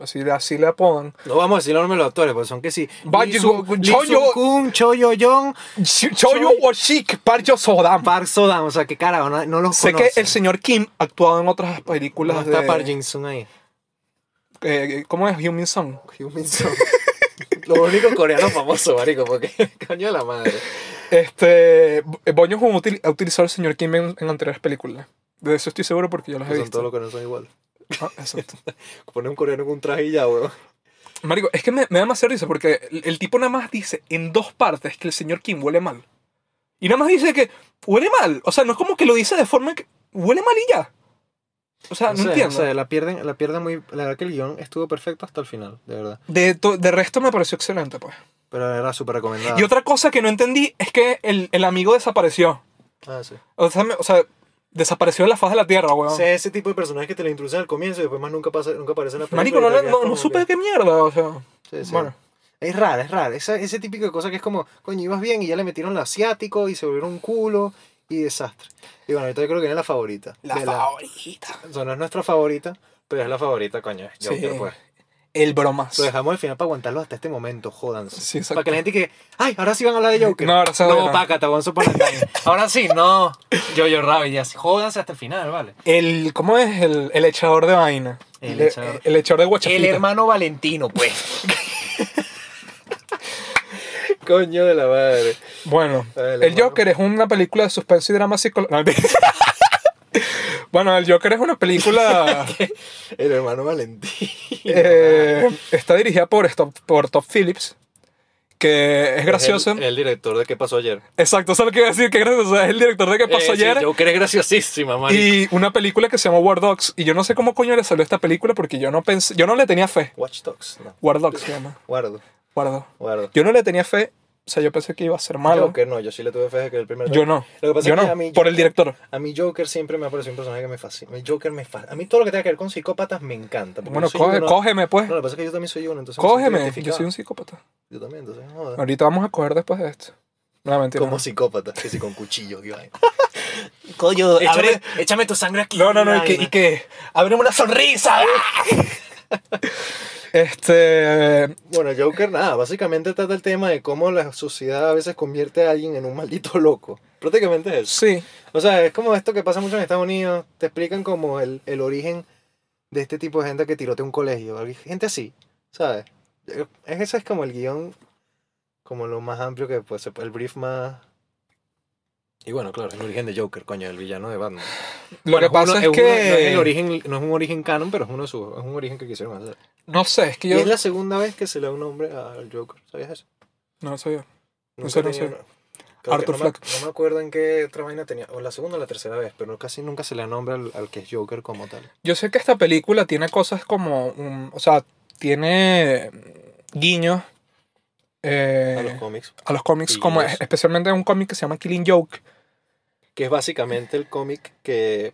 C: así, así le apodan,
E: No vamos a decir los nombres de los actores, porque son que sí.
C: Va,
E: Lee
C: llegó-
E: Sung- Lee
C: Choyo-
E: Sung Kun, Choyo Yong,
C: Choyo Washik Parjo Sodam.
E: Park Sodam. O sea, que carajo, no, no los
C: Sé que
E: conocen.
C: el señor Kim ha actuado en otras
E: No
C: películas
E: está Park
C: de...
E: Jin Sung ahí.
C: eh, ¿Cómo es? Human Song.
E: Hyun-Min Sung. Los únicos coreanos famosos, marico, porque coño de la madre.
C: Este... Boño Humo ha utilizado al señor Kim en, en anteriores películas. De eso estoy seguro porque yo las he
E: Son todos
C: visto.
E: los coreanos son igual.
C: Ah, exacto.
E: Pone un coreano con un traje y ya, weón.
C: Marico, es que me, me da más risa porque el, el tipo nada más dice en dos partes que el señor Kim huele mal. Y nada más dice que huele mal. O sea, no es como que lo dice de forma que huele mal y ya. O sea, no,
E: sé,
C: entiendo.
E: sé, la pierden, la pierden muy. La verdad que el guión estuvo perfecto hasta el final, de verdad.
C: De, to- de resto me pareció excelente, pues.
E: Pero era súper recomendado.
B: Ah.
C: Y otra cosa que no entendí es que el, el amigo desapareció.
E: Ah, sí.
C: O sea, me- o sea, desapareció de la faz de la tierra,
E: O
C: weón.
E: sea, ese tipo de personajes que te lo introducen al comienzo y después más nunca, pasa, nunca aparecen en la película.
C: Marico, no,
E: y te
C: le-
E: quedas
C: no,
E: como
C: no supe de
E: que-
C: qué mierda, o sea.
E: Sí, sí.
C: Bueno,
E: Es raro, es raro. Esa, ese típico de cosa que es como, coño, ibas bien y ya le metieron el asiático y se volvieron un culo y desastre. Y bueno, ahorita yo creo que viene la favorita.
C: la
E: De
C: favorita.
E: O sea, no es nuestra favorita, pero es la favorita, coño. es Joker,
C: Sí.
E: pues.
C: El bromas.
E: Lo dejamos al final para aguantarlo hasta este momento, jódanse.
C: Sí, exacto.
E: para que la gente que, ay, ahora sí van a hablar de Joker.
C: No, ahora sí,
E: No,
C: no.
E: pácata, vamos a poner también. Ahora sí, no. Yo, yo, Rabbit, ya. sí, Jódanse hasta el final, ¿vale?
C: El, ¿Cómo es? El, el echador de vaina.
B: El
C: e-
B: echador.
C: el echador de guachafita.
B: El hermano Valentino, pues.
E: Coño de la madre.
C: Bueno,
E: El
C: el,
E: hermano.
C: Joker es una película de suspenso y drama psicológico. bueno, el Joker es una película...
E: El hermano Valentín.
C: eh, está dirigida por, Stop- por Top Phillips, que es gracioso.
B: eh,
E: El, el director de ¿Qué pasó ayer?
C: Exacto, eso es lo que iba a decir, que es gracioso. Es el director de ¿Qué pasó
E: Eh, sí,
C: ayer?
E: Joker es graciosísima, man.
C: Y una película que se llama War Dogs. Y yo no sé cómo coño le salió esta película porque yo no pensé, yo no le tenía fe.
E: Watch Dogs, no.
C: War Dogs se llama.
E: Guardo,
C: War Dogs.
E: guardo.
C: Yo no le tenía fe O sea, yo pensé que iba a ser malo.
B: Joker, no, yo sí le tuve fe de que el primer
C: Yo no.
B: Lo que pasa
C: Yo
B: es que
C: no.
B: a mí
C: Por el director.
B: A mí Joker siempre me ha parecido un personaje que me fascina. Mi Joker me fascina. A mí todo lo que tenga que ver con psicópatas me encanta. porque
C: Bueno,
B: yo soy
C: coge-
B: uno.
C: cógeme, pues.
B: No, lo que pasa es que yo también soy uno, entonces me siento
C: Cógeme. Yo
B: identificado.
C: soy un psicópata.
B: Yo también, entonces, no jodas.
C: Ahorita vamos a coger después de esto. No, mentira.
B: Como psicópata, que si con cuchillo, que vaina.
F: Coño, abre.
B: échame tu sangre aquí.
C: No, no, no. no, y que,
B: vaina.
C: y que
F: Abre una sonrisa.
B: Ah.
C: este.
B: Bueno, Joker, nada, básicamente trata el tema de cómo la sociedad a veces convierte a alguien en un maldito loco. Prácticamente es eso.
C: Sí.
B: O sea, es como esto que pasa mucho en Estados Unidos. Te explican como el, el origen de este tipo de gente que tirotea un colegio. Hay Gente así, ¿sabes? Eh, Ese es como el guión, como lo más amplio que pues, se puede- el brief más... Y bueno, claro, el origen de Joker, coño, el villano de Batman.
C: Lo que pasa es, que.
B: uno- no, es el origen, no es un origen canon, pero es, uno de sus- es un origen que quisieron hacer.
C: no sé, es que
B: Y
C: yo.
B: es la segunda vez que se le da un nombre al Joker, ¿sabías eso?
C: No lo sabía. No
B: Nunca
C: sé, no
B: tenía
C: sé.
B: una- creo que-
C: Arthur
B: no me-
C: Fleck.
B: No me acuerdo en qué otra vaina tenía, o la segunda o la tercera vez, pero casi nunca se le nombra al, al que es Joker como tal.
C: Yo sé que esta película tiene cosas como. un- o sea, tiene guiños eh,
B: a los cómics.
C: a los cómics,
B: Y
C: como
B: guiños.
C: especialmente a un cómic que se llama Killing Joke.
B: Que es básicamente el cómic que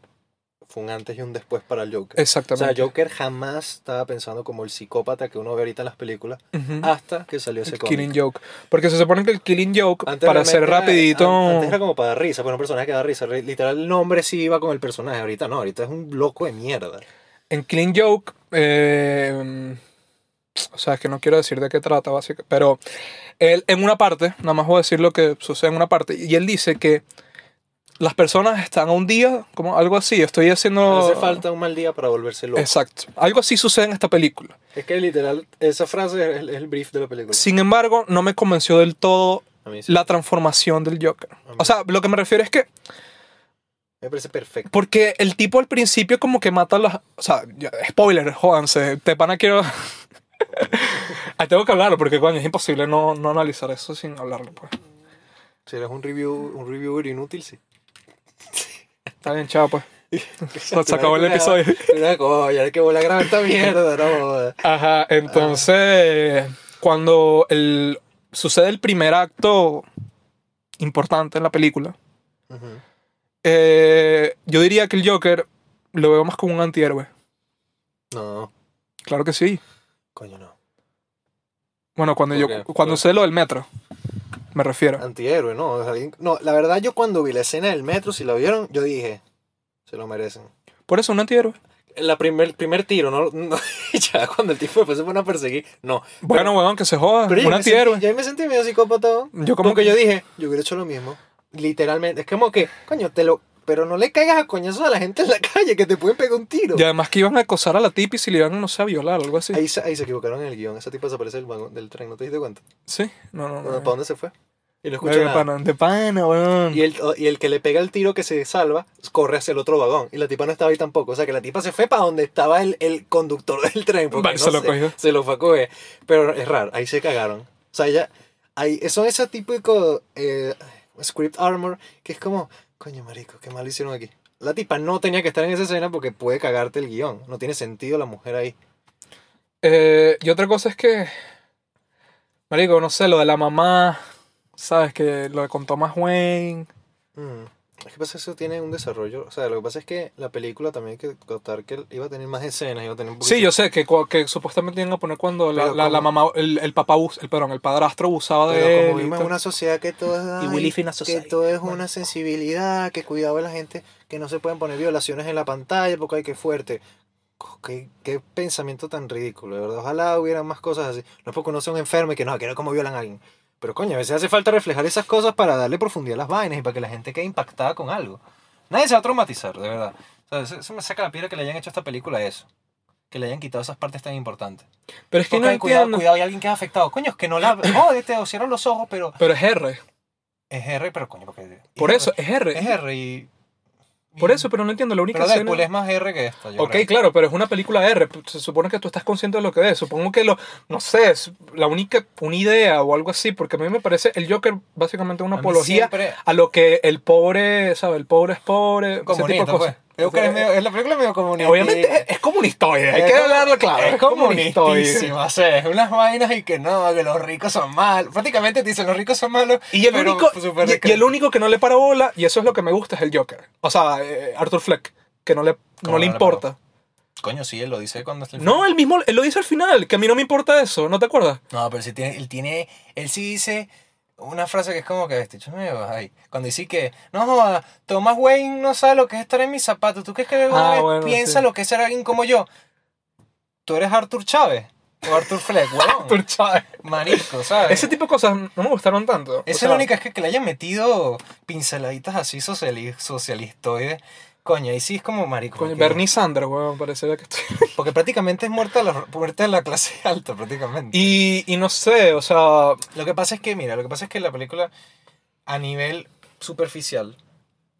B: fue un antes y un después para el Joker. O sea,
C: Exactamente.
B: Joker jamás estaba pensando como el psicópata que uno ve ahorita en las películas
C: Ujú.
B: hasta que salió ese
C: El
B: cómic.
C: Killing Joke. Porque se supone que el Killing Joke,
B: Antes
C: para
B: realmente
C: ser
B: era-
C: rapidito.
B: an- Antes era como para dar risa, pero un personaje que da risa. Re- Literal, el nombre sí iba con el personaje. Ahorita no, ahorita es un loco de mierda.
C: En Killing Joke, eh, o sea, es que no quiero decir de qué trata, básicamente, pero él en una parte, nada más voy a decir lo que sucede en una parte, y él dice que las personas están a un día, como algo así, estoy haciendo...
B: Hace falta un mal día para volverse loco. Es,
C: Exacto, algo así sucede en esta película.
B: que literal, esa frase es el, es el brief de la película.
C: Sin embargo, no me convenció del todo
B: A mí sí.
C: la transformación del Joker.
B: A mí
C: O sea, lo que me refiero es que
B: Me parece perfecto.
C: Porque el tipo al principio como que mata a las... O sea, ya- spoiler, jódanse. Te pana quiero... Ah, tengo que hablarlo porque, coño, es imposible no, no analizar eso sin hablarlo, pues.
B: Si eres un review, un reviewer inútil, sí.
C: Está bien, chao, pues. Se, se acabó el
B: Una-
C: episodio.
B: Una coña, hay que voy a grabar esta mierda, no jodas.
C: Ajá, entonces, cuando el, sucede el primer acto importante en la película,
B: Ujú.
C: eh, yo diría que el Joker lo veo más como un antihéroe.
B: No,
C: Claro que sí.
B: coño, no.
C: Bueno, cuando,
B: ¿Por
C: yo,
B: qué?
C: cuando
B: ¿Por-
C: sé lo del metro, me refiero.
B: Antihéroe, no. o sea, alguien- No, la verdad, yo cuando vi la escena del metro, si la vieron, yo dije, se lo merecen.
C: Por eso, un antihéroe.
B: La primer, el primer tiro, ¿no? No, ya cuando el tipo después se pone a perseguir. No.
C: Bueno, weón, que se joda.
B: Pero yo
C: un
B: me sentí-
C: antihéroe.
B: yo ahí me sentí medio psicópata. ¿no?
C: Yo
B: Como
C: como
B: que yo dije, yo hubiera hecho lo mismo. Literalmente. Es como que, coño, te lo. Pero no le caigas a coñazos a la gente en la calle que te pueden pegar un tiro.
C: Y además que iban a acosar a la tipi si le iban, no sé, a violar o algo así.
B: Ahí, se, ahí se equivocaron en el guión. Ese tipo desaparece del, vagón- del tren, ¿no te diste cuenta?
C: Sí, no, no, no.
B: ¿Para dónde se fue? Y no escucha
C: Verga,
B: nada.
C: pana, de pana, weón.
B: Y el, y el que le pega el tiro que se salva, corre hacia el otro vagón. Y la tipa no estaba ahí tampoco. O sea que la tipa se fue para donde estaba el, el conductor del tren. Porque
C: Vale,
B: no
C: se lo
B: sé,
C: cogió.
B: Se lo fue a coger. Pero es raro, ahí se cagaron. O sea, ya. Ahí, son ese típico eh, script armor que es como, coño marico, qué mal hicieron aquí. La tipa no tenía que estar en esa escena porque puede cagarte el guión. No tiene sentido la mujer ahí.
C: Eh, y otra cosa es que... Marico, no sé, lo de la mamá, ¿sabes? Que lo contó más Wayne.
B: Mm. Es que pasa que eso tiene un desarrollo. O sea, lo que pasa es que la película también hay que contar que iba a tener más escenas, iba a tener un
C: Sí,
B: poquito-
C: yo sé que, cu- que supuestamente iban a poner cuando la,
B: Pero
C: la- la
B: como-
C: mamá, el, el papá, abus- el, perdón, el padrastro abusaba de
B: Pero
C: él.
B: como
C: y
B: vivimos en
C: tal.
B: una sociedad que todo es, ay,
F: Fina
B: que todo es una sensibilidad, que cuidado de la gente, que no se pueden poner violaciones en la pantalla porque hay que fuerte. Co- Qué, qué pensamiento tan ridículo, de verdad. Ojalá hubieran más cosas así. No es porque uno sea un enfermo y que no, que no como violan a alguien. Pero coño, a veces hace falta reflejar esas cosas para darle profundidad a las vainas y para que la gente quede impactada con algo. Nadie se va a traumatizar, de verdad. O sea, se, se me saca la piedra que le hayan hecho a esta película eso. Que le hayan quitado esas partes tan importantes.
C: Pero es que
B: Ok,
C: no
B: cuidado,
C: entiendo.
B: cuidado, hay alguien que es afectado. Coño, es que no la... Jódete o cierran los ojos, pero...
C: Pero es R.
B: Es R, pero coño, porque.
C: Por
B: es
C: eso, es R.
B: R. Es R y.
C: Por eso, pero no entiendo. La única
B: Pero
C: escena-
B: Deadpool es más R que esto. Yo
C: Ok,
B: creo.
C: claro, pero es una película R. Se supone que tú estás consciente de lo que es. Supongo que lo, no sé, es la única, una idea o algo así, porque a mí me parece el Joker básicamente una
B: A mí
C: apología
B: siempre-
C: a lo que el pobre, ¿sabes? El pobre es pobre, ese tipo de
B: Comunista,
C: cosas. eh,
B: Eucra pues. es, medio- es la película es medio comunista.
E: Obviamente es- es comunistoide, hay
B: Es
E: que
B: como-
E: hablarlo claro.
B: es
E: Es comunistoide.
B: comunistísima, o sea, es unas vainas y que no, que los ricos son malos. Prácticamente te dicen los ricos son malos.
C: Y el,
B: pero
C: único,
B: súper
C: y- y,
B: discreto.
C: el único que no le para bola, y eso es lo que me gusta, es el Joker. O sea, eh, Arthur Fleck, que no le,
B: ¿Cómo
C: no le
B: no le
C: importa.
B: Coño, sí, él lo dice cuando está
C: No, él mismo él lo dice al final, que a mí no me importa eso, ¿no te acuerdas?
B: No, pero sí tiene, él tiene, él sí dice una frase que es como que, este me vas ahí. Cuando dice que, no joda, Thomas Wayne no sabe lo que es estar en mis zapatos. ¿Tú crees que
C: Ah,
B: él
C: bueno,
B: piensa
C: sí.
B: lo que es ser alguien como yo? Tú eres Arthur Chávez o Arthur Fleck, weón. Marico, ¿sabes?
C: Ese tipo de cosas no me gustaron tanto.
B: Esa es la única es que, que le hayan metido pinceladitas así sociali socialistoides. Coño, ahí sí es como marico.
C: Con
B: porque-
C: Bernie Sanders, weón, parecería que estoy...
B: Porque prácticamente es muerta la, muerta la clase alta, prácticamente.
C: Y, y no sé, o sea,
B: Lo que pasa es que, mira, lo que pasa es que la película a nivel superficial,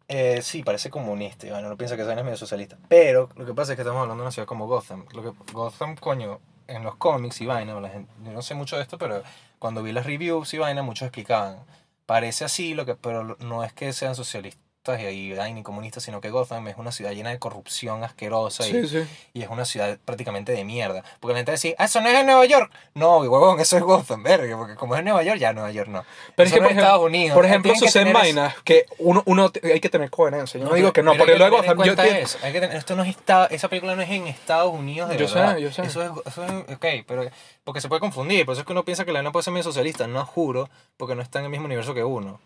B: eh, sí, parece comunista, y bueno, no piensa que sea medio socialista. Pero lo que pasa es que estamos hablando de una ciudad como Gotham. Lo que, Gotham, coño, en los cómics y vaina, la gente- yo no sé mucho de esto, pero cuando vi las reviews y vaina, muchos explicaban. Parece así, lo que, pero lo- no es que sean socialistas y, y- ay, ni comunistas, sino que Gotham es una ciudad llena de corrupción asquerosa y,
C: sí, sí.
B: y es una ciudad prácticamente de mierda. Porque la gente decía, ah, eso no es en Nueva York. No, huevón, eso es Gotham, verga. Porque como es en Nueva York, ya Nueva York no.
C: Pero
B: Eso no es
C: es que, por ejemplo,
B: Estados Unidos.
C: Por
B: Uno
C: ejemplo,
B: tiene que
C: suceden
B: tener eso.
C: vainas que uno, uno te- hay que tener coherencia. Yo no, digo que no,
B: pero
C: porque
B: hay
C: luego
B: tener en
C: Gotham, yo,
B: cuenta
C: yo-
B: eso. Hay que tener- esto no es esta- esa película no es en Estados Unidos de
C: Yo sé,
B: verdad.
C: yo sé.
B: Eso es, eso es- ok, pero porque se puede confundir, por eso es que uno piensa que la no puede ser medio socialista, no juro, porque no está en el mismo universo que uno.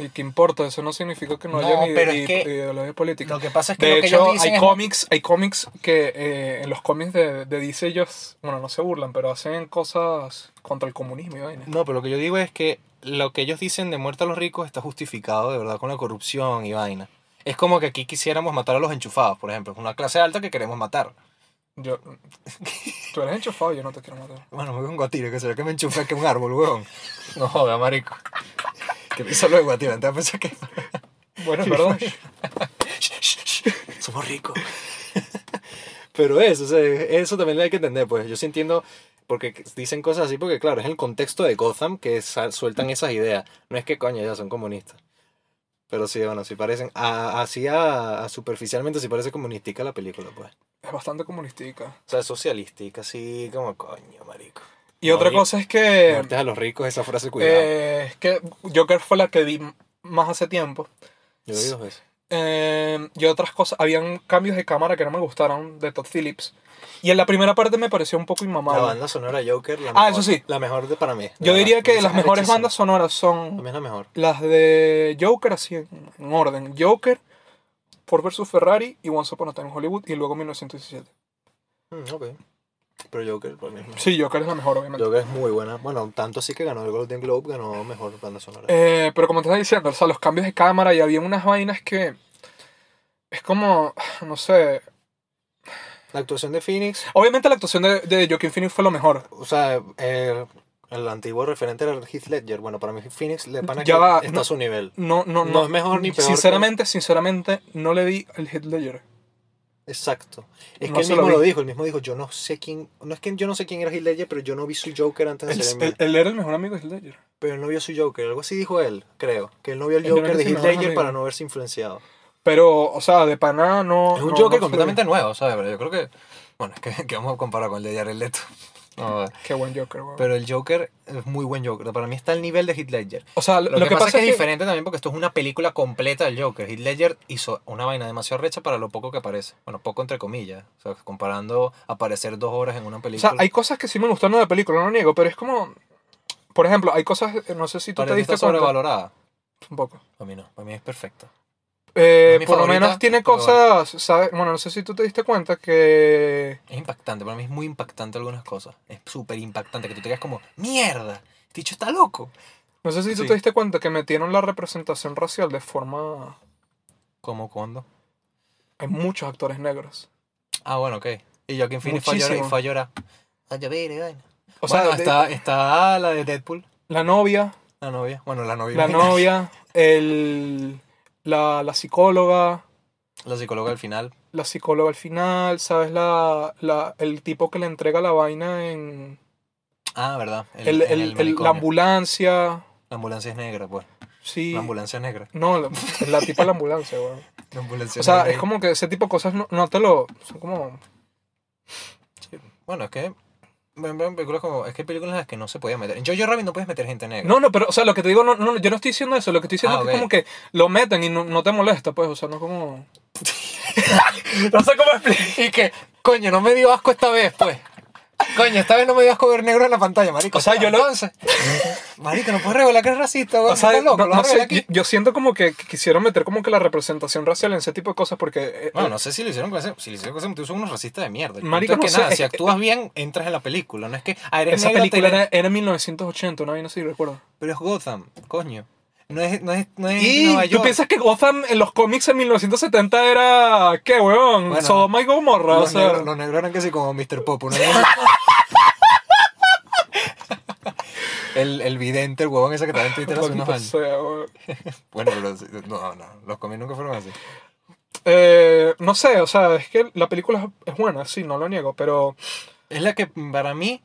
C: ¿Y qué importa? Eso no significa que no,
B: No,
C: haya ni,
B: pero
C: ni-
B: es que-
C: ideología política.
B: Lo que pasa es que
C: De
B: lo que ellos
C: hecho,
B: dicen
C: hay
B: es-
C: cómics, hay cómics que eh, en los cómics de, de DC ellos, bueno, no se burlan, pero hacen cosas contra el comunismo y vaina.
B: No, pero lo que yo digo es que lo que ellos dicen de muerte a los ricos está justificado de verdad con la corrupción y vaina. Es como que aquí quisiéramos matar a los enchufados, por ejemplo. Es una clase alta que queremos matar.
C: Yo, tú eres enchufado, yo no te quiero matar.
B: Bueno, me voy con guatire, que será que me enchufé que un árbol, weón. No joda, marico. Que me hizo lo de guatire, antes pensé que...
C: Bueno, es verdad.
B: Somos ricos. Pero eso, o sea, eso también lo hay que entender, pues. Yo sí entiendo, porque dicen cosas así, porque claro, es el contexto de Gotham que sa- sueltan esas ideas. No es que coño, ya son comunistas. Pero sí, bueno, sí parecen, a- así a, a superficialmente sí parece comunistica la película, pues.
C: Es bastante comunistica.
B: O sea, socialística, así como coño, marico.
C: Y
B: No,
C: otra
B: y-
C: cosa es que,
B: Muertes a los ricos, esa frase, cuidado.
C: eh, es que Joker fue la que vi más hace tiempo.
B: Yo lo vi dos veces.
C: Eh, y otras cosas. Habían cambios de cámara que no me gustaron de Todd Phillips. Y en la primera parte me pareció un poco
B: La
C: inmamable.
B: banda sonora Joker, la
C: Ah,
B: mejor-
C: eso sí.
B: La mejor de para mí.
C: Yo
B: La-
C: diría que
B: es
C: las mejores
B: arrechísima.
C: bandas sonoras son
B: También la mejor.
C: las de Joker, así en en orden. Joker, Ford vs. Ferrari y Once Upon a Time in Hollywood y luego 1917.
B: Mm, ok. Pero Joker, para mí. es mejor.
C: Sí, Joker es la mejor, obviamente.
B: Joker es muy buena. Bueno, tanto así que ganó el Golden Globe, ganó mejor banda sonora.
C: Eh, pero como te estaba diciendo, o sea, los cambios de cámara y había unas vainas que... Es como, no sé...
B: La actuación de Phoenix,
C: Obviamente la actuación de, de Joaquin Phoenix fue lo mejor.
B: o sea, eh, el antiguo referente era Heath Ledger. Bueno, para mí Phoenix le pana que
C: Ya va,
B: está
C: no.
B: a su nivel.
C: No, no, no.
B: No es mejor ni peor que-
C: Sinceramente, sinceramente, no le di el Heath Ledger.
B: Exacto. Es
C: No
B: que él
C: se lo
B: mismo lo
C: vi.
B: dijo, él mismo dijo, yo no sé quién, no es que yo no sé quién era Heath Ledger, pero yo no vi su Joker antes de
C: Él,
B: ser el
C: él-
B: mío.
C: él era el este. mejor amigo de Heath Ledger.
B: Pero él no vio su Joker, algo así dijo él, creo. Que él no vio el
C: Él no
B: Joker
C: era
B: de
C: su
B: Heath
C: mejor
B: Ledger
C: amigo.
B: para no verse influenciado.
C: Pero, o sea, de paná no...
B: Es un
C: no-
B: Joker
C: no fue-
B: completamente nuevo, ¿sabes? Pero yo creo que. Bueno, es que, que vamos a comparar con el de Jared Leto. No,
C: Qué buen Joker, weón.
B: pero el Joker es muy buen Joker. Para mí está al nivel de Heath Ledger.
C: O sea, lo,
B: Lo, que, pasa, es que es
C: que-
B: diferente también porque esto es una película completa del Joker. Heath Ledger hizo una vaina demasiado recha para lo poco que aparece. Bueno, poco entre comillas. O sea, comparando aparecer dos horas en una
C: O
B: película.
C: sea, hay cosas que sí me gustaron de la película, no lo niego, pero es como... Por ejemplo, hay cosas, no sé si tú
B: Para
C: te
B: mí
C: diste
B: está
C: cuenta.
B: sobrevalorada.
C: Un poco.
B: Para mí no. Para mí es perfecta.
C: Eh,
B: mi
C: por lo
B: favorita,
C: menos tiene
B: pero
C: cosas, ¿sabes? Bueno, no sé si tú te diste cuenta que...
B: Es impactante. Para mí es muy impactante algunas cosas. Es súper impactante que tú te digas como, ¡mierda! Este dicho está loco.
C: No sé si tú
B: Sí.
C: te diste cuenta que metieron la representación racial de forma...
B: ¿Cómo? ¿Cuándo?
C: Hay muchos actores negros.
B: Ah, bueno, ok. Y Joaquin Phoenix fue a llorar.
C: Muchísimo.
B: fue a llorar. Ah, A llorar y vaina.
C: O
B: Bueno,
C: sea, de-
B: está, está la de Deadpool,
C: la novia,
B: la novia. Bueno, la novia.
C: la novia, el, la, la psicóloga,
B: La psicóloga al final.
C: la psicóloga al final, ¿sabes? La, la, el tipo que le entrega la vaina en,
B: Ah, verdad. El,
C: el,
B: en
C: el-
B: el
C: el-
B: manicomio.
C: la ambulancia.
B: La ambulancia es negra, pues.
C: sí.
B: La ambulancia negra.
C: No, la, la tipa de la ambulancia, weón.
B: La ambulancia
C: O sea,
B: negra.
C: es como que ese tipo de cosas no, no te lo. Son como.
B: Bueno, es que. bueno, bueno, películas como, es que hay películas en las que no se podía meter. En Jojo Rabbit no puedes meter gente negra.
C: No, no, pero, o sea, lo que te digo, no, no, yo no estoy diciendo eso. Lo que estoy diciendo
B: Ah,
C: es que
B: ok.
C: es como que lo meten y no, no te molesta, pues, o sea, no como. no sé cómo explicar.
B: Y que, coño, no me dio asco esta vez, pues. Coño, esta vez no me dio asco ver negro en la pantalla, marico.
C: O sea, yo lo-
B: Entonces, marico, no puedes revelar que es racista, güey.
C: O sea,
B: Estás loco,
C: no,
B: lo
C: no
B: vas a
C: sé,
B: revelar
C: yo,
B: aquí.
C: yo siento como que que quisieron meter como que la representación racial en ese tipo de cosas porque... eh,
B: Bueno, no sé si lo hicieron con ese. Si lo hicieron con ese motivo, son unos racistas de mierda. El punto
C: Marico,
B: es que
C: no sé,
B: nada,
C: es
B: si
C: que-
B: actúas bien, entras en la película. No es que. Ah, eres
C: esa
B: negro, te-
C: película era, era en 1980, no, no sé si recuerdo.
B: Pero es Gotham, coño. No es, no es, no es
C: ¿Y
B: Nueva
C: tú
B: York.
C: piensas que Gotham en los cómics en 1970 era... ¿Qué, oh weón?
B: Bueno,
C: Sodoma y Gomorra, o
B: los,
C: sea...
B: negros, los negros eran que sí, como Mr. Pop. ¿no? el, el vidente, el huevón ese que estaba en Twitter hace unos
C: maldito
B: años.
C: sea, weón.
B: Bueno, pero sí, no, no, los cómics nunca fueron así.
C: Eh, no sé, o sea, es que la película es- es buena, sí, no lo niego, pero...
B: Es la que para mí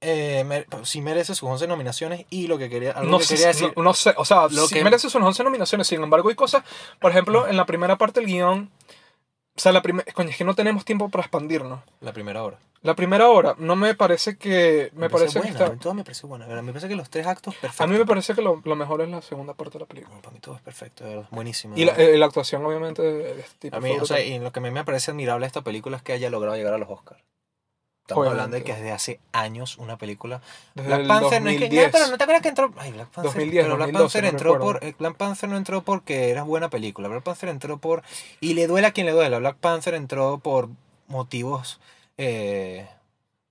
B: eh, mer- sí merece sus 11 nominaciones y lo que quería, algo
C: No
B: que
C: sé,
B: quería
C: si-
B: decir.
C: no, no sé, o sea,
B: Lo
C: sí
B: que-
C: merece sus 11 nominaciones, sin embargo hay cosas, por ejemplo, en la primera parte del guión, o sea, la primera, coño, es que no tenemos tiempo para expandirnos.
B: La primera hora.
C: La primera hora, no me parece que, me parece que
B: buena,
C: está,
B: en todo me parece buena. de verdad. Me parece que los tres actos perfectos.
C: a mí me parece que lo, lo mejor es la segunda parte de la película.
B: Bueno, para mí todo es perfecto, de verdad. Buenísimo. de
C: Y la,
B: verdad.
C: eh, la actuación, obviamente, de de este tipo.
B: Mm. a mí,
C: fue
B: o sea,
C: brutal.
B: y lo que a mí me parece admirable de esta película es que haya logrado llegar a los Oscars. Estamos
C: Obviamente.
B: hablando de que desde hace años una película.
C: Desde
B: Black
C: el
B: Panther no es que.
C: 2010.
B: No, pero no te acuerdas que entró. Ay, Black Panther.
C: 2010,
B: pero Black
C: 2012,
B: Panther
C: no
B: entró
C: recuerdo.
B: por. eh, Black Panther no entró porque era buena película. Black Panther entró por. Y le duele a quien le duela. Black Panther entró por motivos. eh,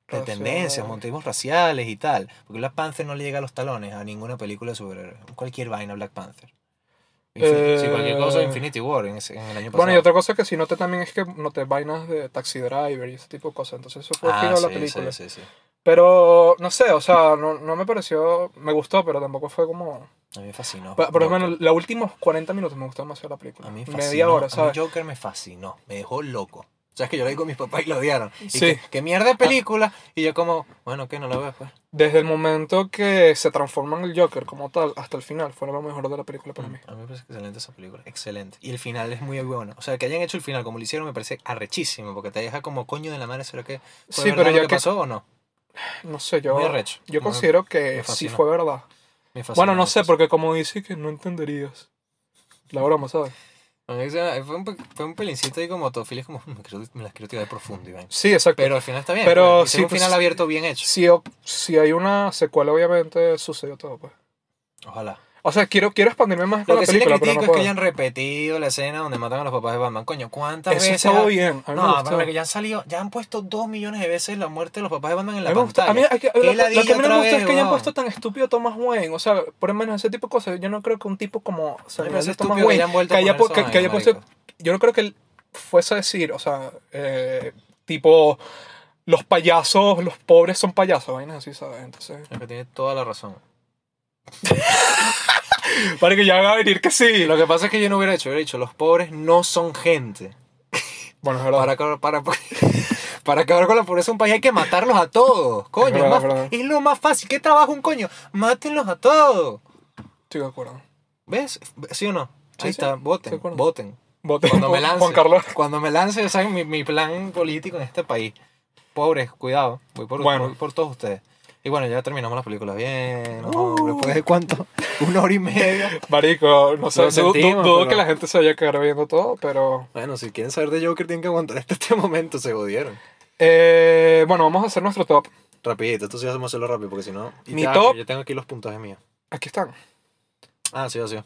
B: de
C: Raciales.
B: tendencias, motivos raciales y tal. Porque Black Panther no le llega a los talones a ninguna película sobre cualquier vaina Black Panther. Infin- sí, cualquier cosa
C: Eh,
B: Infinity War en, ese- en el año pasado.
C: Bueno, y otra cosa que sí noté también es que noté vainas de Taxi Driver y ese tipo de cosas. Entonces eso fue el giro de la
B: Ah, sí,
C: película.
B: sí, sí,
C: Pero, no sé, o sea, no, no me pareció... Me gustó, pero tampoco fue como...
B: sí. A mí me fascinó.
C: Pa- Por lo
B: Joker.
C: menos los últimos 40 minutos me gustó demasiado la película.
B: a mí me fascinó.
C: Media hora,
B: A mí
C: ¿sabes?
B: Joker me fascinó. Me dejó loco. O sea, es que yo le digo a mis papás y lo odiaron. Y
C: Sí. Ah.
B: que, que mierda de película. Y yo como, bueno, que no la veo después.
C: Desde el momento que se transforma en el Joker como tal hasta el final, fue lo mejor de la película para mí.
B: A mí me parece excelente esa película. Excelente. Y el final es muy bueno. O sea, que hayan hecho el final como lo hicieron me parece arrechísimo. Porque te deja como coño de la madre. ¿Será que fue
C: Sí,
B: verdad
C: pero
B: lo
C: ya
B: que,
C: que-
B: pasó o no?
C: No sé, yo...
B: muy arrecho.
C: Yo
B: Me-
C: considero
B: me
C: que sí
B: fascinó.
C: fue verdad.
B: me fascinó,
C: Bueno,
B: me
C: no sé,
B: fascinó.
C: porque como dice que no entenderías. La broma, ¿sabes?
B: A mí se- Fue un, pe- fue un pelincito ahí como tofiles como, "Mm, me, quiero- me las quiero tirar profundo, Iván.
C: Sí, exacto.
B: Pero al final está bien.
C: Pero
B: pues, hicieron
C: sí,
B: un
C: pues,
B: final abierto bien hecho.
C: si, o- si hay una secuela, obviamente sucedió todo, pues.
B: Ojalá.
C: O sea, quiero, quiero expandirme más con
B: Lo que
C: la
B: sí le
C: película, pero
B: critico
C: no
B: es que
C: puedo.
B: hayan repetido la escena donde matan a los papás de Batman. Coño, ¿cuántas
C: Eso
B: veces?
C: estuvo
B: ha-
C: bien. A mí me
B: No,
C: gustó.
B: pero que ya han salido, ya han puesto dos millones de veces la muerte de los papás de Batman en la
C: A mí me gusta-
B: pantalla.
C: a mí- hay que-
B: Qué
C: lo, que- lo que
B: ladilla
C: a mí no
B: otra
C: me gusta es
B: vez,
C: que hayan
B: weón.
C: puesto tan estúpido a Thomas Wayne. O sea, por lo menos ese tipo de cosas. Yo no creo que un tipo como o sea,
B: Me parece
C: ese
B: estúpido
C: Thomas
B: que
C: Wayne
B: hayan vuelto
C: que
B: a
C: haya,
B: poner
C: pu-
B: esa
C: que- que haya
B: vaina,
C: puesto.
B: marico.
C: Yo no creo que él fuese a decir, o sea, eh, tipo, los payasos, los pobres son payasos, vainas así, ¿sabes? Entonces.
B: Es que tiene toda la razón.
C: Para que ya va a venir que sí.
B: Lo que pasa es que yo no hubiera hecho, hubiera dicho, los pobres no son gente.
C: Bueno, es verdad.
B: Para acabar, para, para acabar con la pobreza de un país hay que matarlos a todos. Coño,
C: verdad,
B: más-
C: es verdad.
B: es lo más fácil. ¿Qué trabajo un coño? Mátenlos a todos.
C: Estoy de acuerdo.
B: ¿Ves? ¿Sí o no?
C: Sí,
B: Ahí
C: sí,
B: está, voten,
C: estoy de acuerdo.
B: voten.
C: Voten
B: Cuando
C: por
B: me lance.
C: Juan Carlos.
B: Cuando me lance, ese es mi, mi plan político en este país. Pobres, cuidado. Voy por,
C: Bueno.
B: voy por todos ustedes. Y bueno, ya terminamos las películas bien. No,
C: Uh.
B: hombre, ¿Después de cuánto? Una hora y media.
C: Marico, no sé,
B: Lo
C: du- du-
B: sentimos,
C: dudo
B: pero-
C: que la gente se vaya a quedar viendo todo, pero...
B: Bueno, si quieren saber de Joker, tienen que aguantar hasta este momento. Se jodieron.
C: Eh, bueno, vamos a hacer nuestro top.
B: Rapidito, entonces hacemos hacerlo rápido porque si no. y
C: Mi
B: ya,
C: top.
B: Yo tengo aquí los puntajes míos.
C: Aquí están.
B: Ah, sí, sí.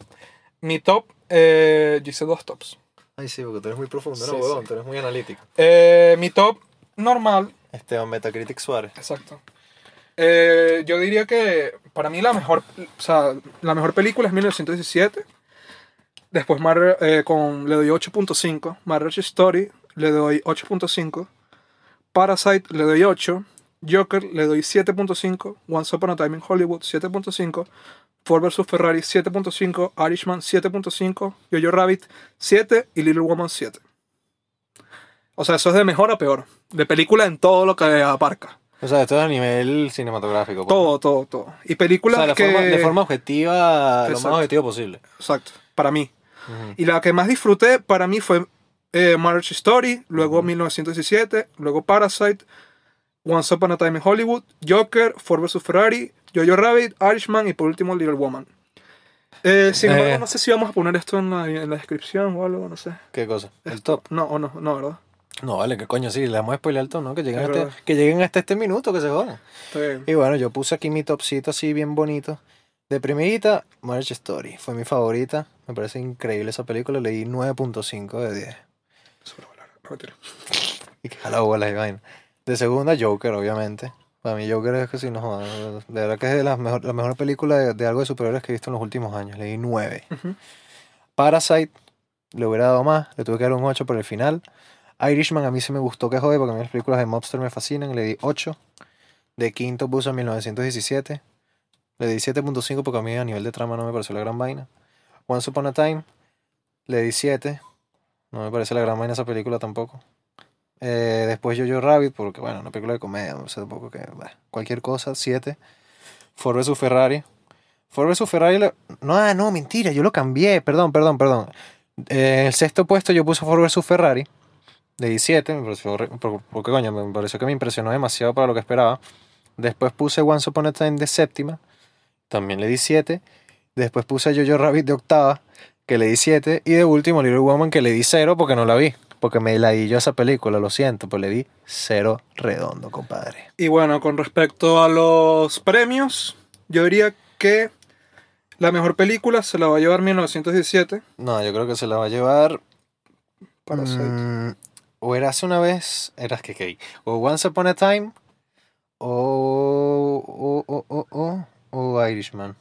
C: Mi top, eh, yo hice dos tops.
B: Ay, sí, porque tú eres muy profundo,
C: Sí,
B: ¿no, huevón?
C: sí.
B: Tú eres muy analítico.
C: Eh, mi top normal,
B: Esteban Este, Metacritic Suárez.
C: exacto. Eh, yo diría que para mí la mejor, o sea, la mejor película es 1917. Después Mar- eh, con, le doy 8.5. Marriage Story le doy 8.5. Parasite le doy 8. Joker le doy 7.5. Once Upon a Time in Hollywood 7.5. Ford vs Ferrari 7.5. Irishman 7.5. Yo-Yo Rabbit 7. Y Little Woman 7. O sea, eso es de mejor a peor. De película en todo lo que abarca.
B: O sea, esto es a nivel cinematográfico. pues.
C: Todo, todo, todo. Y
B: O
C: películas
B: sea, de,
C: que...
B: forma, de forma objetiva, lo
C: Exacto.
B: más objetivo posible.
C: Exacto, para mí. Y la que más disfruté para mí fue eh, Marriage Story, luego
B: Ujú.
C: 1917, luego Parasite, Once Upon a Time in Hollywood, Joker, Ford vs. Ferrari, Jojo Rabbit, Irishman y por último Little Woman. Eh, sin
B: Eh.
C: embargo, no sé si vamos a poner esto en la, en la descripción o algo, no sé.
B: ¿Qué cosa? El top.
C: No, o no, no, ¿verdad?
B: No, vale, que coño, sí, le hemos spoileado el top, ¿no? Que lleguen,
C: Es
B: hasta,
C: verdad.
B: que lleguen hasta este minuto, que se jodan.
C: Está bien.
B: Y bueno, yo puse aquí mi topcito así bien bonito. De primerita, Marriage Story. Fue mi favorita. Me parece increíble esa película. Le di 9.5 de 10. Eh.
C: Sobrevalorado, no, mentira.
B: Y que jala bolas y vaina. De segunda, Joker, obviamente. Para mí Joker es que si no jodan. De verdad que es de las mejor, la mejor película de, de algo de superhéroes que he visto en los últimos años. Le di 9.
C: Ujú.
B: Parasite, le hubiera dado más. Le tuve que dar un 8 por el final. Irishman a mí sí me gustó que jode porque a mí las películas de Mobster me fascinan. Le di 8. De quinto puse a 1917. Le di 7.5 porque a mí a nivel de trama no me pareció la gran vaina. Once Upon a Time. Le di 7. No me parece la gran vaina esa película tampoco. Eh, después Jojo Rabbit, porque bueno, una película de comedia, o sea, tampoco que. bah, cualquier cosa, 7. Ford vs Ferrari. Ford vs Ferrari. le- No, ah, no, mentira, yo lo cambié. Perdón, perdón, perdón. Eh, en el sexto puesto yo puse Ford vs Ferrari. De 17, me pareció horri- por- porque coño, me pareció que me impresionó demasiado para lo que esperaba. Después puse Once Upon a Time de séptima, también le di 7. Después puse Jojo Rabbit de octava, que le di 7. Y de último Little Woman, que le di 0 porque no la vi. Porque me la di yo esa película, lo siento, pues le di 0 redondo, compadre.
C: Y bueno, con respecto a los premios, yo diría que la mejor película se la va a llevar 1917.
B: No, yo creo que se la va a llevar
C: Parasite.
B: Mm, o eras una vez, eras que que O Once Upon a Time, o. O, o, o, o, o Irishman.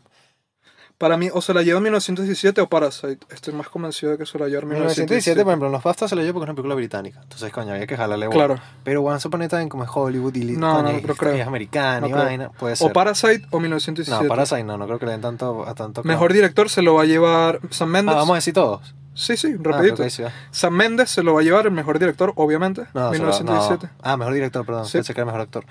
C: Para mí, o se la lleva 1917 o Parasite. Estoy más convencido de que se la lleva
B: 1917,
C: 1917.
B: por ejemplo, en los pastas se lo llevo porque es una película británica. Entonces, coño, había que jalarle bola.
C: Claro.
B: Pero Once Upon a Time, como es Hollywood y
C: No,
B: coño,
C: no,
B: y
C: no creo.
B: es americana
C: No
B: y
C: creo.
B: vaina, puede ser.
C: O Parasite o
B: no,
C: 1917.
B: Parasite no, no creo que le den tanto, a tanto.
C: Mejor director se lo va a llevar Sam
B: Ah,
C: Mendes.
B: vamos a decir todos.
C: Sí, sí,
B: Ah,
C: rapidito.
B: ok, sí, va.
C: Sam Mendes se lo va a llevar el mejor director, obviamente.
B: No, se lo-
C: 1917.
B: no. Ah, mejor director, perdón.
C: Sí.
B: Pensé que era mejor actor.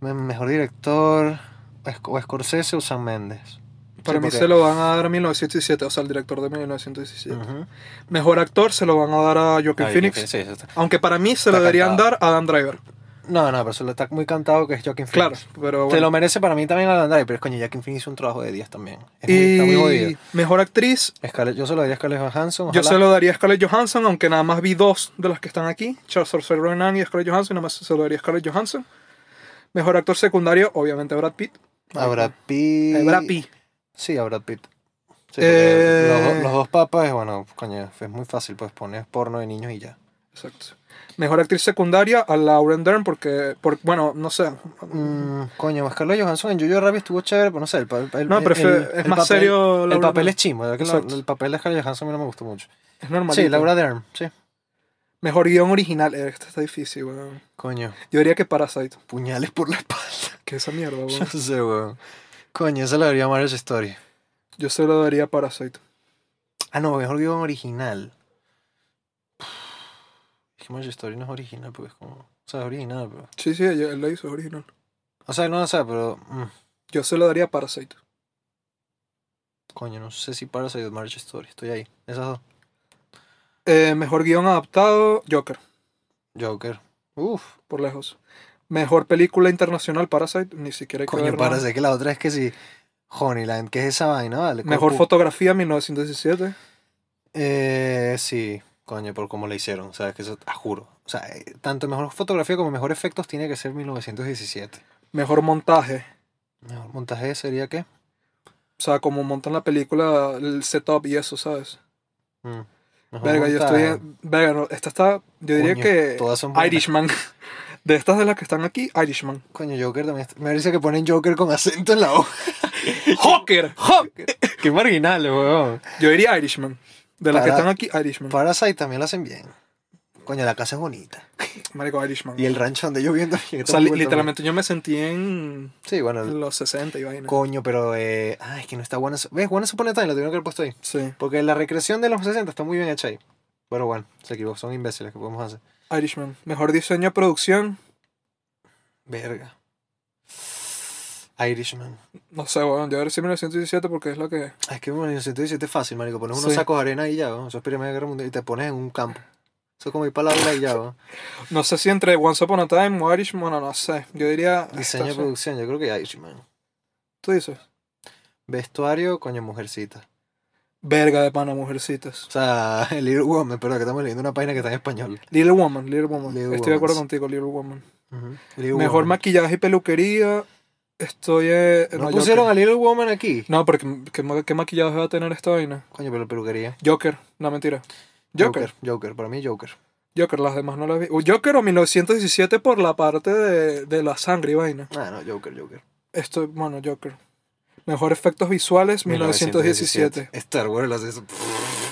B: Me- Mejor director. Esc- O Scorsese o Sam Mendes.
C: Para
B: Sí,
C: mí
B: porque-
C: se lo van a dar 1917, o sea, el director de 1917.
B: Ujú.
C: Mejor actor se lo van a dar a Joaquin
B: Mm. Ay,
C: Phoenix.
B: Joaquin- sí, eso está-
C: Aunque para mí se
B: Está
C: lo deberían
B: cantado.
C: dar a Dan Driver.
B: No, no, pero se lo está muy cantado que es Joaquin Phoenix.
C: Claro, pero
B: Se
C: bueno.
B: lo merece para mí también Alan Driver, pero es coño, Joaquin Phoenix hizo un trabajo de 10 también. Es muy- está muy
C: Y
B: jodido.
C: mejor actriz
B: Scarlett- yo se lo daría a Scarlett Johansson.
C: Yo
B: ojalá.
C: se lo daría a Scarlett Johansson, aunque nada más vi dos de las que están aquí. Charles Sorcerer Ronan y Scarlett Johansson, nada más se lo daría a Scarlett Johansson. Mejor actor secundario, obviamente Brad Pitt.
B: A Brad Pitt.
C: Eh, Brad Pitt.
B: Sí, a Brad Pitt. Sí, porque
C: Eh.
B: los, dos- los dos papas, bueno, coño, es muy fácil, pues poner porno de niños y ya.
C: Exacto. Mejor actriz secundaria a Lauren Dern, porque, por- bueno, no sé.
B: Mm, coño, Scarlett Johansson en Jojo Rabbit estuvo chévere, pero no sé, el, pa- el-
C: No,
B: el-
C: pero
B: el-
C: es- es
B: el
C: más
B: papel-
C: serio
B: El
C: Laura
B: papel
C: Dern.
B: es chimo, la verdad que la-
C: Exacto.
B: el papel de Scarlett Johansson a mí no me gustó mucho.
C: Es normal.
B: Sí, Laura Dern, sí.
C: Mejor guión original. Eh, Esto está difícil, weón.
B: Coño,
C: Yo diría que Parasite.
B: puñales por la espalda.
C: Que esa mierda,
B: Yo
C: weón.
B: no sé, weón. Coño, esa la debería Marriage Story.
C: Yo se lo daría a Parasite.
B: Ah, no, mejor guión original. Es que Marriage Story no es original, porque es como. O sea, es original, pero.
C: Sí, sí, ella- él la hizo es original.
B: O sea, no, o sea, pero. mm,
C: Yo se lo daría a Parasite.
B: coño, no sé si Parasite o Marriage Story. Estoy ahí. Esas dos.
C: Eh, mejor guión adaptado, Joker.
B: Joker. Uf.
C: por lejos. Mejor película internacional, Parasite, ni siquiera hay que
B: Coño,
C: verla.
B: Parasite, que la otra es que sí. Honeyland, ¿qué es esa vaina? Vale.
C: Mejor
B: Corpus-
C: fotografía, 1917.
B: Eh, sí, coño, por cómo la hicieron, sabes que eso, ah, juro. O sea, eh, tanto mejor fotografía como mejor efectos tiene que ser 1917.
C: Mejor montaje,
B: Mejor montaje sería que
C: o sea, como montan la película, el setup y eso, ¿sabes?
B: mm, mejor
C: Verga, yo estoy
B: montaje.
C: en... Verga, no, esta está... Yo diría
B: Coño,
C: que...
B: todas son buenas.
C: Irishman. De estas de las que están aquí, Irishman.
B: Coño, Joker también. está- Me parece que ponen Joker con acento en la hoja.
C: ¡Joker!
B: Qué marginales, weón.
C: Yo diría Irishman. De las que
B: Para-
C: están aquí, Irishman.
B: Parasite también lo hacen bien. Coño, la casa es bonita.
C: Marico, Irishman.
B: Y el rancho donde yo viendo. yo
C: O sea, li-
B: tampoco-
C: literalmente yo me sentí en
B: Sí, bueno. el-
C: los 60 y vaina.
B: Coño, pero. Eh, ay, es que no está buena. ¿Ves? Buena supone time, lo tuvieron que haber puesto ahí.
C: Sí,
B: Porque la recreación de los 60 está muy bien hecha ahí. Pero bueno, se equivocó, son imbéciles que podemos hacer.
C: Irishman. Mejor diseño de producción,
B: Verga. Irishman.
C: No sé, bueno, yo decir 1917 porque es lo que.
B: Ah, Es que bueno, 1917 es fácil, marico. Pones unos
C: Sí.
B: sacos de arena y ya, ¿no? Eso es Primera Guerra Mundial y te pones en un campo. Eso es como ir para la ola y ya, ¿no?
C: No sé si entre Once Upon a Time o Irishman, no, no sé. Yo diría.
B: Diseño y
C: Esta-
B: producción, yo creo que Irishman.
C: Tú dices.
B: Vestuario, coño, mujercita.
C: Verga de pana, mujercitas.
B: O sea, Little Woman, pero que estamos leyendo una página que está en español.
C: Little Woman, Little Woman.
B: Little
C: Estoy de acuerdo
B: Woman.
C: contigo, Little Woman.
B: Little
C: Mejor
B: Woman.
C: maquillaje y peluquería. Estoy. eh,
B: ¿No
C: no,
B: pusieron
C: Joker.
B: a Little Woman aquí?
C: No, porque ¿qué, ma- qué maquillaje va a tener esta vaina?
B: Coño, pero la peluquería.
C: Joker, no mentira. Joker.
B: Joker, Joker, para mí Joker.
C: Joker, las demás no las vi. Joker o 1917 por la parte de, de la sangre y vaina.
B: Ah, no, Joker, Joker.
C: Esto, bueno, Joker. Mejor efectos visuales, 1917.
B: Star Wars lo hace eso.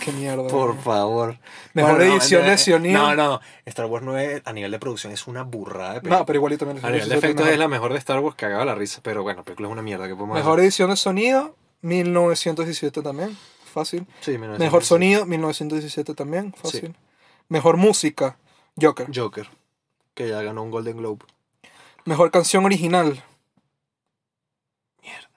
C: Qué mierda.
B: Por
C: ¿no?
B: favor.
C: Mejor
B: Bueno, no,
C: edición
B: no,
C: de sonido.
G: No, no, Star Wars no es, a nivel de producción es una burrada de película.
C: No, pero igualito también.
G: a nivel de
C: 1917
G: efectos es
C: mejor.
G: la mejor de Star Wars, cagaba la risa, pero bueno, película es una mierda que podemos
C: Mejor
G: hacer.
C: edición de sonido, 1917 también. Fácil.
B: Sí, menos
C: Mejor sonido, 1917 también. Fácil. Mejor música, Joker.
B: Joker, que ya ganó un Golden Globe.
C: Mejor canción original.
B: Mierda.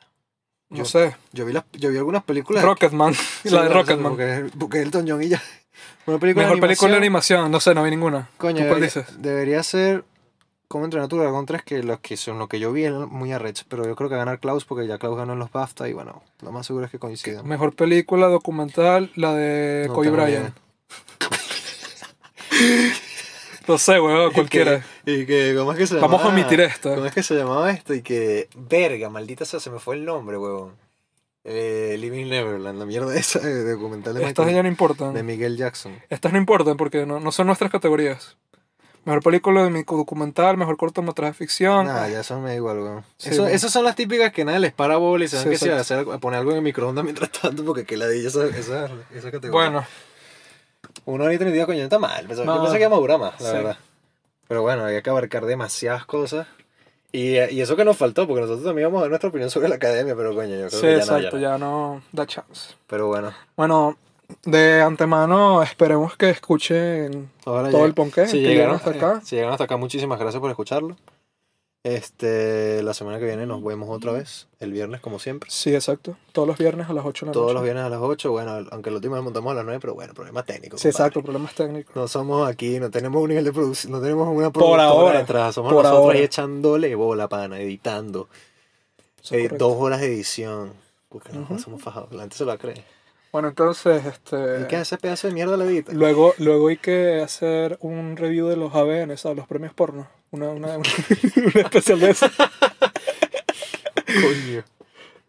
C: No
B: Yo-
C: sé.
B: Yo vi, las, yo vi algunas películas.
C: Rocketman.
B: Sí,
C: la de
B: bueno,
C: Rocketman.
B: Porque, porque Elton John y ya. Una película
C: Mejor
B: de
C: película de
B: animación.
C: animación. No sé, no vi ninguna.
B: Coño,
C: ¿Tú cuál
B: debería,
C: dices?
B: debería ser como entrenar tu dragón 3, que los que son lo que yo vi eran muy arrechos, pero yo creo que ganar Klaus porque ya Klaus ganó en los BAFTA y bueno, lo más seguro es que coincidan.
C: Mejor película documental, la de
B: No
C: Kobe
B: tengo
C: Bryant. No sé, weón, cualquiera.
B: Y que, ¿cómo es que se llamaba?
C: Vamos a omitir
B: ¿Cómo
C: esta.
B: es que se llamaba esto? Y que, verga, maldita sea, se me fue el nombre, huevón. Eh, Living Neverland, la mierda esa de documental de,
C: Estas
B: Michael-
C: ya no
B: de
C: importan.
B: Miguel Jackson.
C: Estas no importan porque no, no son nuestras categorías. Mejor película de mi documental, mejor cortometraje de ficción.
B: Nada, ya eso me da igual, weón.
C: Sí,
B: Eso-
C: weón.
B: Esas son las típicas que nada les para bola y se dan
C: Sí,
B: que se va a,
C: exacto.
B: hacer- a poner algo en el microondas mientras tanto, porque que ladilla esa, esa, esa categoría.
C: bueno,
B: Una horita y treinta y dos, coño, está mal. Pensaba,
C: No.
B: Yo pensé que íbamos a durar más, la
C: Sí.
B: verdad. Pero bueno, había que abarcar demasiadas cosas. Y, eh, y eso que nos faltó, porque nosotros también íbamos a dar nuestra opinión sobre la academia, pero coño, yo creo
C: sí,
B: que ya no, ya
C: exacto,
B: no.
C: ya no da chance.
B: Pero bueno,
C: Bueno, de antemano esperemos que escuchen
B: ahora
C: todo
B: ya-
C: el ponqué.
B: si
C: que
B: llegaron
C: hasta acá.
B: Si llegaron hasta acá, muchísimas gracias por escucharlo. Este, la semana que viene nos vemos otra vez, el viernes como siempre.
C: Sí, exacto. Todos los viernes a las 8 de la noche.
B: Todos los viernes a las 8, bueno, aunque la última vez montamos a las 9, pero bueno, problema técnico.
C: Sí,
B: compadre.
C: exacto, problemas técnicos.
B: No somos aquí, no tenemos un nivel de producción, no tenemos una
C: Por
B: productora
C: ahora,
B: detrás, somos
C: por
B: nosotros
C: ahora.
B: ahí echándole bola, pana, editando.
C: Eso
B: Eh,
C: es correcto.
B: dos horas de edición. Porque no,
C: Ujú.
B: somos fajados, la gente se lo cree.
C: Bueno, entonces,
B: ¿Y qué
C: este.
B: hace ese pedazo de mierda la edita?
C: Luego, luego hay que hacer un review de los ABN, ¿sabes? Los premios porno. Una, una, una especial de eso.
B: Coño.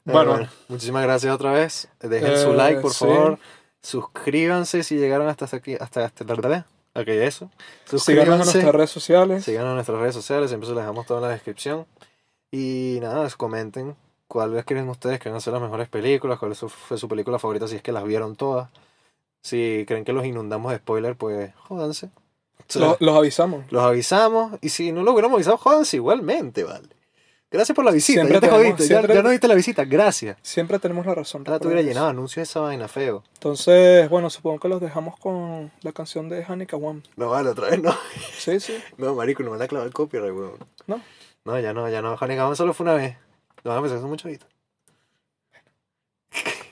C: Bueno.
B: Bueno, muchísimas gracias otra vez. Dejen su
C: Eh,
B: like, por
C: sí.
B: favor. Suscríbanse si llegaron hasta aquí, hasta hasta ¿verdad? Ok, eso.
C: Síganos en
B: Suscríbanse.
C: nuestras redes sociales.
B: Síganos en nuestras redes sociales, siempre se las dejamos todo en la descripción. Y nada, pues, comenten cuáles creen ustedes que van a ser las mejores películas, cuál es su- fue su película favorita, si es que las vieron todas. Si creen que los inundamos de spoiler, pues jódanse. O sea,
C: Lo- los avisamos.
B: los avisamos y si no lo hubiéramos avisado, jódanse igualmente, vale. Gracias por la visita,
C: Siempre
B: ya te
C: tenemos-
B: jodiste, ya-
C: siempre-
B: ya, no diste la visita, gracias.
C: Siempre tenemos la razón.
B: Ahora te hubiera
C: recuerden eso.
B: llenado de anuncios esa vaina feo.
C: Entonces, bueno, supongo que los dejamos con la canción de Hanika One.
B: No vale, otra vez no.
C: Sí, sí.
B: No, marico, no van a clavar el copyright, weón.
C: No.
B: No, ya no, ya no. Johnny Gabón solo fue una vez. Lo van a pensar eso mucho ahorita.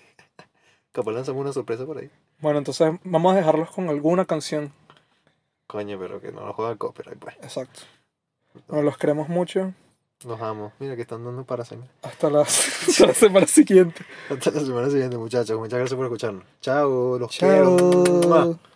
B: Capaz lanzamos una sorpresa por ahí.
C: Bueno, entonces vamos a dejarlos con alguna canción.
B: Coño, pero que no lo juega el copyright, pues.
C: Exacto. Bueno, los queremos mucho.
B: Nos amo. Mira que están dando para hacer.
C: Hasta la, hasta la semana siguiente.
B: Hasta la semana siguiente, muchachos. Muchas gracias por escucharnos. Chao, los quiero.
C: Chao.
B: Mua.